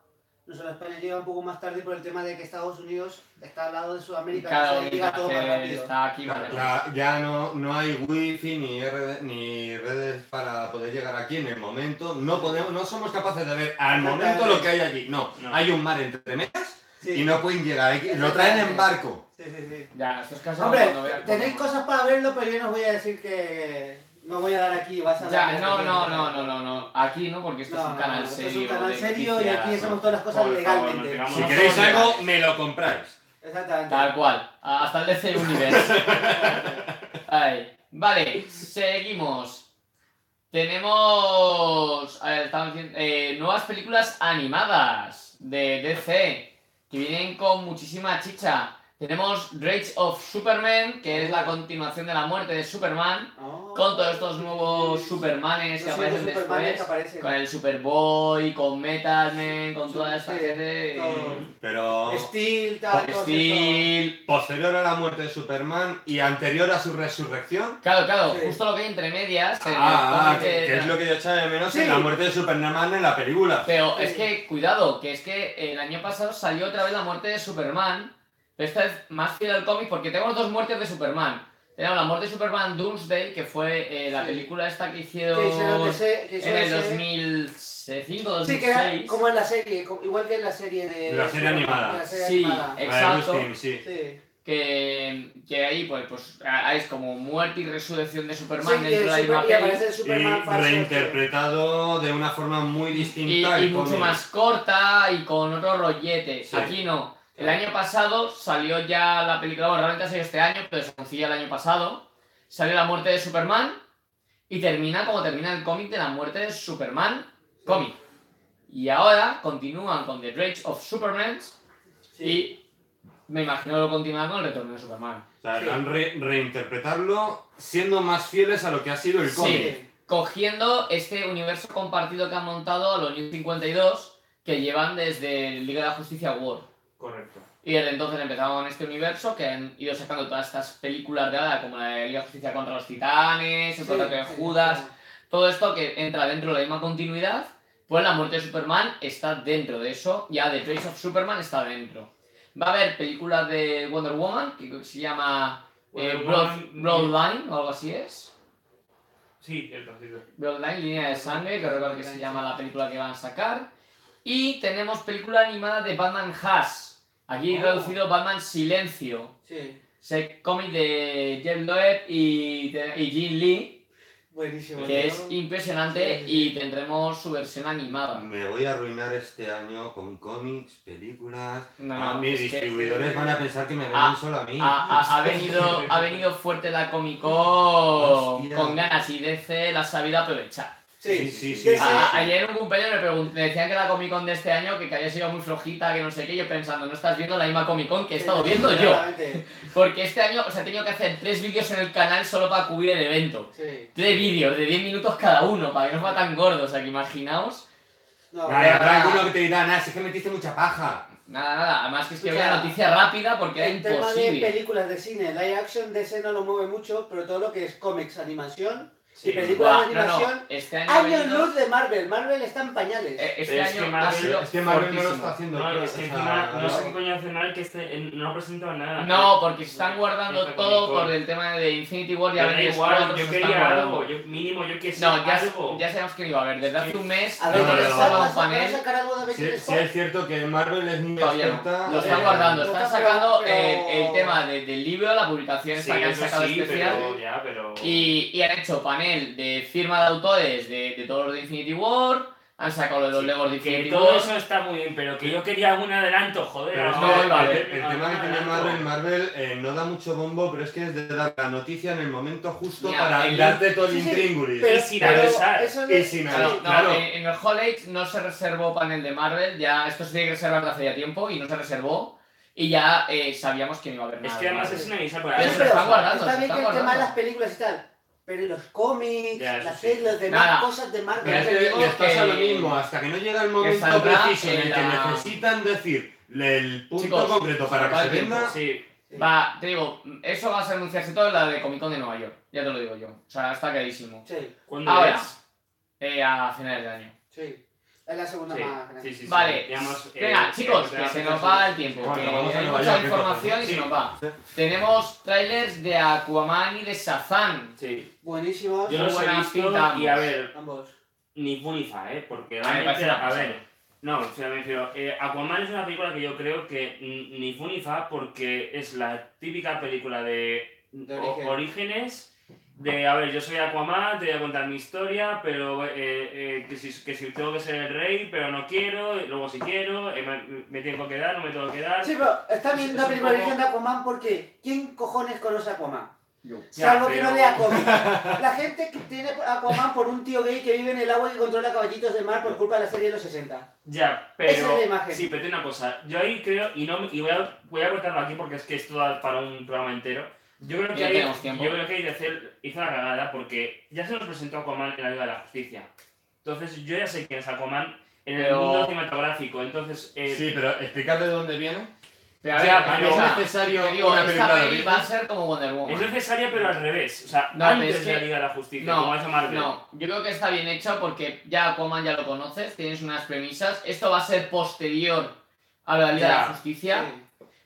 Speaker 4: No solo a España llega un poco más tarde por el tema de que Estados Unidos está al lado de Sudamérica,
Speaker 1: Claro,
Speaker 4: entonces llega todo más
Speaker 1: que
Speaker 4: rápido.
Speaker 1: está aquí.
Speaker 5: La-
Speaker 1: vale.
Speaker 5: la- ya no, no hay wifi ni, red- ni redes para poder llegar aquí en el momento. No podemos, no somos capaces de ver al momento lo que hay aquí. No,
Speaker 3: No.
Speaker 5: hay un mar entre medias
Speaker 4: Sí.
Speaker 5: y no pueden llegar aquí. Lo traen en barco.
Speaker 4: Sí, sí, sí.
Speaker 1: Ya, estos casos
Speaker 4: Hombre,
Speaker 1: cuando vea-
Speaker 4: tenéis cosas para verlo, pero yo no os voy a decir que no voy a dar aquí. Vas a
Speaker 1: Ya,
Speaker 4: dar-
Speaker 1: no, no, no, no, no, no. Aquí no, porque esto es un canal
Speaker 4: esto
Speaker 1: serio.
Speaker 4: este Es un canal
Speaker 1: de
Speaker 4: serio y
Speaker 1: noticias,
Speaker 4: aquí hacemos todas las cosas
Speaker 3: Por favor, no
Speaker 4: legalmente.
Speaker 3: tengamos-
Speaker 5: Si
Speaker 4: No
Speaker 5: queréis
Speaker 4: somos-
Speaker 5: algo, me lo compráis.
Speaker 4: Exactamente.
Speaker 1: Tal cual. Hasta el DC Universe. Ay. Vale, seguimos. Tenemos a ver, estamos diciendo, eh, nuevas películas animadas de DC que vienen con muchísima chicha. Tenemos Rage of Superman, que es la continuación de la muerte de Superman,
Speaker 4: Oh.
Speaker 1: con todos estos nuevos Supermanes que
Speaker 4: Los
Speaker 1: aparecen
Speaker 4: siete Supermanes que
Speaker 1: después.
Speaker 4: aparecen.
Speaker 1: Con el Superboy, con Metal Man, con toda esta
Speaker 4: Sí,
Speaker 1: gente.
Speaker 4: todo.
Speaker 5: Pero
Speaker 4: Steel, tal,
Speaker 1: Con
Speaker 4: todo
Speaker 1: Steel,
Speaker 5: posterior a la muerte de Superman y anterior a su resurrección,
Speaker 1: Claro, claro,
Speaker 4: Sí.
Speaker 1: justo lo que hay entre medias. eh, este en el
Speaker 5: Ah, ah,
Speaker 1: cómic
Speaker 5: que,
Speaker 1: de-
Speaker 5: que es lo que yo echaba de menos
Speaker 4: Sí.
Speaker 5: en la muerte de Superman en la película.
Speaker 1: Pero
Speaker 4: Sí.
Speaker 1: es que, cuidado, que es que el año pasado salió otra vez la muerte de Superman, pero esta vez más fiel al cómic porque tenemos dos muertes de Superman. Tenemos la muerte de Superman Doomsday, que fue eh, la
Speaker 4: Sí.
Speaker 1: película esta que
Speaker 4: Que hicieron
Speaker 1: hicieron
Speaker 4: ese- que
Speaker 1: en
Speaker 4: hicieron
Speaker 1: el
Speaker 4: ese-
Speaker 1: 2005,
Speaker 4: Sí, que era
Speaker 1: 2006.
Speaker 4: como en la serie, como- igual que en la serie de...
Speaker 5: De la serie animada.
Speaker 4: de la serie
Speaker 1: Sí,
Speaker 4: animada.
Speaker 1: eh.
Speaker 5: La de
Speaker 1: Exacto.
Speaker 5: Bruce Timm, sí.
Speaker 4: Sí.
Speaker 1: Que, que ahí pues, pues a- a- es como muerte y resurrección de
Speaker 4: Sí,
Speaker 1: Superman
Speaker 4: que
Speaker 1: dentro de la
Speaker 4: Super-
Speaker 1: misma
Speaker 4: y
Speaker 1: peli.
Speaker 4: aparece el Superman
Speaker 5: Y
Speaker 4: falso.
Speaker 5: reinterpretado de una forma muy
Speaker 1: y,
Speaker 5: distinta.
Speaker 1: y
Speaker 5: al
Speaker 1: mucho
Speaker 5: cómic.
Speaker 1: más corta y con otro rollete.
Speaker 5: Sí.
Speaker 1: Aquí no. El año pasado salió ya la película, bueno, realmente ha salido este año, pero se anuncia el año pasado. Salió la muerte de Superman y termina como termina el cómic de la muerte de Superman cómic. Y ahora continúan con The Rage of Superman y me imagino que lo continúan con el retorno de Superman.
Speaker 5: O sea,
Speaker 4: Sí.
Speaker 5: han re- reinterpretarlo siendo más fieles a lo que ha sido el
Speaker 1: Sí.
Speaker 5: cómic.
Speaker 4: Sí.
Speaker 1: cogiendo este universo compartido que han montado los New 52 que llevan desde Liga de la Justicia War.
Speaker 5: Correcto.
Speaker 1: Y desde entonces empezaron con este universo que han ido sacando todas estas películas de hada, como la de Liga de la Justicia contra los Titanes, el
Speaker 4: Sí,
Speaker 1: contrato de
Speaker 4: sí,
Speaker 1: Judas,
Speaker 4: sí.
Speaker 1: todo esto que entra dentro de la misma continuidad, pues la muerte de Superman está dentro de eso, ya The Trace of Superman está dentro. Va a haber películas de Wonder Woman, que creo que se llama eh,
Speaker 3: Wonder
Speaker 1: Blood-
Speaker 3: Woman,
Speaker 1: Bloodline o algo así es.
Speaker 3: Sí, el partido.
Speaker 1: Bloodline, Línea de Sangre, que recuerdo que se llama la película que van a sacar. Y tenemos película animada de Batman Hush. Aquí
Speaker 4: Oh.
Speaker 1: traducido Batman Silencio.
Speaker 4: Sí,
Speaker 1: Ese cómic de Jeff Loeb y, de- y Jim Lee,
Speaker 4: buenísimo.
Speaker 1: que es
Speaker 4: ¿no?
Speaker 1: impresionante
Speaker 4: Sí, sí.
Speaker 1: y tendremos su versión animada.
Speaker 5: Me voy a arruinar este año con cómics, películas.
Speaker 1: No,
Speaker 5: Ah, mis
Speaker 1: es que-
Speaker 5: distribuidores van a pensar que me venden
Speaker 1: Ah,
Speaker 5: solo a mí.
Speaker 1: Ha, ha- ha venido, ha venido fuerte la Comic Con
Speaker 5: Hostia.
Speaker 1: con ganas y DC la ha sabido aprovechar.
Speaker 5: Sí,
Speaker 4: Sí,
Speaker 5: sí,
Speaker 4: que
Speaker 5: sí.
Speaker 4: ese-
Speaker 1: A- ayer un compañero me, pregun- me decían que la Comic Con de este año que, que había sido muy flojita, que no sé qué, yo pensando, no estás viendo la misma Comic Con que he estado viendo yo.
Speaker 4: Exactamente,
Speaker 1: Porque este año os he tenido que hacer tres vídeos en el canal solo para cubrir el evento.
Speaker 4: Sí.
Speaker 1: Tres vídeos de 10 minutos cada uno, para que no os va tan gordos, o sea que imaginaos.
Speaker 4: No,
Speaker 5: Vale,
Speaker 1: ah.
Speaker 5: habrá
Speaker 4: ahora,
Speaker 5: alguno que te dirá, nah, si es que metiste mucha paja.
Speaker 1: Nada, nada, además que es que
Speaker 4: Escucha,
Speaker 1: una noticia rápida porque
Speaker 4: El
Speaker 1: era
Speaker 4: tema de
Speaker 1: imposible.
Speaker 4: películas de cine, live action DC no lo mueve mucho, pero todo lo que es cómics, animación
Speaker 3: Sí.
Speaker 4: y películas
Speaker 1: Buah,
Speaker 4: de
Speaker 1: no,
Speaker 4: animación,
Speaker 1: no, este año, ha
Speaker 4: años
Speaker 1: venido-
Speaker 4: luz de Marvel. Marvel está en pañales.
Speaker 1: eh, este
Speaker 3: Pero es
Speaker 1: año
Speaker 3: que
Speaker 1: ha
Speaker 3: Marvel-
Speaker 1: sido
Speaker 5: Es que Marvel no lo
Speaker 1: fortísimo.
Speaker 5: está haciendo.
Speaker 3: No,
Speaker 5: tío, o
Speaker 3: es que
Speaker 5: sea,
Speaker 3: encima no sé qué
Speaker 5: no.
Speaker 3: coño hace mal que este, eh, no ha presentado nada.
Speaker 1: No, porque se están guardando
Speaker 3: Esta
Speaker 1: todo
Speaker 3: Comic Con.
Speaker 1: por el tema de Infinity War y
Speaker 3: Pero da
Speaker 1: Avengers 4, se
Speaker 3: igual, yo
Speaker 1: están
Speaker 3: quería
Speaker 1: guardando.
Speaker 3: algo, yo, mínimo yo que sé
Speaker 1: No, ya,
Speaker 3: algo.
Speaker 1: ya sabemos que no iba a haber. Desde hace un mes,
Speaker 4: a
Speaker 5: ver, no,
Speaker 4: ver,
Speaker 1: desde
Speaker 5: no, no,
Speaker 1: que
Speaker 5: no,
Speaker 1: estaba
Speaker 5: no,
Speaker 1: un
Speaker 4: ¿vas a- vas a
Speaker 1: panel,
Speaker 4: sacar algo de
Speaker 5: Sí,
Speaker 4: Avengers
Speaker 5: sí es cierto que Marvel es muy
Speaker 1: Todavía no.
Speaker 5: experta.
Speaker 1: lo
Speaker 5: eh,
Speaker 1: están guardando.
Speaker 4: lo
Speaker 1: Están
Speaker 4: está
Speaker 1: sacando
Speaker 4: sacando,
Speaker 1: eh,
Speaker 4: pero-
Speaker 1: el tema de- del libro, la publicación
Speaker 3: Sí,
Speaker 1: esta que han
Speaker 3: eso
Speaker 1: sacado
Speaker 3: sí,
Speaker 1: especial.
Speaker 3: pero ya, pero...
Speaker 1: Y, y han hecho panel de firma de autores de, de todos los de Infinity War. Han sacado los
Speaker 3: Sí,
Speaker 1: Legos de
Speaker 3: Que
Speaker 1: Infinity
Speaker 3: todo
Speaker 1: War.
Speaker 3: eso está muy bien, pero que yo quería un adelanto, joder.
Speaker 5: Pero es
Speaker 1: No,
Speaker 5: que
Speaker 1: no,
Speaker 5: el,
Speaker 1: vale.
Speaker 5: el tema que tiene Marvel, Marvel eh, no da mucho bombo, pero es que es de dar la noticia en el momento justo
Speaker 1: Ya,
Speaker 5: para
Speaker 1: el-
Speaker 5: darte todo el
Speaker 4: sí, sí,
Speaker 5: intríngulis.
Speaker 3: pero- sin avisar.
Speaker 4: eso no-
Speaker 5: Y sin
Speaker 1: No, no,
Speaker 5: avisar, claro.
Speaker 1: en, en el Hall Age no se reservó panel de Marvel. Ya esto se tiene que reservar de hace ya tiempo y no se reservó. Y ya eh, sabíamos que no iba a haber
Speaker 3: Es
Speaker 1: nada.
Speaker 3: que
Speaker 1: de
Speaker 3: además
Speaker 1: Marvel.
Speaker 3: es una misa
Speaker 4: Sí,
Speaker 3: para
Speaker 1: Pero
Speaker 4: pero
Speaker 1: se lo están guardando,
Speaker 4: Está
Speaker 1: se lo
Speaker 4: bien
Speaker 1: están
Speaker 4: que el tema de
Speaker 1: guardando.
Speaker 4: las películas y tal, pero los cómics,
Speaker 3: Ya, eso
Speaker 4: las
Speaker 3: sí.
Speaker 4: series, las demás
Speaker 1: Nada.
Speaker 4: cosas de
Speaker 5: Pero
Speaker 1: Ya
Speaker 5: es
Speaker 1: te
Speaker 4: Marvel.
Speaker 5: que
Speaker 1: digo
Speaker 5: les pasa
Speaker 1: que-
Speaker 5: lo mismo, hasta que no llega el momento
Speaker 1: saldrá
Speaker 5: preciso en
Speaker 1: en
Speaker 5: el que
Speaker 1: la-
Speaker 5: necesitan decir el punto
Speaker 1: Chicos,
Speaker 5: concreto para que
Speaker 1: acaba
Speaker 5: se
Speaker 1: el tiempo,
Speaker 5: venda.
Speaker 3: Sí,
Speaker 1: Va, te digo, eso va a anunciarse todo en la de Comic Con de Nueva York. Ya te lo digo yo. O sea, está clarísimo.
Speaker 4: Sí,
Speaker 3: cuando
Speaker 1: Ahora, eh, a finales de año.
Speaker 4: sí. Es la segunda más grande.
Speaker 3: Sí, sí, sí.
Speaker 1: vale,
Speaker 3: Digamos, eh,
Speaker 1: venga,
Speaker 3: eh,
Speaker 1: chicos, que
Speaker 3: digamos,
Speaker 1: se nos
Speaker 3: eso.
Speaker 1: va el tiempo.
Speaker 5: Bueno,
Speaker 1: que
Speaker 5: vamos a
Speaker 1: hay
Speaker 5: Nueva
Speaker 1: mucha
Speaker 5: York,
Speaker 1: información y
Speaker 5: entonces.
Speaker 1: se nos va.
Speaker 5: Sí.
Speaker 1: Tenemos trailers de Aquaman y de Shazam.
Speaker 3: Sí,
Speaker 4: Buenísimos
Speaker 3: yo los he
Speaker 1: buenas
Speaker 3: visto
Speaker 1: pintas
Speaker 3: y a ver,
Speaker 4: ambos.
Speaker 3: ni Bunifa, ¿eh? Porque
Speaker 1: A mí me parece
Speaker 3: realmente,
Speaker 1: una
Speaker 3: a
Speaker 1: pasada.
Speaker 3: ver, no, o sea, me refiero, eh, Aquaman es una película que yo creo que mm, ni Bunifa porque es la típica película de
Speaker 4: De
Speaker 3: o-
Speaker 4: origen.
Speaker 3: orígenes de, a ver, yo soy Aquaman, te voy a contar mi historia, pero eh, eh, que, si, que si tengo que ser el rey, pero no quiero, y luego si quiero, eh, me, me tengo que dar, no me tengo que dar.
Speaker 4: Sí, pero está bien
Speaker 3: Es-
Speaker 4: la
Speaker 3: es un
Speaker 4: primera
Speaker 3: poco-
Speaker 4: origen de Aquaman porque ¿quién cojones conoce a Aquaman?
Speaker 3: Ya,
Speaker 4: Salvo que no
Speaker 3: pero-
Speaker 4: lea cómics. La gente que tiene Aquaman por un tío gay que vive en el agua y controla caballitos de mar por culpa de la serie de los 60.
Speaker 3: Ya, pero.
Speaker 4: Esa es la imagen.
Speaker 3: Sí, pero tiene una cosa. Yo ahí creo, y, no, y voy, a, voy a cortarlo aquí porque es que esto da para un programa entero. Yo creo que
Speaker 1: Ya
Speaker 3: ahí,
Speaker 1: tenemos tiempo.
Speaker 3: yo creo que ahí de hacer, hizo una cagada porque ya se nos presentó Aquaman en la Liga de la Justicia. Entonces yo ya sé quién es Aquaman en el
Speaker 1: Pero-
Speaker 3: mundo cinematográfico. Entonces, eh,
Speaker 5: Sí, pero explicar de dónde viene.
Speaker 1: Pero a
Speaker 3: Ya,
Speaker 1: ver,
Speaker 3: pero- este
Speaker 5: es
Speaker 1: esa-
Speaker 5: necesario
Speaker 1: te digo,
Speaker 5: una película
Speaker 1: esta
Speaker 5: de
Speaker 1: peli va a
Speaker 5: origen.
Speaker 1: ser como Wonder
Speaker 3: es
Speaker 1: Woman.
Speaker 3: necesaria, pero al revés. O sea,
Speaker 1: No, pero
Speaker 3: antes
Speaker 1: es
Speaker 3: de la
Speaker 1: que-
Speaker 3: Liga de la Justicia,
Speaker 1: no,
Speaker 3: como es Marvel.
Speaker 1: No, yo creo que está bien hecha porque ya Aquaman ya lo conoces, tienes unas premisas. Esto va a ser posterior a la Liga de
Speaker 3: Ya.
Speaker 1: la Justicia.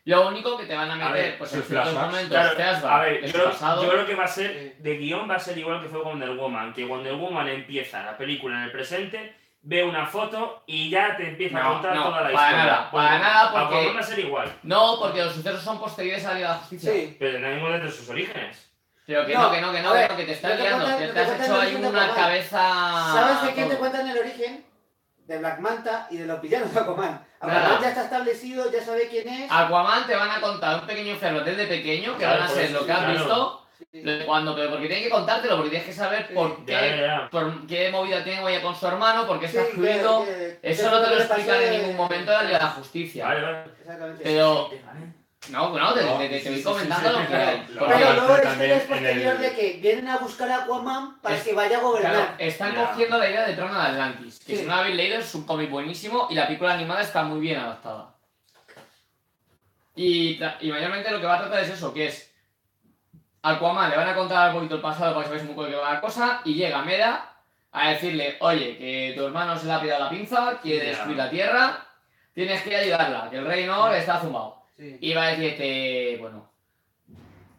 Speaker 1: Lo único que te van a meter,
Speaker 3: A ver,
Speaker 1: pues
Speaker 5: el
Speaker 1: en ciertos
Speaker 5: flashback.
Speaker 1: momentos,
Speaker 3: Claro,
Speaker 1: flashback,
Speaker 3: a ver,
Speaker 1: el
Speaker 3: yo, creo-
Speaker 1: pasado.
Speaker 3: yo creo que va a ser,
Speaker 4: Sí.
Speaker 3: de guión va a ser igual que fue Wonder Woman, que Wonder Woman empieza la película en el presente, ve una foto y ya te empieza
Speaker 1: No,
Speaker 3: a contar
Speaker 1: no,
Speaker 3: toda la
Speaker 1: para
Speaker 3: historia.
Speaker 1: nada, para nada, porque-
Speaker 3: Aquaman va a ser igual,
Speaker 1: No, porque los sucesos son posteriores a la Liga de la Justicia.
Speaker 4: Sí.
Speaker 3: pero tenemos desde sus orígenes.
Speaker 1: Pero que
Speaker 4: No,
Speaker 1: no, que no, que
Speaker 4: a
Speaker 1: no,
Speaker 4: ver,
Speaker 1: que te
Speaker 4: lo
Speaker 1: estás
Speaker 4: que
Speaker 1: liando.
Speaker 4: cuenta-
Speaker 1: Te, te
Speaker 4: lo que
Speaker 1: has
Speaker 4: cuenta
Speaker 1: hecho
Speaker 4: es
Speaker 1: ahí
Speaker 4: lo que
Speaker 1: una
Speaker 4: cuenta.
Speaker 1: cabeza.
Speaker 4: ¿Sabes de quién te
Speaker 1: todo.
Speaker 4: cuentan el origen? De Black Manta y de los villanos de Aquaman. Aquaman
Speaker 1: Nada.
Speaker 4: ya está establecido, ya sabe quién es.
Speaker 1: Ah, Aquaman te van a contar un pequeño ferro desde pequeño, que
Speaker 3: Claro,
Speaker 1: van a
Speaker 3: por
Speaker 1: ser
Speaker 3: eso,
Speaker 1: lo que has
Speaker 3: claro.
Speaker 1: visto,
Speaker 4: Sí.
Speaker 1: lo de cuando, pero porque tienen que contártelo, porque tienes que saber por
Speaker 3: Ya, ya,
Speaker 1: qué,
Speaker 3: ya.
Speaker 1: por qué movida tiene ella con su hermano, por qué
Speaker 4: Sí,
Speaker 1: está
Speaker 4: que-
Speaker 1: excluido.
Speaker 4: que-
Speaker 1: Eso
Speaker 4: que
Speaker 1: no te lo
Speaker 4: le pasó
Speaker 1: explican en
Speaker 4: de-
Speaker 1: ningún momento de la Liga de la Justicia.
Speaker 3: Vale, vale.
Speaker 4: Exactamente.
Speaker 1: Pero,
Speaker 3: Vale.
Speaker 1: no, bueno, te,
Speaker 5: No,
Speaker 1: te- te- te
Speaker 3: sí,
Speaker 1: voy
Speaker 3: sí,
Speaker 1: comentando
Speaker 3: sí, sí,
Speaker 1: lo que
Speaker 3: claro.
Speaker 1: hay.
Speaker 3: Pero
Speaker 1: Porque,
Speaker 4: Pero luego la
Speaker 3: también
Speaker 4: historia es posterior
Speaker 3: en el-
Speaker 4: de que vienen a buscar a Aquaman para
Speaker 1: Es-
Speaker 4: que vaya a
Speaker 1: claro,
Speaker 4: gobernar.
Speaker 1: están
Speaker 3: Ya.
Speaker 1: cogiendo la idea de Trono de Atlantis, que
Speaker 4: Sí.
Speaker 1: si no la habéis leído es un cómic buenísimo y la película animada está muy bien adaptada. Y, tra- y mayormente lo que va a tratar es eso, que es Aquaman le van a contar un poquito el pasado para que veáis un poco de qué va la cosa y llega Mera a decirle, oye, que tu hermano se le ha pillado la pinza, quiere
Speaker 3: Ya.
Speaker 1: destruir la Tierra, tienes que ir a ayudarla, que el rey no está zumbado.
Speaker 4: Sí.
Speaker 1: Iba a decir este, bueno,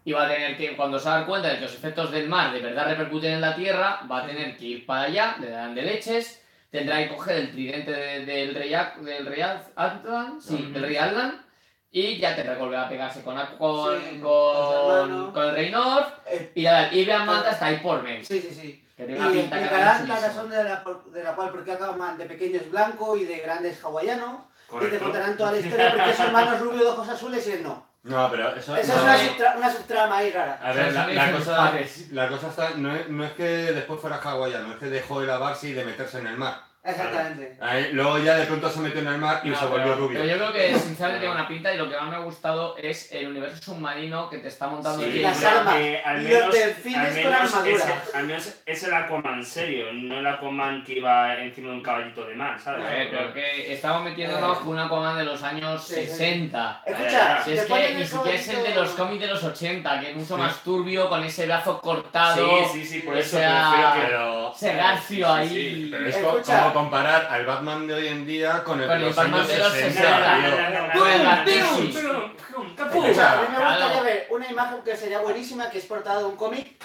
Speaker 1: iba a tener que, cuando se va a dar cuenta de que los efectos del mar de verdad repercuten en la Tierra, va a tener que ir para allá, le darán de leches, tendrá que coger el tridente de- del rey, Ac- del rey Al- Atlan, sí,
Speaker 3: Ujú.
Speaker 1: del rey Atlan, y ya tendrá que volver a pegarse con, Ac- con,
Speaker 4: Sí, con su
Speaker 1: con,
Speaker 4: hermano.
Speaker 1: con el rey North,
Speaker 4: Eh,
Speaker 1: y la y Black Manta está ahí por medio,
Speaker 4: sí, sí, sí.
Speaker 1: que
Speaker 4: Y
Speaker 1: tiene una pinta
Speaker 4: explicarán la
Speaker 1: cabroncísima.
Speaker 4: razón de la, por- de la cual, porque Aquaman de pequeño es blanco y de grande es hawaiano. Y te
Speaker 3: Correcto.
Speaker 4: contarán toda la historia porque su hermano es rubio de ojos azules y él no.
Speaker 5: No, pero eso.
Speaker 4: Esa
Speaker 5: no,
Speaker 4: es una, subtra- una subtrama ahí rara.
Speaker 5: A ver, la, la
Speaker 1: Son
Speaker 5: cosa,
Speaker 1: padres.
Speaker 5: la cosa está. No es, no es que después fuera hawaiano, es que dejó de lavarse y de meterse en el mar.
Speaker 4: Exactamente.
Speaker 5: Ahí, luego ya de pronto se metió en el mar y
Speaker 1: No,
Speaker 5: se volvió
Speaker 1: pero,
Speaker 5: rubio.
Speaker 1: pero yo creo que sinceramente tiene una pinta y lo que más me ha gustado es el universo submarino que te está montando
Speaker 3: Sí,
Speaker 1: aquí.
Speaker 4: Y las
Speaker 3: creo
Speaker 4: armas.
Speaker 3: que al
Speaker 4: Y
Speaker 3: menos-
Speaker 4: los delfines
Speaker 3: al
Speaker 4: con
Speaker 3: menos
Speaker 4: armadura.
Speaker 3: ese- al menos es el Aquaman serio, no el Aquaman que iba encima de un caballito de mar,
Speaker 1: A
Speaker 3: ¿sabes?
Speaker 1: ver, pero que estamos metiéndonos con una coma de los años
Speaker 4: Eh. Sí, sí.
Speaker 1: 60.
Speaker 4: Escucha,
Speaker 1: Si
Speaker 4: te
Speaker 1: es que
Speaker 4: ponen
Speaker 1: ni
Speaker 4: el
Speaker 1: siquiera es el de
Speaker 4: caballito-
Speaker 1: los cómics de los 80, que es mucho
Speaker 5: Sí.
Speaker 1: más turbio, con ese brazo cortado,
Speaker 3: Sí, sí, sí, por
Speaker 1: o
Speaker 3: eso
Speaker 1: sea,
Speaker 3: prefiero
Speaker 5: Pero,
Speaker 1: ese garfio
Speaker 3: Sí,
Speaker 1: ahí.
Speaker 3: sí, sí,
Speaker 5: pero es
Speaker 4: Escucha.
Speaker 5: co- como comparar al Batman de hoy en día con el
Speaker 1: Con
Speaker 5: de
Speaker 1: el
Speaker 5: los
Speaker 1: Batman
Speaker 5: años
Speaker 1: de los
Speaker 5: 60.
Speaker 1: 60.
Speaker 5: tío.
Speaker 1: ¡Pum!
Speaker 4: Escucha, a mí me
Speaker 1: Claro.
Speaker 4: gustaría ver una imagen que sería buenísima, que es portada de un cómic,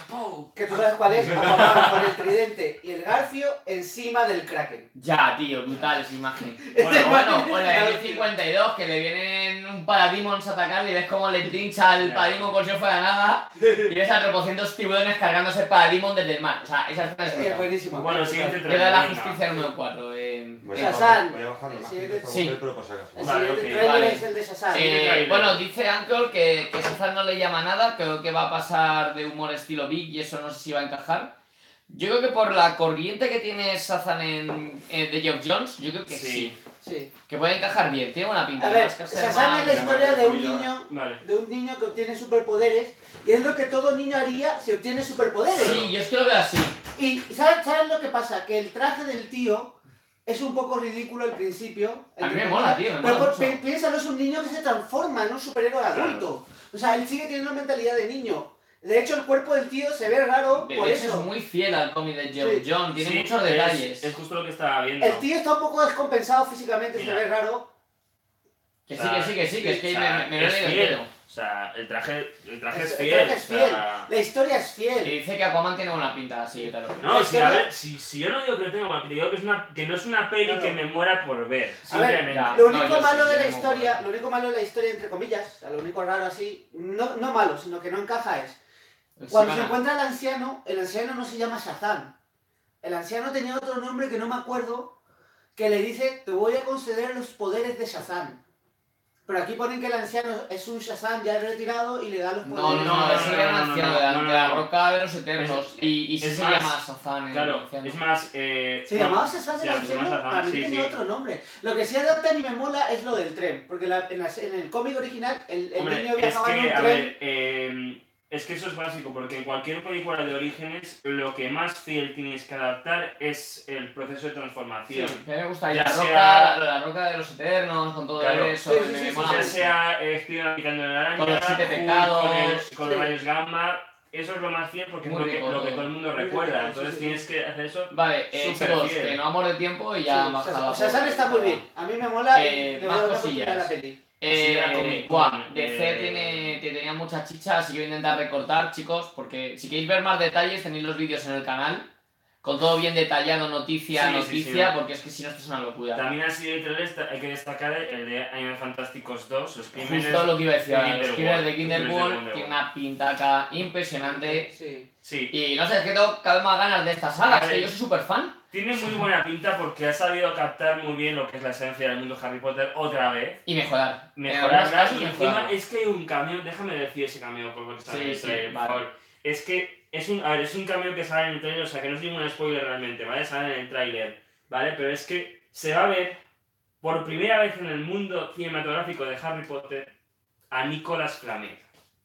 Speaker 4: que tú sabes cuál es, Aquaman con el tridente y el garfio encima del Kraken.
Speaker 1: Ya, tío, brutal esa imagen.
Speaker 4: Este
Speaker 1: Bueno, bueno,
Speaker 4: man-
Speaker 1: o la de 52, que le vienen un parademons a atacar y ves cómo le trincha al
Speaker 3: Ya.
Speaker 1: parademon como si no fuera nada. Y ves a tropocientos tiburones cargándose el parademon desde el mar. O sea, esa escena es
Speaker 4: Es
Speaker 1: brutal.
Speaker 4: buenísimo.
Speaker 3: Bueno, siguiente
Speaker 1: Yo era la
Speaker 3: Venga.
Speaker 1: justicia número 4. eh.
Speaker 5: Voy
Speaker 3: Pues
Speaker 4: Bueno,
Speaker 5: a-
Speaker 4: Shazam.
Speaker 5: voy a bajarlo más,
Speaker 4: Sí,
Speaker 5: por favor,
Speaker 1: sí.
Speaker 5: pero por si acaso.
Speaker 4: El
Speaker 3: Vale,
Speaker 4: siguiente
Speaker 3: ok,
Speaker 4: trailer
Speaker 1: vale.
Speaker 4: es el de
Speaker 3: Ah,
Speaker 4: Shazam.
Speaker 1: Eh,
Speaker 3: trailer.
Speaker 1: bueno, dice Anchor que, que Shazam no le llama nada, creo que va a pasar de humor estilo Big y eso no sé si va a encajar. Yo creo que por la corriente que tiene Shazam en, en The Geoff Jones, yo creo que sí.
Speaker 3: Sí.
Speaker 4: Sí.
Speaker 1: que puede encajar bien, tiene buena pinta.
Speaker 4: A ver,
Speaker 1: además, que hace
Speaker 4: Shazam
Speaker 1: mal,
Speaker 4: es la
Speaker 5: hermano,
Speaker 4: historia de un
Speaker 5: cuidado.
Speaker 4: niño,
Speaker 3: Vale.
Speaker 4: de un niño que obtiene superpoderes, y es lo que todo niño haría si obtiene superpoderes.
Speaker 1: Sí, yo es que lo veo así.
Speaker 4: Y ¿sabes, sabes lo que pasa? Que el traje del tío es un poco ridículo al principio.
Speaker 1: A mí me
Speaker 4: entre
Speaker 1: mola,
Speaker 4: comillas,
Speaker 1: tío, me
Speaker 4: Pero
Speaker 1: mola
Speaker 4: por-
Speaker 1: mucho.
Speaker 4: pi- piénsalo, es un niño que se transforma en un superhéroe adulto. O sea, él sigue teniendo mentalidad de niño. De hecho, el cuerpo del tío se ve raro
Speaker 1: De
Speaker 4: por
Speaker 1: hecho, es
Speaker 4: eso.
Speaker 1: muy fiel al cómic de Joe
Speaker 4: Sí.
Speaker 1: John, tiene
Speaker 3: Sí,
Speaker 1: muchos
Speaker 3: es-
Speaker 1: detalles.
Speaker 3: Es, justo lo que estaba viendo.
Speaker 4: El tío está un poco descompensado físicamente,
Speaker 3: Mira.
Speaker 4: se ve raro.
Speaker 1: Que sí, que sí, que sí, que es que
Speaker 3: O sea,
Speaker 1: me, me, me lo
Speaker 3: es
Speaker 1: he
Speaker 3: fiel.
Speaker 1: leído entero.
Speaker 3: O sea, el traje, el traje es
Speaker 4: El-
Speaker 3: fiel.
Speaker 4: el traje es
Speaker 3: o
Speaker 4: fiel.
Speaker 3: sea,
Speaker 4: La historia es fiel.
Speaker 1: Y dice que Aquaman tiene buena pinta, así que tal.
Speaker 3: No,
Speaker 4: Es
Speaker 3: si,
Speaker 4: que
Speaker 3: a
Speaker 4: no-
Speaker 3: ver, si, si yo no digo que tengo mal, digo que, es una, que no es una peli
Speaker 4: Claro.
Speaker 3: que me muera por ver. Simplemente.
Speaker 1: ya.
Speaker 4: Lo
Speaker 1: No,
Speaker 4: único
Speaker 1: yo sí,
Speaker 4: malo
Speaker 1: yo
Speaker 4: de la
Speaker 1: no me
Speaker 4: historia,
Speaker 1: acuerdo.
Speaker 4: lo único malo de la historia, entre comillas, o sea, lo único raro así, no, no malo, sino que no encaja es, cuando se encuentra el anciano, el anciano no se llama Shazam. El anciano tenía otro nombre que no me acuerdo, que le dice, te voy a conceder los poderes de Shazam. Pero aquí ponen que el anciano es un Shazam ya retirado y le da los
Speaker 1: No,
Speaker 4: poderes.
Speaker 1: no, no, eso era un
Speaker 3: no, no,
Speaker 1: anciano
Speaker 3: no,
Speaker 1: de la,
Speaker 3: no, no,
Speaker 1: de la
Speaker 3: no.
Speaker 1: roca de los eternos. y y sí
Speaker 3: es
Speaker 1: se
Speaker 3: más-
Speaker 1: llama Shazam. el
Speaker 3: Claro,
Speaker 1: anciano.
Speaker 3: es más. Eh,
Speaker 4: Se
Speaker 3: bueno,
Speaker 4: llamaba Shazam el
Speaker 3: ya, se
Speaker 4: anciano,
Speaker 3: llamaba Shazam,
Speaker 4: para mí
Speaker 3: sí,
Speaker 4: tenía
Speaker 3: sí.
Speaker 4: otro nombre. Lo que sí adaptan y me mola es lo del tren, porque la- en, la- en el cómic original el, el
Speaker 3: Hombre,
Speaker 4: niño
Speaker 3: es
Speaker 4: viajaba
Speaker 3: que,
Speaker 4: en
Speaker 3: a
Speaker 4: un tren.
Speaker 3: ver, eh, es que eso es básico, porque en cualquier película de orígenes, lo que más fiel tienes que adaptar es el proceso de transformación.
Speaker 1: Sí, que me gusta. Y
Speaker 3: Ya
Speaker 1: la roca, la,
Speaker 3: sea-
Speaker 1: la roca de los eternos, con todo
Speaker 3: Claro.
Speaker 1: eso.
Speaker 4: Sí,
Speaker 1: me-
Speaker 4: sí, sí,
Speaker 1: me
Speaker 4: sí,
Speaker 1: mola
Speaker 3: Ya
Speaker 1: mucho.
Speaker 3: sea eh, Spiderman picando la araña,
Speaker 1: Con los siete
Speaker 3: Hulk
Speaker 1: pecados,
Speaker 3: con, el- con los
Speaker 4: sí.
Speaker 3: rayos gamma, eso es lo más fiel porque es
Speaker 1: Muy
Speaker 3: lo que,
Speaker 1: rico, eh.
Speaker 3: lo que
Speaker 1: todo.
Speaker 3: todo el mundo
Speaker 4: Muy
Speaker 3: recuerda.
Speaker 4: rico,
Speaker 3: Entonces
Speaker 4: sí, sí.
Speaker 3: tienes que hacer eso.
Speaker 1: Vale, eh,
Speaker 3: Súper
Speaker 1: chicos,
Speaker 3: fiel.
Speaker 1: que no vamos de tiempo y ya
Speaker 4: Sí,
Speaker 1: más
Speaker 4: o sea,
Speaker 1: cada
Speaker 4: O sea,
Speaker 1: uno.
Speaker 4: Sam está muy bien. A mí me mola.
Speaker 1: Eh,
Speaker 4: y le voy
Speaker 1: más
Speaker 4: a dar una
Speaker 1: cosillas.
Speaker 4: oportunidad a la peli.
Speaker 3: Así era Comic
Speaker 1: Eh,
Speaker 3: Con,
Speaker 1: Juan, DC
Speaker 3: eh.
Speaker 1: tiene, te- tenía muchas chichas y yo voy a intentar recortar, chicos, porque si queréis ver más detalles tenéis los vídeos en el canal, con todo bien detallado, noticia,
Speaker 3: Sí, sí, sí.
Speaker 1: noticia, porque es que si no esto es una locura.
Speaker 3: También así de trailers hay que destacar el de Animales Fantásticos 2, los crímenes.
Speaker 1: Justo lo que iba a decir, ahora, los
Speaker 3: Kinderwald,
Speaker 1: Killers de
Speaker 3: Kinderwald.
Speaker 1: Kinderworld tiene una pintaca impresionante
Speaker 4: Sí.
Speaker 3: Sí,
Speaker 1: y no sé, es que tengo cada vez más ganas de esta saga, es que yo soy súper fan.
Speaker 3: tiene muy buena pinta porque ha sabido captar muy bien lo que es la esencia del mundo Harry Potter otra vez.
Speaker 1: Y mejorar. En algunos
Speaker 3: Mejorarla
Speaker 1: casos,
Speaker 3: y encima
Speaker 1: mejorar.
Speaker 3: es que hay un cambio, déjame decir ese cambio por favor,
Speaker 1: Sí, sí, vale.
Speaker 3: por favor. Es que es un, a ver, es un cambio que sale en el trailer, o sea que no es ningún spoiler realmente, ¿vale? Sale en el trailer, ¿vale? Pero es que se va a ver por primera vez en el mundo cinematográfico de Harry Potter a Nicolas Flamel.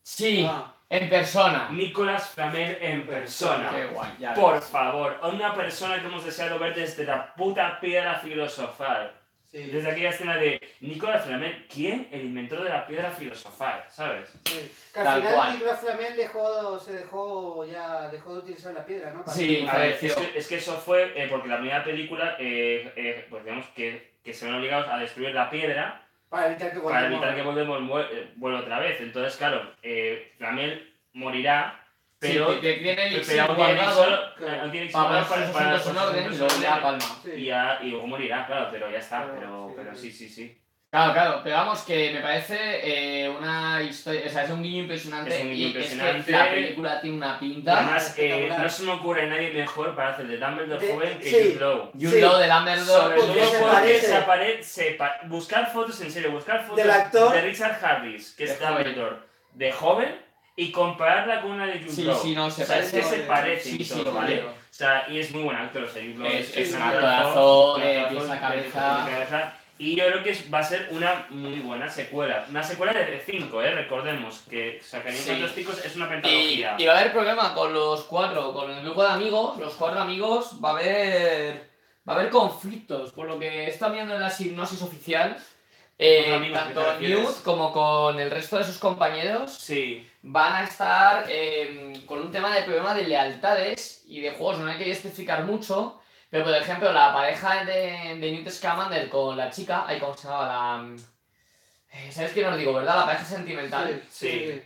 Speaker 1: Sí,
Speaker 4: Ah,
Speaker 1: en persona.
Speaker 3: Nicolas Flamel en persona.
Speaker 1: Qué guay, ya ves.
Speaker 3: Por favor, a una persona que hemos deseado ver desde la puta piedra filosofal.
Speaker 4: sí.
Speaker 3: Desde aquella escena de Nicolas Flamel, ¿quién? El inventor de la piedra filosofal, ¿sabes?
Speaker 4: sí. Que al
Speaker 1: Tal cual.
Speaker 4: final Nicolás Flamel dejó, se dejó ya dejó de utilizar la piedra, ¿no? Para-
Speaker 1: Sí.
Speaker 3: A ver,
Speaker 1: Pareció.
Speaker 3: es que, es que eso fue eh, porque la primera película, eh, eh, pues digamos que, que se ven obligados a destruir la piedra
Speaker 4: Para evitar que
Speaker 3: para
Speaker 4: Voldemort-
Speaker 3: evitar que Voldemort mue- eh, vuelva otra vez. Entonces, claro, eh, Flamel morirá, pero,
Speaker 1: Sí, que- que tiene el
Speaker 3: pero
Speaker 1: elixir
Speaker 3: aún tiene
Speaker 1: guardado
Speaker 3: solo- aún tiene
Speaker 1: para poner
Speaker 3: solo para-
Speaker 1: sus
Speaker 3: para-
Speaker 1: asuntos en
Speaker 3: para-
Speaker 1: orden y luego ya palma.
Speaker 4: Sí.
Speaker 3: Y, ya- y luego morirá, claro, pero ya está,
Speaker 4: Claro,
Speaker 3: pero,
Speaker 4: sí,
Speaker 3: pero sí,
Speaker 4: sí.
Speaker 3: sí, sí.
Speaker 1: Claro, claro, pero vamos, que me parece eh, una historia, o sea, es un guiño impresionante
Speaker 3: Es un guiño
Speaker 1: y es
Speaker 3: impresionante.
Speaker 1: que la película tiene una pinta.
Speaker 3: Además, eh,
Speaker 4: espectacular.
Speaker 3: no se me ocurre a nadie mejor para hacer de Dumbledore
Speaker 4: De-
Speaker 3: joven que
Speaker 4: sí.
Speaker 3: Jude Law.
Speaker 1: Y un
Speaker 4: Sí.
Speaker 1: lado de Dumbledore,
Speaker 3: Sobre todo
Speaker 4: Porque se
Speaker 3: porque
Speaker 4: parece.
Speaker 3: se aparece. buscar fotos, en serio, buscar fotos
Speaker 4: Del actor.
Speaker 3: de Richard Harris, que es
Speaker 1: De joven.
Speaker 3: Dumbledore, de joven, y compararla con una de Jude
Speaker 1: Sí,
Speaker 3: Law.
Speaker 1: sí, no, se
Speaker 3: o sea, es
Speaker 1: parece.
Speaker 3: que se parece
Speaker 1: Sí,
Speaker 3: y
Speaker 1: sí,
Speaker 3: todo, ¿vale?
Speaker 1: vale.
Speaker 3: O sea, y es muy buen actor, o sea, Jude Law
Speaker 1: Es- es
Speaker 4: un
Speaker 1: actorazo de
Speaker 3: actorazo,
Speaker 1: pies a
Speaker 3: de
Speaker 1: cabeza.
Speaker 3: pies a cabeza. Y yo creo que es- va a ser una muy buena secuela. Una secuela de 5, ¿eh? Recordemos que Sacarín
Speaker 1: Sí.
Speaker 3: Fantásticos es una
Speaker 1: Y,
Speaker 3: pentalogía.
Speaker 1: y va a haber problema con los cuatro, con el grupo de amigos, los cuatro amigos, va a haber va a haber conflictos, por lo que está viendo en la hipnosis oficial, eh,
Speaker 3: Los amigos, ¿qué te
Speaker 1: tanto
Speaker 3: refieres?
Speaker 1: Newt como con el resto de sus compañeros
Speaker 3: Sí.
Speaker 1: van a estar eh, con un tema de problema de lealtades y de juegos, no hay que especificar mucho, pero por ejemplo, la pareja de, de Newt Scamander con la chica, ahí como se llamaba la... eh, ¿Sabes qué os digo, verdad? La pareja sentimental.
Speaker 3: Sí.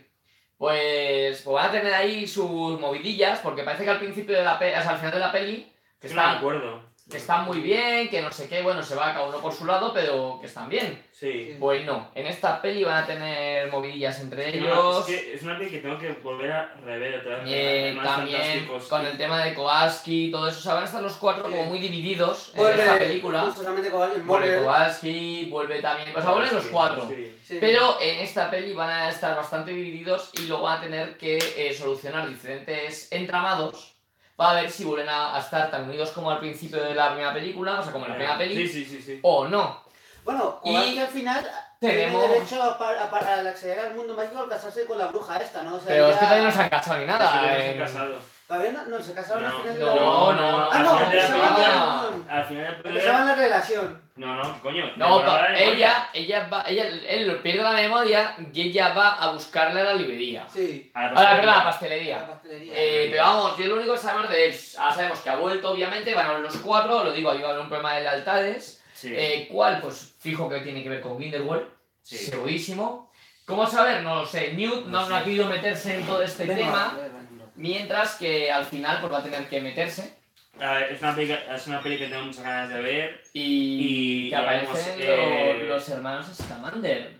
Speaker 1: Pues, pues van a tener ahí sus movidillas, porque parece que al principio de la peli, o sea, al final de la peli, que
Speaker 3: Yo no me
Speaker 1: están,
Speaker 3: acuerdo.
Speaker 1: que están muy bien, que no sé qué, bueno, se va cada uno por su lado, pero que están bien.
Speaker 3: Sí.
Speaker 1: Pues no, en esta peli van a tener movidillas entre
Speaker 3: No,
Speaker 1: ellos.
Speaker 3: es, que es una peli que tengo que volver a rever otra vez.
Speaker 1: eh,
Speaker 3: Además,
Speaker 1: también
Speaker 3: fantásticos.
Speaker 1: con el tema de Kowalski y todo eso, o sea, van a estar los cuatro como
Speaker 4: Sí.
Speaker 1: muy divididos en
Speaker 4: Vuelve
Speaker 1: esta película.
Speaker 4: Solamente eh, con alguien.
Speaker 1: Vuelve
Speaker 4: Vuelve.
Speaker 1: Kowalski, vuelve también, o sea, vuelven los
Speaker 3: Sí,
Speaker 1: cuatro.
Speaker 3: sí.
Speaker 4: Sí.
Speaker 1: Pero en esta peli van a estar bastante divididos y luego van a tener que eh, solucionar diferentes entramados para ver si vuelven a, a estar tan unidos como al principio de la primera película, o sea, como en la primera peli,
Speaker 3: Sí, sí, sí. sí.
Speaker 1: o no.
Speaker 4: Bueno,
Speaker 1: Y
Speaker 4: Kowalski al final
Speaker 1: tenemos-
Speaker 4: tiene derecho a, pa- a pa- al acceder al mundo mágico al casarse con la bruja esta, ¿no? O sea,
Speaker 1: Pero
Speaker 4: ya-
Speaker 1: es que todavía no se han casado ni
Speaker 3: Sí,
Speaker 1: nada.
Speaker 3: sí,
Speaker 1: eh.
Speaker 3: estoy casado.
Speaker 4: Todavía no, no se casaron al
Speaker 3: No,
Speaker 4: final de la
Speaker 1: No, no, no.
Speaker 4: Ah, no,
Speaker 3: al final de la
Speaker 1: se
Speaker 4: empezaban
Speaker 3: película-
Speaker 1: van a-
Speaker 4: la,
Speaker 3: Al final de la película.
Speaker 4: empezaban la relación.
Speaker 3: No, no, ¿qué coño.
Speaker 1: No,
Speaker 3: Pero ahora
Speaker 1: pa-
Speaker 3: de
Speaker 1: ella, ella va, ella, él lo pierde la memoria y ella va a buscarle a la librería.
Speaker 4: Sí,
Speaker 3: coña.
Speaker 1: Ahora, perdón, a la
Speaker 4: la
Speaker 1: pastelería.
Speaker 4: pastelería.
Speaker 1: Eh, pero vamos, yo lo único que sabemos de él, ahora sabemos que ha vuelto, obviamente, van a ver los cuatro, lo digo, ahí va a haber un problema de lealtades.
Speaker 3: Sí.
Speaker 1: Eh, ¿Cuál? Pues fijo que tiene que ver con Grindelwald,
Speaker 3: Sí.
Speaker 1: segurísimo. ¿Cómo saber? No lo sé. Newt no,
Speaker 3: No
Speaker 1: no ha
Speaker 3: sé.
Speaker 1: querido meterse en todo este
Speaker 4: Venga,
Speaker 1: tema,
Speaker 4: venga.
Speaker 1: mientras que al final pues, va a tener que meterse.
Speaker 3: A ver, es, una peli, que- es una peli que tengo muchas ganas de ver.
Speaker 1: Y,
Speaker 3: Y
Speaker 1: que
Speaker 3: veremos,
Speaker 1: aparecen
Speaker 3: eh,
Speaker 1: lo- los hermanos Scamander,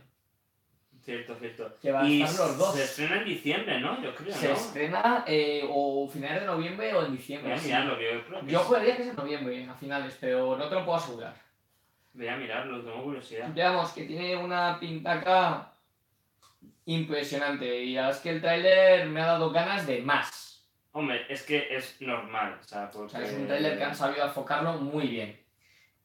Speaker 3: Cierto, cierto.
Speaker 1: que van
Speaker 3: Y
Speaker 1: a estar los dos.
Speaker 3: se estrena en diciembre, ¿no? Yo creo,
Speaker 1: Se
Speaker 3: ¿no?
Speaker 1: estrena eh, o finales de noviembre o en
Speaker 3: Voy
Speaker 1: diciembre.
Speaker 3: a
Speaker 1: sí.
Speaker 3: mirarlo, que yo creo que
Speaker 1: Yo
Speaker 3: es-
Speaker 1: jugaría que es en noviembre, a finales, pero no te lo puedo asegurar.
Speaker 3: Voy a mirarlo, tengo curiosidad.
Speaker 1: Veamos que tiene una pintaca impresionante y la verdad es que el tráiler me ha dado ganas de más.
Speaker 3: Hombre, es que es normal. O sea,
Speaker 1: O
Speaker 3: porque...
Speaker 1: sea, es un trailer que han sabido enfocarlo muy bien.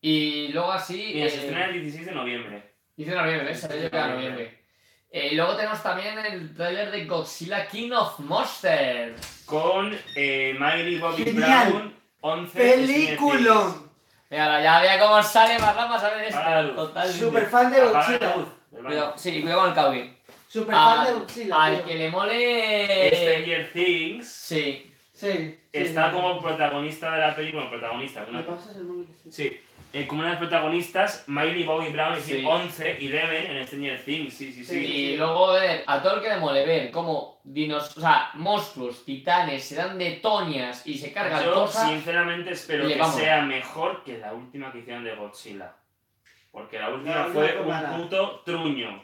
Speaker 1: Y luego así.
Speaker 3: Mira, se
Speaker 1: eh,
Speaker 3: estrena el 16 de noviembre.
Speaker 1: dice noviembre, ¿eh? Se ve que a noviembre. Eh, y luego tenemos también el trailer de Godzilla King of Monsters.
Speaker 3: con eh, Miley Bobby
Speaker 4: Genial.
Speaker 3: Brown, 11 cinéfilos.
Speaker 4: Peliculón.
Speaker 1: Mira, ahora ya vea cómo sale más ramas a ver este. esto.
Speaker 3: Claro.
Speaker 1: Total.
Speaker 4: Super fan de
Speaker 3: Apaga la
Speaker 4: Godzilla.
Speaker 1: Ah,
Speaker 3: luz, del baño.
Speaker 1: Cuidado, sí, cuidado con el cable.
Speaker 4: Super fan de
Speaker 1: Al,
Speaker 4: Godzilla.
Speaker 1: al
Speaker 4: tío.
Speaker 1: ah, que le mole.
Speaker 3: Este Stranger Things
Speaker 1: Eh, Sí.
Speaker 4: Sí, sí.
Speaker 3: está como protagonista de la película, bueno, protagonista,
Speaker 4: ¿Me
Speaker 3: una
Speaker 4: pasas el móvil?
Speaker 1: este.
Speaker 3: Sí. Eh, como una de las protagonistas, Miley Bobby Brown, es decir,
Speaker 1: Sí.
Speaker 3: 11 y Eleven en Stranger Things, sí, sí, sí.
Speaker 1: Y luego ver a todo el que le mole ver cómo dinos, o sea, monstruos, titanes se dan de toñas y se cargan
Speaker 3: Yo,
Speaker 1: cosas.
Speaker 3: sinceramente, espero
Speaker 1: Le
Speaker 3: que
Speaker 1: vamos.
Speaker 3: sea mejor que la última que hicieron de Godzilla. Porque la última
Speaker 4: No, no
Speaker 3: fue
Speaker 4: fue
Speaker 3: un
Speaker 4: mala.
Speaker 3: puto truño.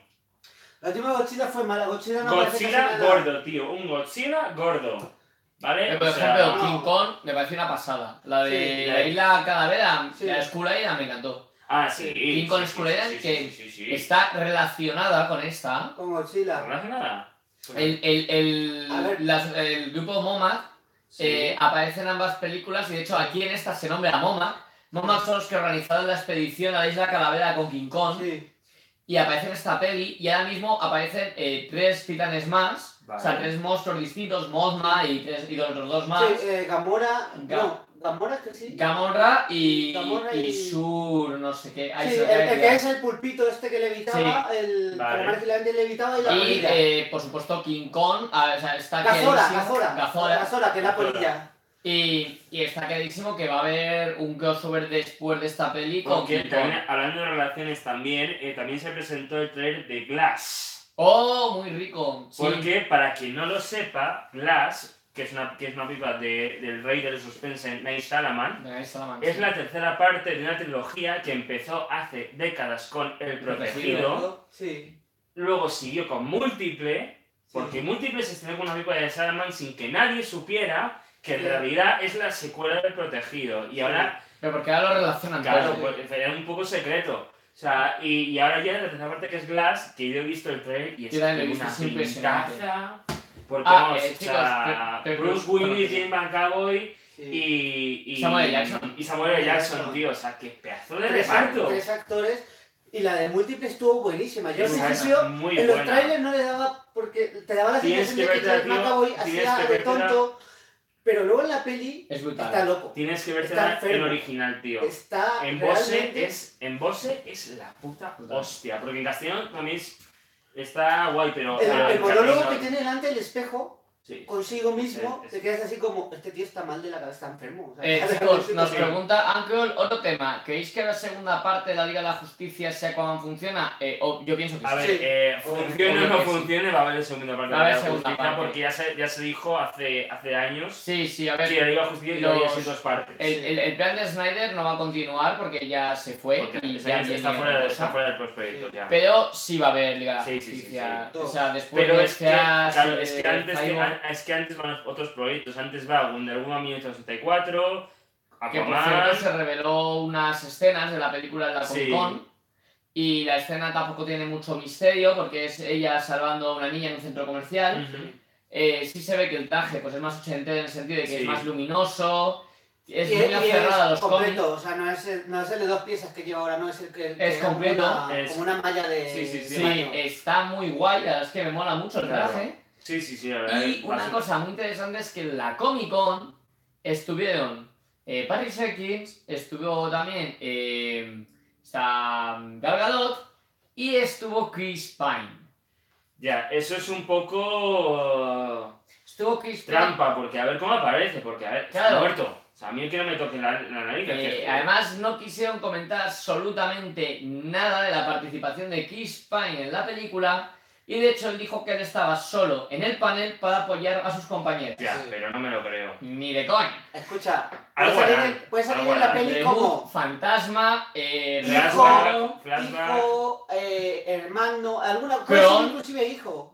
Speaker 4: La última Godzilla fue mala. Godzilla no parece casi
Speaker 3: Godzilla
Speaker 4: nada.
Speaker 3: gordo, tío. Un Godzilla gordo. ¿Vale?
Speaker 1: Pero, Eh, Por
Speaker 3: O sea,
Speaker 1: ejemplo,
Speaker 4: no.
Speaker 1: King Kong me pareció una pasada. La de
Speaker 4: Sí,
Speaker 1: la
Speaker 3: la-
Speaker 1: isla Calavera,
Speaker 4: Sí.
Speaker 1: la Skull Island me encantó.
Speaker 3: ah, sí.
Speaker 1: King Kong Skull Island, que
Speaker 3: sí,
Speaker 1: Está relacionada con esta.
Speaker 4: Con Godzilla.
Speaker 3: ¿No nada?
Speaker 1: El, el, el,
Speaker 4: A ver.
Speaker 1: las- el grupo MoMA
Speaker 3: Sí.
Speaker 1: eh, aparece en ambas películas y de hecho aquí en esta se nombra MoMA. MoMA son los que organizaron la expedición a la isla Calavera con King Kong.
Speaker 4: Sí.
Speaker 1: y aparece en esta peli y ahora mismo aparecen eh, tres titanes más,
Speaker 3: Vale.
Speaker 1: o sea, tres monstruos distintos, Mozma y, tres, y los, los dos más,
Speaker 4: Sí, eh, Gamora.
Speaker 1: Ga-
Speaker 4: No, Gamora es que sí.
Speaker 1: Gamorra y,
Speaker 4: Gamorra
Speaker 1: y
Speaker 4: y-
Speaker 1: Sur, no sé qué. ahí
Speaker 4: Sí,
Speaker 1: se
Speaker 4: el,
Speaker 1: me acaba de
Speaker 4: el que
Speaker 1: olvidar.
Speaker 4: es el pulpito este que levitaba, el
Speaker 3: Vale.
Speaker 4: calamar que le- levitaba y la
Speaker 1: y
Speaker 4: polilla.
Speaker 1: eh, por supuesto King Kong, ah, o sea, está
Speaker 4: Gazora,
Speaker 1: clarísimo-
Speaker 4: Gazora,
Speaker 1: Gazora.
Speaker 4: Gazora, que es la
Speaker 5: Gazora.
Speaker 4: polilla.
Speaker 1: Y, y está clarísimo que va a haber un crossover después de esta peli con
Speaker 3: Porque
Speaker 1: King
Speaker 3: también,
Speaker 1: Kong.
Speaker 3: hablando de relaciones también, eh, también se presentó el trailer de Glass.
Speaker 1: Oh, muy rico. sí.
Speaker 3: Porque, para quien no lo sepa, Glass, que es una, que es una pipa de- del rey del suspense Night Salaman,
Speaker 1: Ahí está la mancha.
Speaker 3: es la tercera parte de una trilogía que empezó hace décadas con El Protegido,
Speaker 1: Protegido.
Speaker 4: Sí.
Speaker 3: luego siguió con Múltiple, porque
Speaker 4: sí.
Speaker 3: Múltiple se estrenó con una pipa de Salaman sin que nadie supiera que en
Speaker 4: Sí.
Speaker 3: realidad es la secuela del Protegido. Y ahora,
Speaker 1: Pero porque ahora lo relacionan
Speaker 3: claro,
Speaker 1: todo.
Speaker 3: pues, era un poco secreto. O sea, y, y ahora ya la tercera parte que es Glass, que yo he visto el trailer y es
Speaker 1: Yo también lo he
Speaker 3: una
Speaker 1: visto, es impresionante.
Speaker 3: pintaza, Porque
Speaker 1: Ah,
Speaker 3: vamos,
Speaker 1: eh,
Speaker 3: o sea,
Speaker 1: chicos, pero- pero-
Speaker 3: Bruce Willis, James McAvoy
Speaker 4: sí.
Speaker 3: y, y-
Speaker 1: Samuel L. Jackson.
Speaker 3: Y Samuel L. Jackson, tío. O sea, qué pedazo de
Speaker 4: tres,
Speaker 3: reparto.
Speaker 4: tres actores y la de múltiple estuvo buenísima. Yo al
Speaker 3: Muy
Speaker 4: principio
Speaker 3: buena, muy
Speaker 4: en los
Speaker 3: buena.
Speaker 4: trailers no le daba porque te daba la
Speaker 3: Tienes
Speaker 4: sensación
Speaker 3: que
Speaker 4: de que
Speaker 3: verte la
Speaker 4: James
Speaker 3: tío,
Speaker 4: McAvoy
Speaker 3: tienes
Speaker 4: hacía
Speaker 3: que
Speaker 4: de
Speaker 3: verte la-
Speaker 4: tonto, pero luego en la peli
Speaker 1: Es brutal.
Speaker 4: está loco.
Speaker 3: Tienes que verte
Speaker 4: Está
Speaker 3: la- el
Speaker 4: enfermo.
Speaker 3: original, tío.
Speaker 4: Está
Speaker 3: En Bose
Speaker 4: realmente
Speaker 3: es, en Bose es la puta
Speaker 1: Total.
Speaker 3: hostia. Porque en castellano también es- está guay, pero.
Speaker 4: el,
Speaker 3: pero
Speaker 4: el
Speaker 3: en
Speaker 4: monólogo que
Speaker 3: castellano-
Speaker 4: tiene delante del espejo
Speaker 3: sí.
Speaker 4: consigo mismo
Speaker 3: Es- es-
Speaker 4: te quedas así como este tío está mal de la cabeza, está enfermo. O sea,
Speaker 1: Eh, chicos,
Speaker 4: realmente
Speaker 1: nos
Speaker 4: te-
Speaker 1: pregunta Uncle otro tema. ¿Creéis que la segunda parte de la Liga de la Justicia sea cuando funciona? Eh, o- yo pienso que
Speaker 3: A
Speaker 1: sí.
Speaker 3: ver,
Speaker 4: Sí.
Speaker 3: eh, funcione o
Speaker 1: Obvio
Speaker 3: no
Speaker 1: que sí.
Speaker 3: funcione, va a haber el segundo parte
Speaker 1: Va a
Speaker 3: de
Speaker 1: haber
Speaker 3: la
Speaker 1: segunda
Speaker 3: justicia,
Speaker 1: parte.
Speaker 3: porque ya se, ya se dijo hace, hace años
Speaker 1: Sí, sí, a ver.
Speaker 3: que la Liga de Justicia ya había
Speaker 1: los-
Speaker 3: sido dos partes.
Speaker 1: el, el- el plan de Snyder no va a continuar porque ya se fue.
Speaker 3: porque
Speaker 1: y
Speaker 3: está,
Speaker 1: ya
Speaker 3: está
Speaker 1: viene
Speaker 3: fuera, de-
Speaker 1: otra
Speaker 3: está
Speaker 1: cosa.
Speaker 3: fuera del prospecto ya.
Speaker 1: Pero sí va a haber Liga de la
Speaker 3: Sí, sí, sí,
Speaker 1: Justicia.
Speaker 4: sí.
Speaker 1: O sea, después
Speaker 3: Pero
Speaker 1: de
Speaker 3: es que,
Speaker 1: este as,
Speaker 3: claro,
Speaker 1: eh,
Speaker 3: es que antes, que,
Speaker 1: Cyborg,
Speaker 3: an- es que antes van otros proyectos. Antes va Wonder Woman 1984,
Speaker 1: que por
Speaker 3: Aquaman...
Speaker 1: cierto se reveló unas escenas de la película de la
Speaker 3: Sí.
Speaker 1: Comic Con. Y la escena tampoco tiene mucho misterio porque es ella salvando a una niña en un centro comercial.
Speaker 3: Ujú.
Speaker 1: eh, sí se ve que el traje pues, es más ochentero en el sentido de que
Speaker 3: Sí.
Speaker 1: es más luminoso, es
Speaker 4: y-
Speaker 1: muy
Speaker 4: y
Speaker 1: aferrada a los
Speaker 4: completo,
Speaker 1: cómics.
Speaker 4: o sea, no es, el, no es el de dos piezas que lleva ahora, no es el que. que
Speaker 1: Es
Speaker 4: era como
Speaker 1: completo,
Speaker 4: una-
Speaker 3: es-
Speaker 4: Como una malla de.
Speaker 3: Sí, sí,
Speaker 1: Sí, eh.
Speaker 4: de baño.
Speaker 1: está muy guay, la verdad es que me mola mucho el
Speaker 3: Claro.
Speaker 1: traje.
Speaker 3: Sí, sí, sí, la verdad.
Speaker 1: Y una cosa muy interesante es que en la Comic Con estuvieron eh, Patrick Jenkins, estuvo también eh, está Gal Gadot y estuvo Chris Pine.
Speaker 3: Ya, eso es un poco...
Speaker 1: Estuvo Chris Pine
Speaker 3: Trampa, porque a ver cómo aparece, porque a ver, está
Speaker 1: Claro.
Speaker 3: muerto. O sea, a mí el que no me toque la, la nariz. este. el
Speaker 1: Eh,
Speaker 3: jefe.
Speaker 1: además, no quisieron comentar absolutamente nada de la participación de Chris Pine en la película. Y de hecho, él dijo que él estaba solo en el panel para apoyar a sus compañeros.
Speaker 3: Ya,
Speaker 4: Sí.
Speaker 3: pero no me lo creo.
Speaker 1: Ni de coña.
Speaker 4: Escucha, puede
Speaker 3: Algo
Speaker 4: salir,
Speaker 3: harán,
Speaker 4: en- puede salir
Speaker 3: algo
Speaker 4: en la
Speaker 3: harán.
Speaker 4: peli
Speaker 1: Reboot,
Speaker 4: como
Speaker 1: fantasma, eh,
Speaker 4: Hijo,
Speaker 1: Rasgado,
Speaker 3: Flashback, flashback.
Speaker 4: hijo, eh, hermano, alguna
Speaker 1: Clon.
Speaker 4: cosa, inclusive hijo.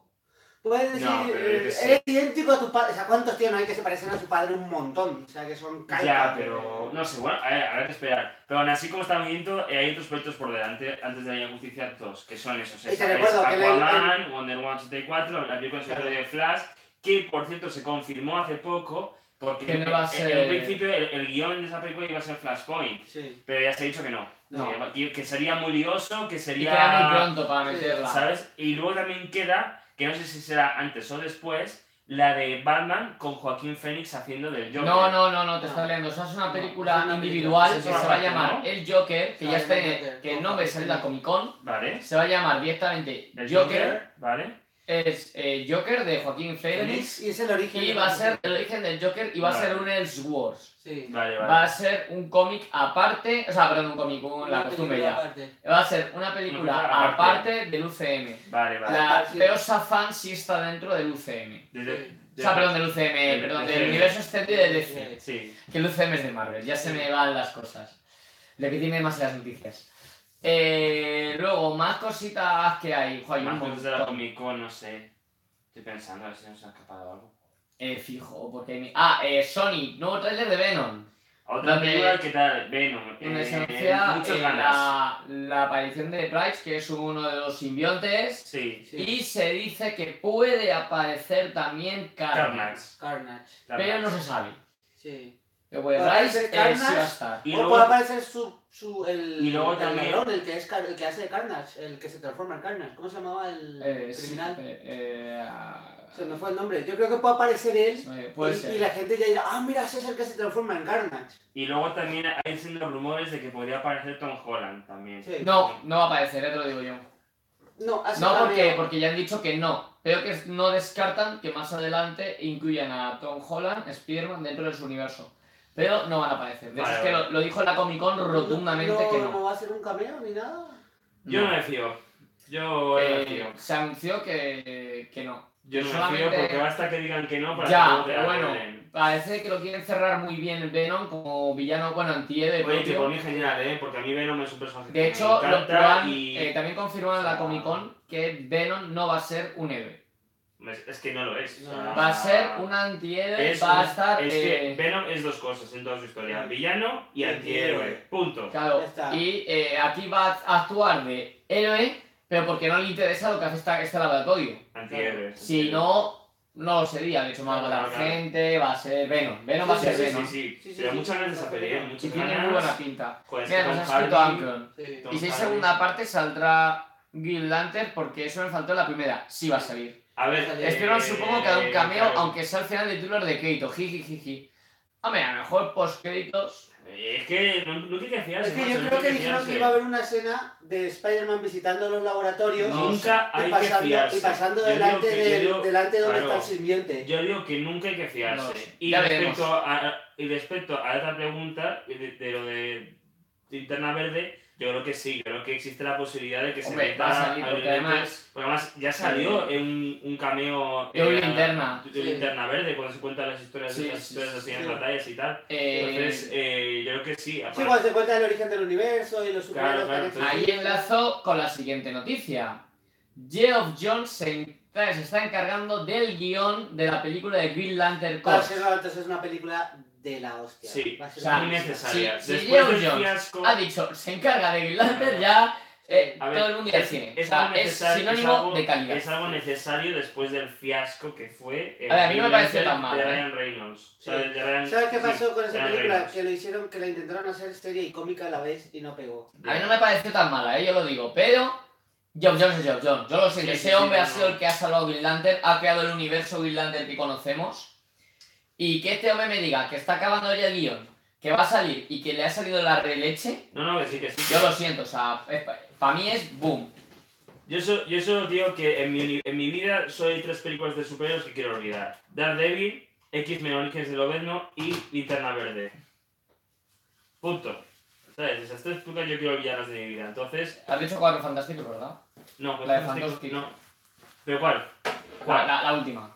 Speaker 4: Puedes decir,
Speaker 3: No, pero yo qué
Speaker 4: eh,
Speaker 3: sé.
Speaker 4: eres idéntico a tu padre. O sea, ¿cuántos tíos no hay que se parecen a su padre un montón? O sea, que son
Speaker 3: Ya,
Speaker 4: calcas.
Speaker 3: pero no sé, bueno, a ver, habrá que esperar. Pero aún así como está viendo, hay otros proyectos por delante antes de la Liga de Justicia 2, que son esos.
Speaker 4: Y te
Speaker 3: Es, es
Speaker 4: recuerdo que en el-
Speaker 3: Aquaman, Wonder Woman 84, la película
Speaker 4: Claro.
Speaker 3: de Flash, que por cierto se confirmó hace poco, porque
Speaker 1: Que no va a
Speaker 3: en-
Speaker 1: ser-
Speaker 3: en un principio el, el guión de esa película iba a ser Flashpoint,
Speaker 4: Sí.
Speaker 3: pero ya se ha dicho que no.
Speaker 1: No.
Speaker 3: Que, que sería muy lioso, que
Speaker 1: Y queda muy
Speaker 3: sería...
Speaker 1: pronto para meterla.
Speaker 3: ¿Sabes? Y luego también queda, que no sé si será antes o después, la de Batman con Joaquín Phoenix haciendo del Joker.
Speaker 1: No, no, no, no, te
Speaker 4: No.
Speaker 1: estás leyendo. Esa es una
Speaker 4: Ah. No,
Speaker 1: película
Speaker 4: es una
Speaker 1: individual
Speaker 3: película.
Speaker 1: que se va a
Speaker 3: Es una
Speaker 1: llamar
Speaker 3: parte,
Speaker 1: El Joker, que ya
Speaker 4: Sale
Speaker 1: está
Speaker 4: el
Speaker 1: en-
Speaker 4: Joker,
Speaker 1: que el
Speaker 4: con
Speaker 1: nombre
Speaker 4: Joaquin
Speaker 1: sale en la Comic Con.
Speaker 3: ¿Vale?
Speaker 1: Se va a llamar directamente
Speaker 3: El
Speaker 1: Joker
Speaker 3: ¿Vale?
Speaker 1: es eh, Joker de Joaquín Phoenix
Speaker 4: Y es el origen.
Speaker 1: y
Speaker 4: de-
Speaker 1: va a ser el origen del Joker y va a
Speaker 3: Vale.
Speaker 1: ser un Elseworlds.
Speaker 4: Sí.
Speaker 3: Vale,
Speaker 1: Va
Speaker 3: vale.
Speaker 1: a ser un cómic aparte, o sea, perdón, un cómic, un- la
Speaker 4: Una
Speaker 1: costumbre
Speaker 4: película
Speaker 1: ya.
Speaker 4: aparte.
Speaker 1: Va a ser una película
Speaker 3: Una película aparte.
Speaker 1: aparte del UCM.
Speaker 3: Vale, vale.
Speaker 1: La
Speaker 4: Ah, sí.
Speaker 1: Peosa Fan sí está dentro del UCM.
Speaker 3: Desde-
Speaker 1: O sea,
Speaker 3: desde-
Speaker 1: perdón, del UCM, perdón,
Speaker 3: Del
Speaker 1: del universo extendido de DC.
Speaker 3: Sí.
Speaker 1: Que el UCM es de Marvel, ya se me van las cosas. Le que tiene más en las noticias. Eh, luego, más cositas que hay. Jo, hay un
Speaker 3: Más cosas de la
Speaker 1: montón.
Speaker 3: Comic Con, no sé. Estoy pensando a ver si nos ha escapado algo.
Speaker 1: Eh, fijo, porque hay mi- Ah, eh, Sony, nuevo trailer de Venom.
Speaker 3: Otra
Speaker 1: Donde-
Speaker 3: película que tal, Venom.
Speaker 1: Donde se
Speaker 3: eh,
Speaker 1: anuncia
Speaker 3: muchas
Speaker 1: eh,
Speaker 3: ganas.
Speaker 1: la, la aparición de Price, que es uno de los simbiontes.
Speaker 3: Sí.
Speaker 4: Sí.
Speaker 1: Y se dice que puede aparecer también Carnage.
Speaker 3: Carnage.
Speaker 4: Carnage.
Speaker 1: Pero no
Speaker 3: Carnage.
Speaker 1: se sabe.
Speaker 4: Sí.
Speaker 1: Pero pues,
Speaker 4: Podrá
Speaker 1: Rice,
Speaker 4: ser
Speaker 1: eh, sí va a
Speaker 4: Carnage.
Speaker 1: estar.
Speaker 3: Y
Speaker 4: o
Speaker 3: luego-
Speaker 4: puede aparecer su, su, el,
Speaker 3: Y luego
Speaker 4: el
Speaker 3: también-
Speaker 4: ladrón, el que, es, Car- el que hace de Carnage, el que se transforma en Carnage. ¿Cómo se llamaba el
Speaker 1: Eh, sí,
Speaker 4: criminal?
Speaker 1: eh, eh, ah,
Speaker 4: Se me fue el nombre. Yo creo que puede aparecer él
Speaker 1: eh, puede
Speaker 4: y,
Speaker 1: ser.
Speaker 4: y la gente ya dirá, ah, mira, ese es el que se transforma en Carnage.
Speaker 3: Y luego también hay siendo rumores de que podría aparecer Tom Holland también.
Speaker 4: Sí.
Speaker 1: No, no va a aparecer, ya te lo digo yo.
Speaker 4: No, hace
Speaker 1: No, porque,
Speaker 4: cameo.
Speaker 1: porque ya han dicho que no. Pero que no descartan que más adelante incluyan a Tom Holland, Spider-Man, dentro de su universo. Pero no van a aparecer. De hecho,
Speaker 3: Vale,
Speaker 1: es que
Speaker 3: vale.
Speaker 1: lo, lo dijo la Comic Con rotundamente
Speaker 4: no,
Speaker 1: que
Speaker 4: no
Speaker 1: no.
Speaker 4: va a ser un cameo ni nada.
Speaker 3: Yo no
Speaker 1: No.
Speaker 3: me fío. Yo no me
Speaker 1: Eh,
Speaker 3: fío.
Speaker 1: se anunció que, que no.
Speaker 3: Yo no me fío
Speaker 1: solamente-
Speaker 3: porque basta que digan que no para que
Speaker 1: ya,
Speaker 3: luego te
Speaker 1: pero
Speaker 3: la
Speaker 1: bueno,
Speaker 3: cuelen.
Speaker 1: parece que lo quieren cerrar muy bien el Venom como villano, bueno, antihéroe.
Speaker 3: Oye, que
Speaker 1: propio.
Speaker 3: por mí genial, ¿eh? Porque a mí Venom es un personaje que
Speaker 1: eh, De
Speaker 3: me
Speaker 1: hecho, lo,
Speaker 3: encanta
Speaker 1: lo han-
Speaker 3: y...
Speaker 1: eh, también confirmaron en la Comic Con que Venom no va a ser un héroe.
Speaker 3: Es es que no lo es.
Speaker 4: No,
Speaker 3: o sea,
Speaker 4: no.
Speaker 1: Va a ser un antihéroe,
Speaker 3: Ah. es
Speaker 1: va a
Speaker 3: un-
Speaker 1: estar.
Speaker 3: Es que
Speaker 1: eh,
Speaker 3: Venom es dos cosas en toda su historia. Villano y
Speaker 4: Y
Speaker 3: antihéroe.
Speaker 4: antihéroe.
Speaker 3: Punto.
Speaker 1: claro,
Speaker 4: Ya está.
Speaker 1: y eh, aquí va a actuar de héroe, pero porque no le interesa lo que hace esta- este laboratorio.
Speaker 3: Antihéroe.
Speaker 1: Si no, no lo sería. De hecho, va a matar
Speaker 3: Claro, claro.
Speaker 1: gente, va a ser Venom. Venom va a
Speaker 3: Sí,
Speaker 1: ser
Speaker 3: sí,
Speaker 1: Venom.
Speaker 3: sí, sí.
Speaker 4: Sí, sí,
Speaker 3: Pero
Speaker 4: sí,
Speaker 3: muchas
Speaker 4: sí,
Speaker 3: ganas de esa
Speaker 4: sí,
Speaker 3: pelea.
Speaker 4: sí.
Speaker 3: Muchas
Speaker 1: Y tiene
Speaker 3: ganas.
Speaker 1: muy buena pinta.
Speaker 3: Joder, es que
Speaker 1: Mira, nos
Speaker 3: Tom
Speaker 1: ha escrito
Speaker 3: Hardy-
Speaker 1: Ancron.
Speaker 4: Sí.
Speaker 3: Tom
Speaker 1: Y si hay
Speaker 3: Hardy-
Speaker 1: segunda parte, saldrá Green Lantern, porque eso me faltó en la primera. Sí va a salir.
Speaker 3: A ver,
Speaker 4: Eh,
Speaker 1: Espero,
Speaker 3: eh,
Speaker 1: supongo que hará un cameo,
Speaker 3: claro.
Speaker 1: aunque sea al final de títulos de crédito. Jijijiji. Hombre, a lo mejor post créditos.
Speaker 3: Es que no, no quería fiarse.
Speaker 4: Es que
Speaker 3: macho,
Speaker 4: yo
Speaker 3: no
Speaker 4: creo que
Speaker 3: quería
Speaker 4: dijeron
Speaker 3: fiarse.
Speaker 4: que iba a haber una escena de Spider-Man visitando los laboratorios
Speaker 1: No,
Speaker 4: y,
Speaker 3: Nunca hay que
Speaker 4: pasando,
Speaker 3: fiarse.
Speaker 4: y pasando
Speaker 3: Yo digo
Speaker 4: delante,
Speaker 3: que- yo
Speaker 4: del-
Speaker 3: digo-
Speaker 4: delante donde
Speaker 3: claro.
Speaker 4: está el simbionte.
Speaker 3: Yo digo que nunca hay que
Speaker 1: No
Speaker 3: fiarse.
Speaker 1: sé.
Speaker 3: y,
Speaker 1: Ya
Speaker 3: respecto
Speaker 1: veremos.
Speaker 3: a, a- y respecto a otra pregunta, de, de lo de Linterna Verde, yo creo que sí, yo creo que existe la posibilidad de que
Speaker 1: Hombre,
Speaker 3: se meta
Speaker 1: va a salir, porque
Speaker 3: Green Lantern.
Speaker 1: además-
Speaker 3: Porque además ya salió en un, un cameo
Speaker 1: De una
Speaker 3: eh,
Speaker 1: linterna.
Speaker 3: de Linterna Verde, cuando se cuentan las historias,
Speaker 1: Sí,
Speaker 3: las
Speaker 1: sí,
Speaker 3: historias
Speaker 1: sí,
Speaker 3: así en
Speaker 4: sí.
Speaker 3: batallas y tal.
Speaker 1: Eh,
Speaker 3: Entonces, eh, yo creo que sí.
Speaker 4: Sí,
Speaker 3: aparte-
Speaker 4: cuando se cuenta el origen del universo y los superhéroes.
Speaker 3: claro,
Speaker 4: que han
Speaker 3: entonces-
Speaker 1: ahí
Speaker 4: existido.
Speaker 1: enlazo con la siguiente noticia. Geoff Jones se, en- se está encargando del guión de la película de Green Lantern
Speaker 4: Va a
Speaker 1: Corps.
Speaker 4: ser, entonces es una película de la hostia.
Speaker 3: Sí,
Speaker 4: Va a
Speaker 1: o
Speaker 4: ser
Speaker 1: sea,
Speaker 4: una
Speaker 3: muy
Speaker 4: película.
Speaker 3: necesaria.
Speaker 1: si- si
Speaker 3: Después
Speaker 1: Leo
Speaker 3: del
Speaker 1: Jones
Speaker 3: fiasco.
Speaker 1: Ha dicho, se encarga de Green Lantern ya eh,
Speaker 3: A ver,
Speaker 1: todo el mundo ya tiene.
Speaker 3: es
Speaker 1: o sea,
Speaker 3: algo
Speaker 1: es
Speaker 3: necesario- es
Speaker 1: sinónimo
Speaker 3: algo-
Speaker 1: de calidad.
Speaker 3: Es algo necesario después del fiasco que fue. eh,
Speaker 1: A ver, a mí no me
Speaker 3: Green
Speaker 1: pareció
Speaker 3: Lantern
Speaker 1: tan
Speaker 3: de
Speaker 1: mal, ¿eh?
Speaker 3: Ryan Reynolds. O sea,
Speaker 4: Sí.
Speaker 3: de Ryan-
Speaker 4: ¿Sabes qué
Speaker 3: sí,
Speaker 4: pasó con esa
Speaker 3: Ryan
Speaker 4: película?
Speaker 3: Reynolds.
Speaker 4: Que lo hicieron, que la intentaron hacer seria y cómica a la vez y no pegó.
Speaker 1: A mí no me pareció tan mala, ¿eh? yo lo digo, pero Geoff Jones es Geoff Jones. Yo lo sé,
Speaker 3: Sí,
Speaker 1: que
Speaker 3: sí,
Speaker 1: ese
Speaker 3: sí,
Speaker 1: hombre
Speaker 3: no,
Speaker 1: ha
Speaker 3: no.
Speaker 1: sido el que ha salvado a Green Lantern, ha creado el universo Green Lantern que conocemos. Y que este hombre me diga que está acabando ya el guión, que va a salir y que le ha salido la releche,
Speaker 3: No, no, que sí, que sí.
Speaker 1: yo lo siento, o sea, para mí es boom.
Speaker 3: Yo, so- yo solo digo que en mi, uni- en mi vida solo hay tres películas de superhéroes que quiero olvidar: Daredevil, X-Men Orígenes del Oberno y Linterna Verde. Punto. ¿Sabes? Esas tres películas yo quiero olvidarlas de mi vida. Entonces,
Speaker 1: Has dicho cuatro fantásticos, ¿verdad?
Speaker 3: no,
Speaker 1: La de
Speaker 3: Fantastic-
Speaker 1: Fantastic.
Speaker 3: no. ¿Pero cuál?
Speaker 1: La, la- la última.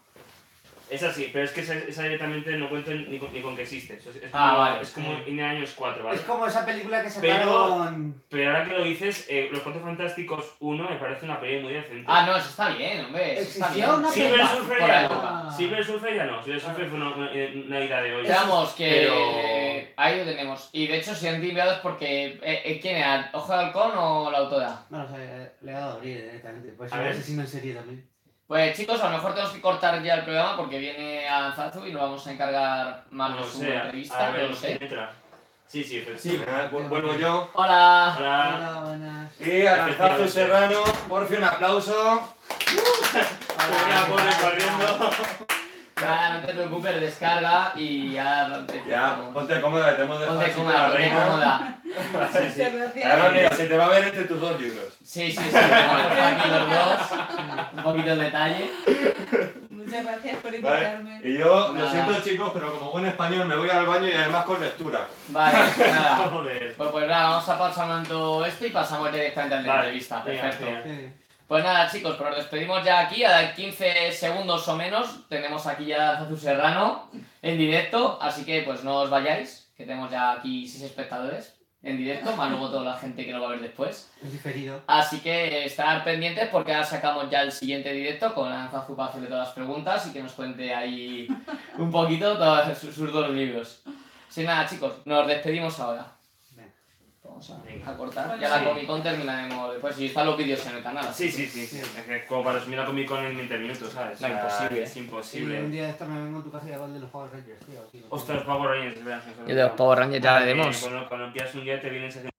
Speaker 3: Es así, pero es que esa, esa directamente no cuento ni con, ni con que existe. Es, es
Speaker 1: Ah,
Speaker 3: como,
Speaker 1: vale.
Speaker 3: Es como en años 4, ¿vale?
Speaker 4: Es como esa película que
Speaker 3: Pero-
Speaker 4: sacaron.
Speaker 3: Pero ahora que lo dices, eh, Los Cuatro Fantásticos 1 me parece una peli muy decente.
Speaker 1: Ah, no, eso está bien, hombre. Eso está
Speaker 4: Existió
Speaker 1: bien.
Speaker 4: una
Speaker 1: Sí,
Speaker 3: Silver
Speaker 1: va,
Speaker 3: Surfer
Speaker 1: por la
Speaker 3: ya
Speaker 1: época.
Speaker 3: no. Silver Surfer ya no. Silver Surfer fue una, una- una idea de hoy.
Speaker 1: Veamos que
Speaker 3: Pero-
Speaker 1: ahí lo tenemos. Y de hecho, si han enviados porque. eh, eh, ¿Quién era? ¿Ojo de Halcón o la autora?
Speaker 4: Bueno, o sea, le he dado a abrir directamente. Pues
Speaker 3: A
Speaker 4: a
Speaker 3: ver.
Speaker 4: ver si en serie también.
Speaker 1: Pues chicos, a lo mejor tenemos que cortar ya el programa porque viene Anzazu y nos vamos a encargar más
Speaker 3: No
Speaker 1: de
Speaker 3: lo
Speaker 1: su
Speaker 3: sé,
Speaker 1: entrevista,
Speaker 3: a ver
Speaker 1: no lo
Speaker 3: si
Speaker 1: sé.
Speaker 3: entra. Sí, sí, pero
Speaker 1: Sí. Ah,
Speaker 5: Ah, vu- Vuelvo yo.
Speaker 1: Hola.
Speaker 3: Ahora,
Speaker 4: Hola, buenas.
Speaker 5: Y a Lanzazo y Serrano, por fin un aplauso.
Speaker 3: ahora corre corriendo.
Speaker 1: Nada, no te preocupes, descarga y ya te
Speaker 5: Ya, ponte cómoda, que te hemos dejado
Speaker 1: Ponte
Speaker 5: así para
Speaker 1: cómoda, ponte
Speaker 5: reina.
Speaker 1: cómoda. Sí, sí.
Speaker 5: Además, mira, se te va a ver entre tus dos libros.
Speaker 1: Sí, sí, sí. bueno, están aquí los dos. Un poquito de detalle.
Speaker 6: Muchas gracias por
Speaker 5: ¿vale?
Speaker 6: invitarme.
Speaker 5: Y yo, lo
Speaker 1: Nada.
Speaker 5: siento chicos, pero como buen español me voy al baño y además con lectura.
Speaker 1: Vale, nada.
Speaker 3: Joder.
Speaker 1: Pues, pues nada, vamos a pausar un momento esto y pasamos directamente a la
Speaker 3: Vale,
Speaker 1: entrevista.
Speaker 3: venga,
Speaker 1: Ah, Perfecto.
Speaker 3: venga.
Speaker 4: Sí.
Speaker 1: Pues nada, chicos, pues nos despedimos ya aquí. A 15 segundos o menos tenemos aquí ya a Zazu Serrano en directo. Así que pues no os vayáis, que tenemos ya aquí 6 espectadores en directo, más luego toda la gente que lo va a ver después.
Speaker 4: Es diferido.
Speaker 1: Así que eh, estar pendientes porque ahora sacamos ya el siguiente directo con Zazu para hacerle todas las preguntas y que nos cuente ahí un poquito todos sus, sus dos libros. Así nada, chicos, nos despedimos ahora.
Speaker 4: Venga.
Speaker 1: Vamos
Speaker 3: Venga.
Speaker 1: a, a cortar. Ya la
Speaker 3: Sí.
Speaker 1: Comic Con terminaremos después. Y pues, están los vídeos en el canal. así
Speaker 3: Sí, sí, sí. sí. Es que como para resumir la Comic Con en 20 minutos, ¿sabes?
Speaker 1: No,
Speaker 3: O sea,
Speaker 1: imposible.
Speaker 3: Es
Speaker 4: Sí, un
Speaker 3: imposible.
Speaker 4: día de esta me vengo a tu casa y hago el de los Power Rangers, tío. aquí.
Speaker 3: Ostras, Power Rangers, ¿verdad? Ah,
Speaker 1: Y de los Power Rangers ya veremos.
Speaker 3: Cuando, cuando empiezas un día te vienen 60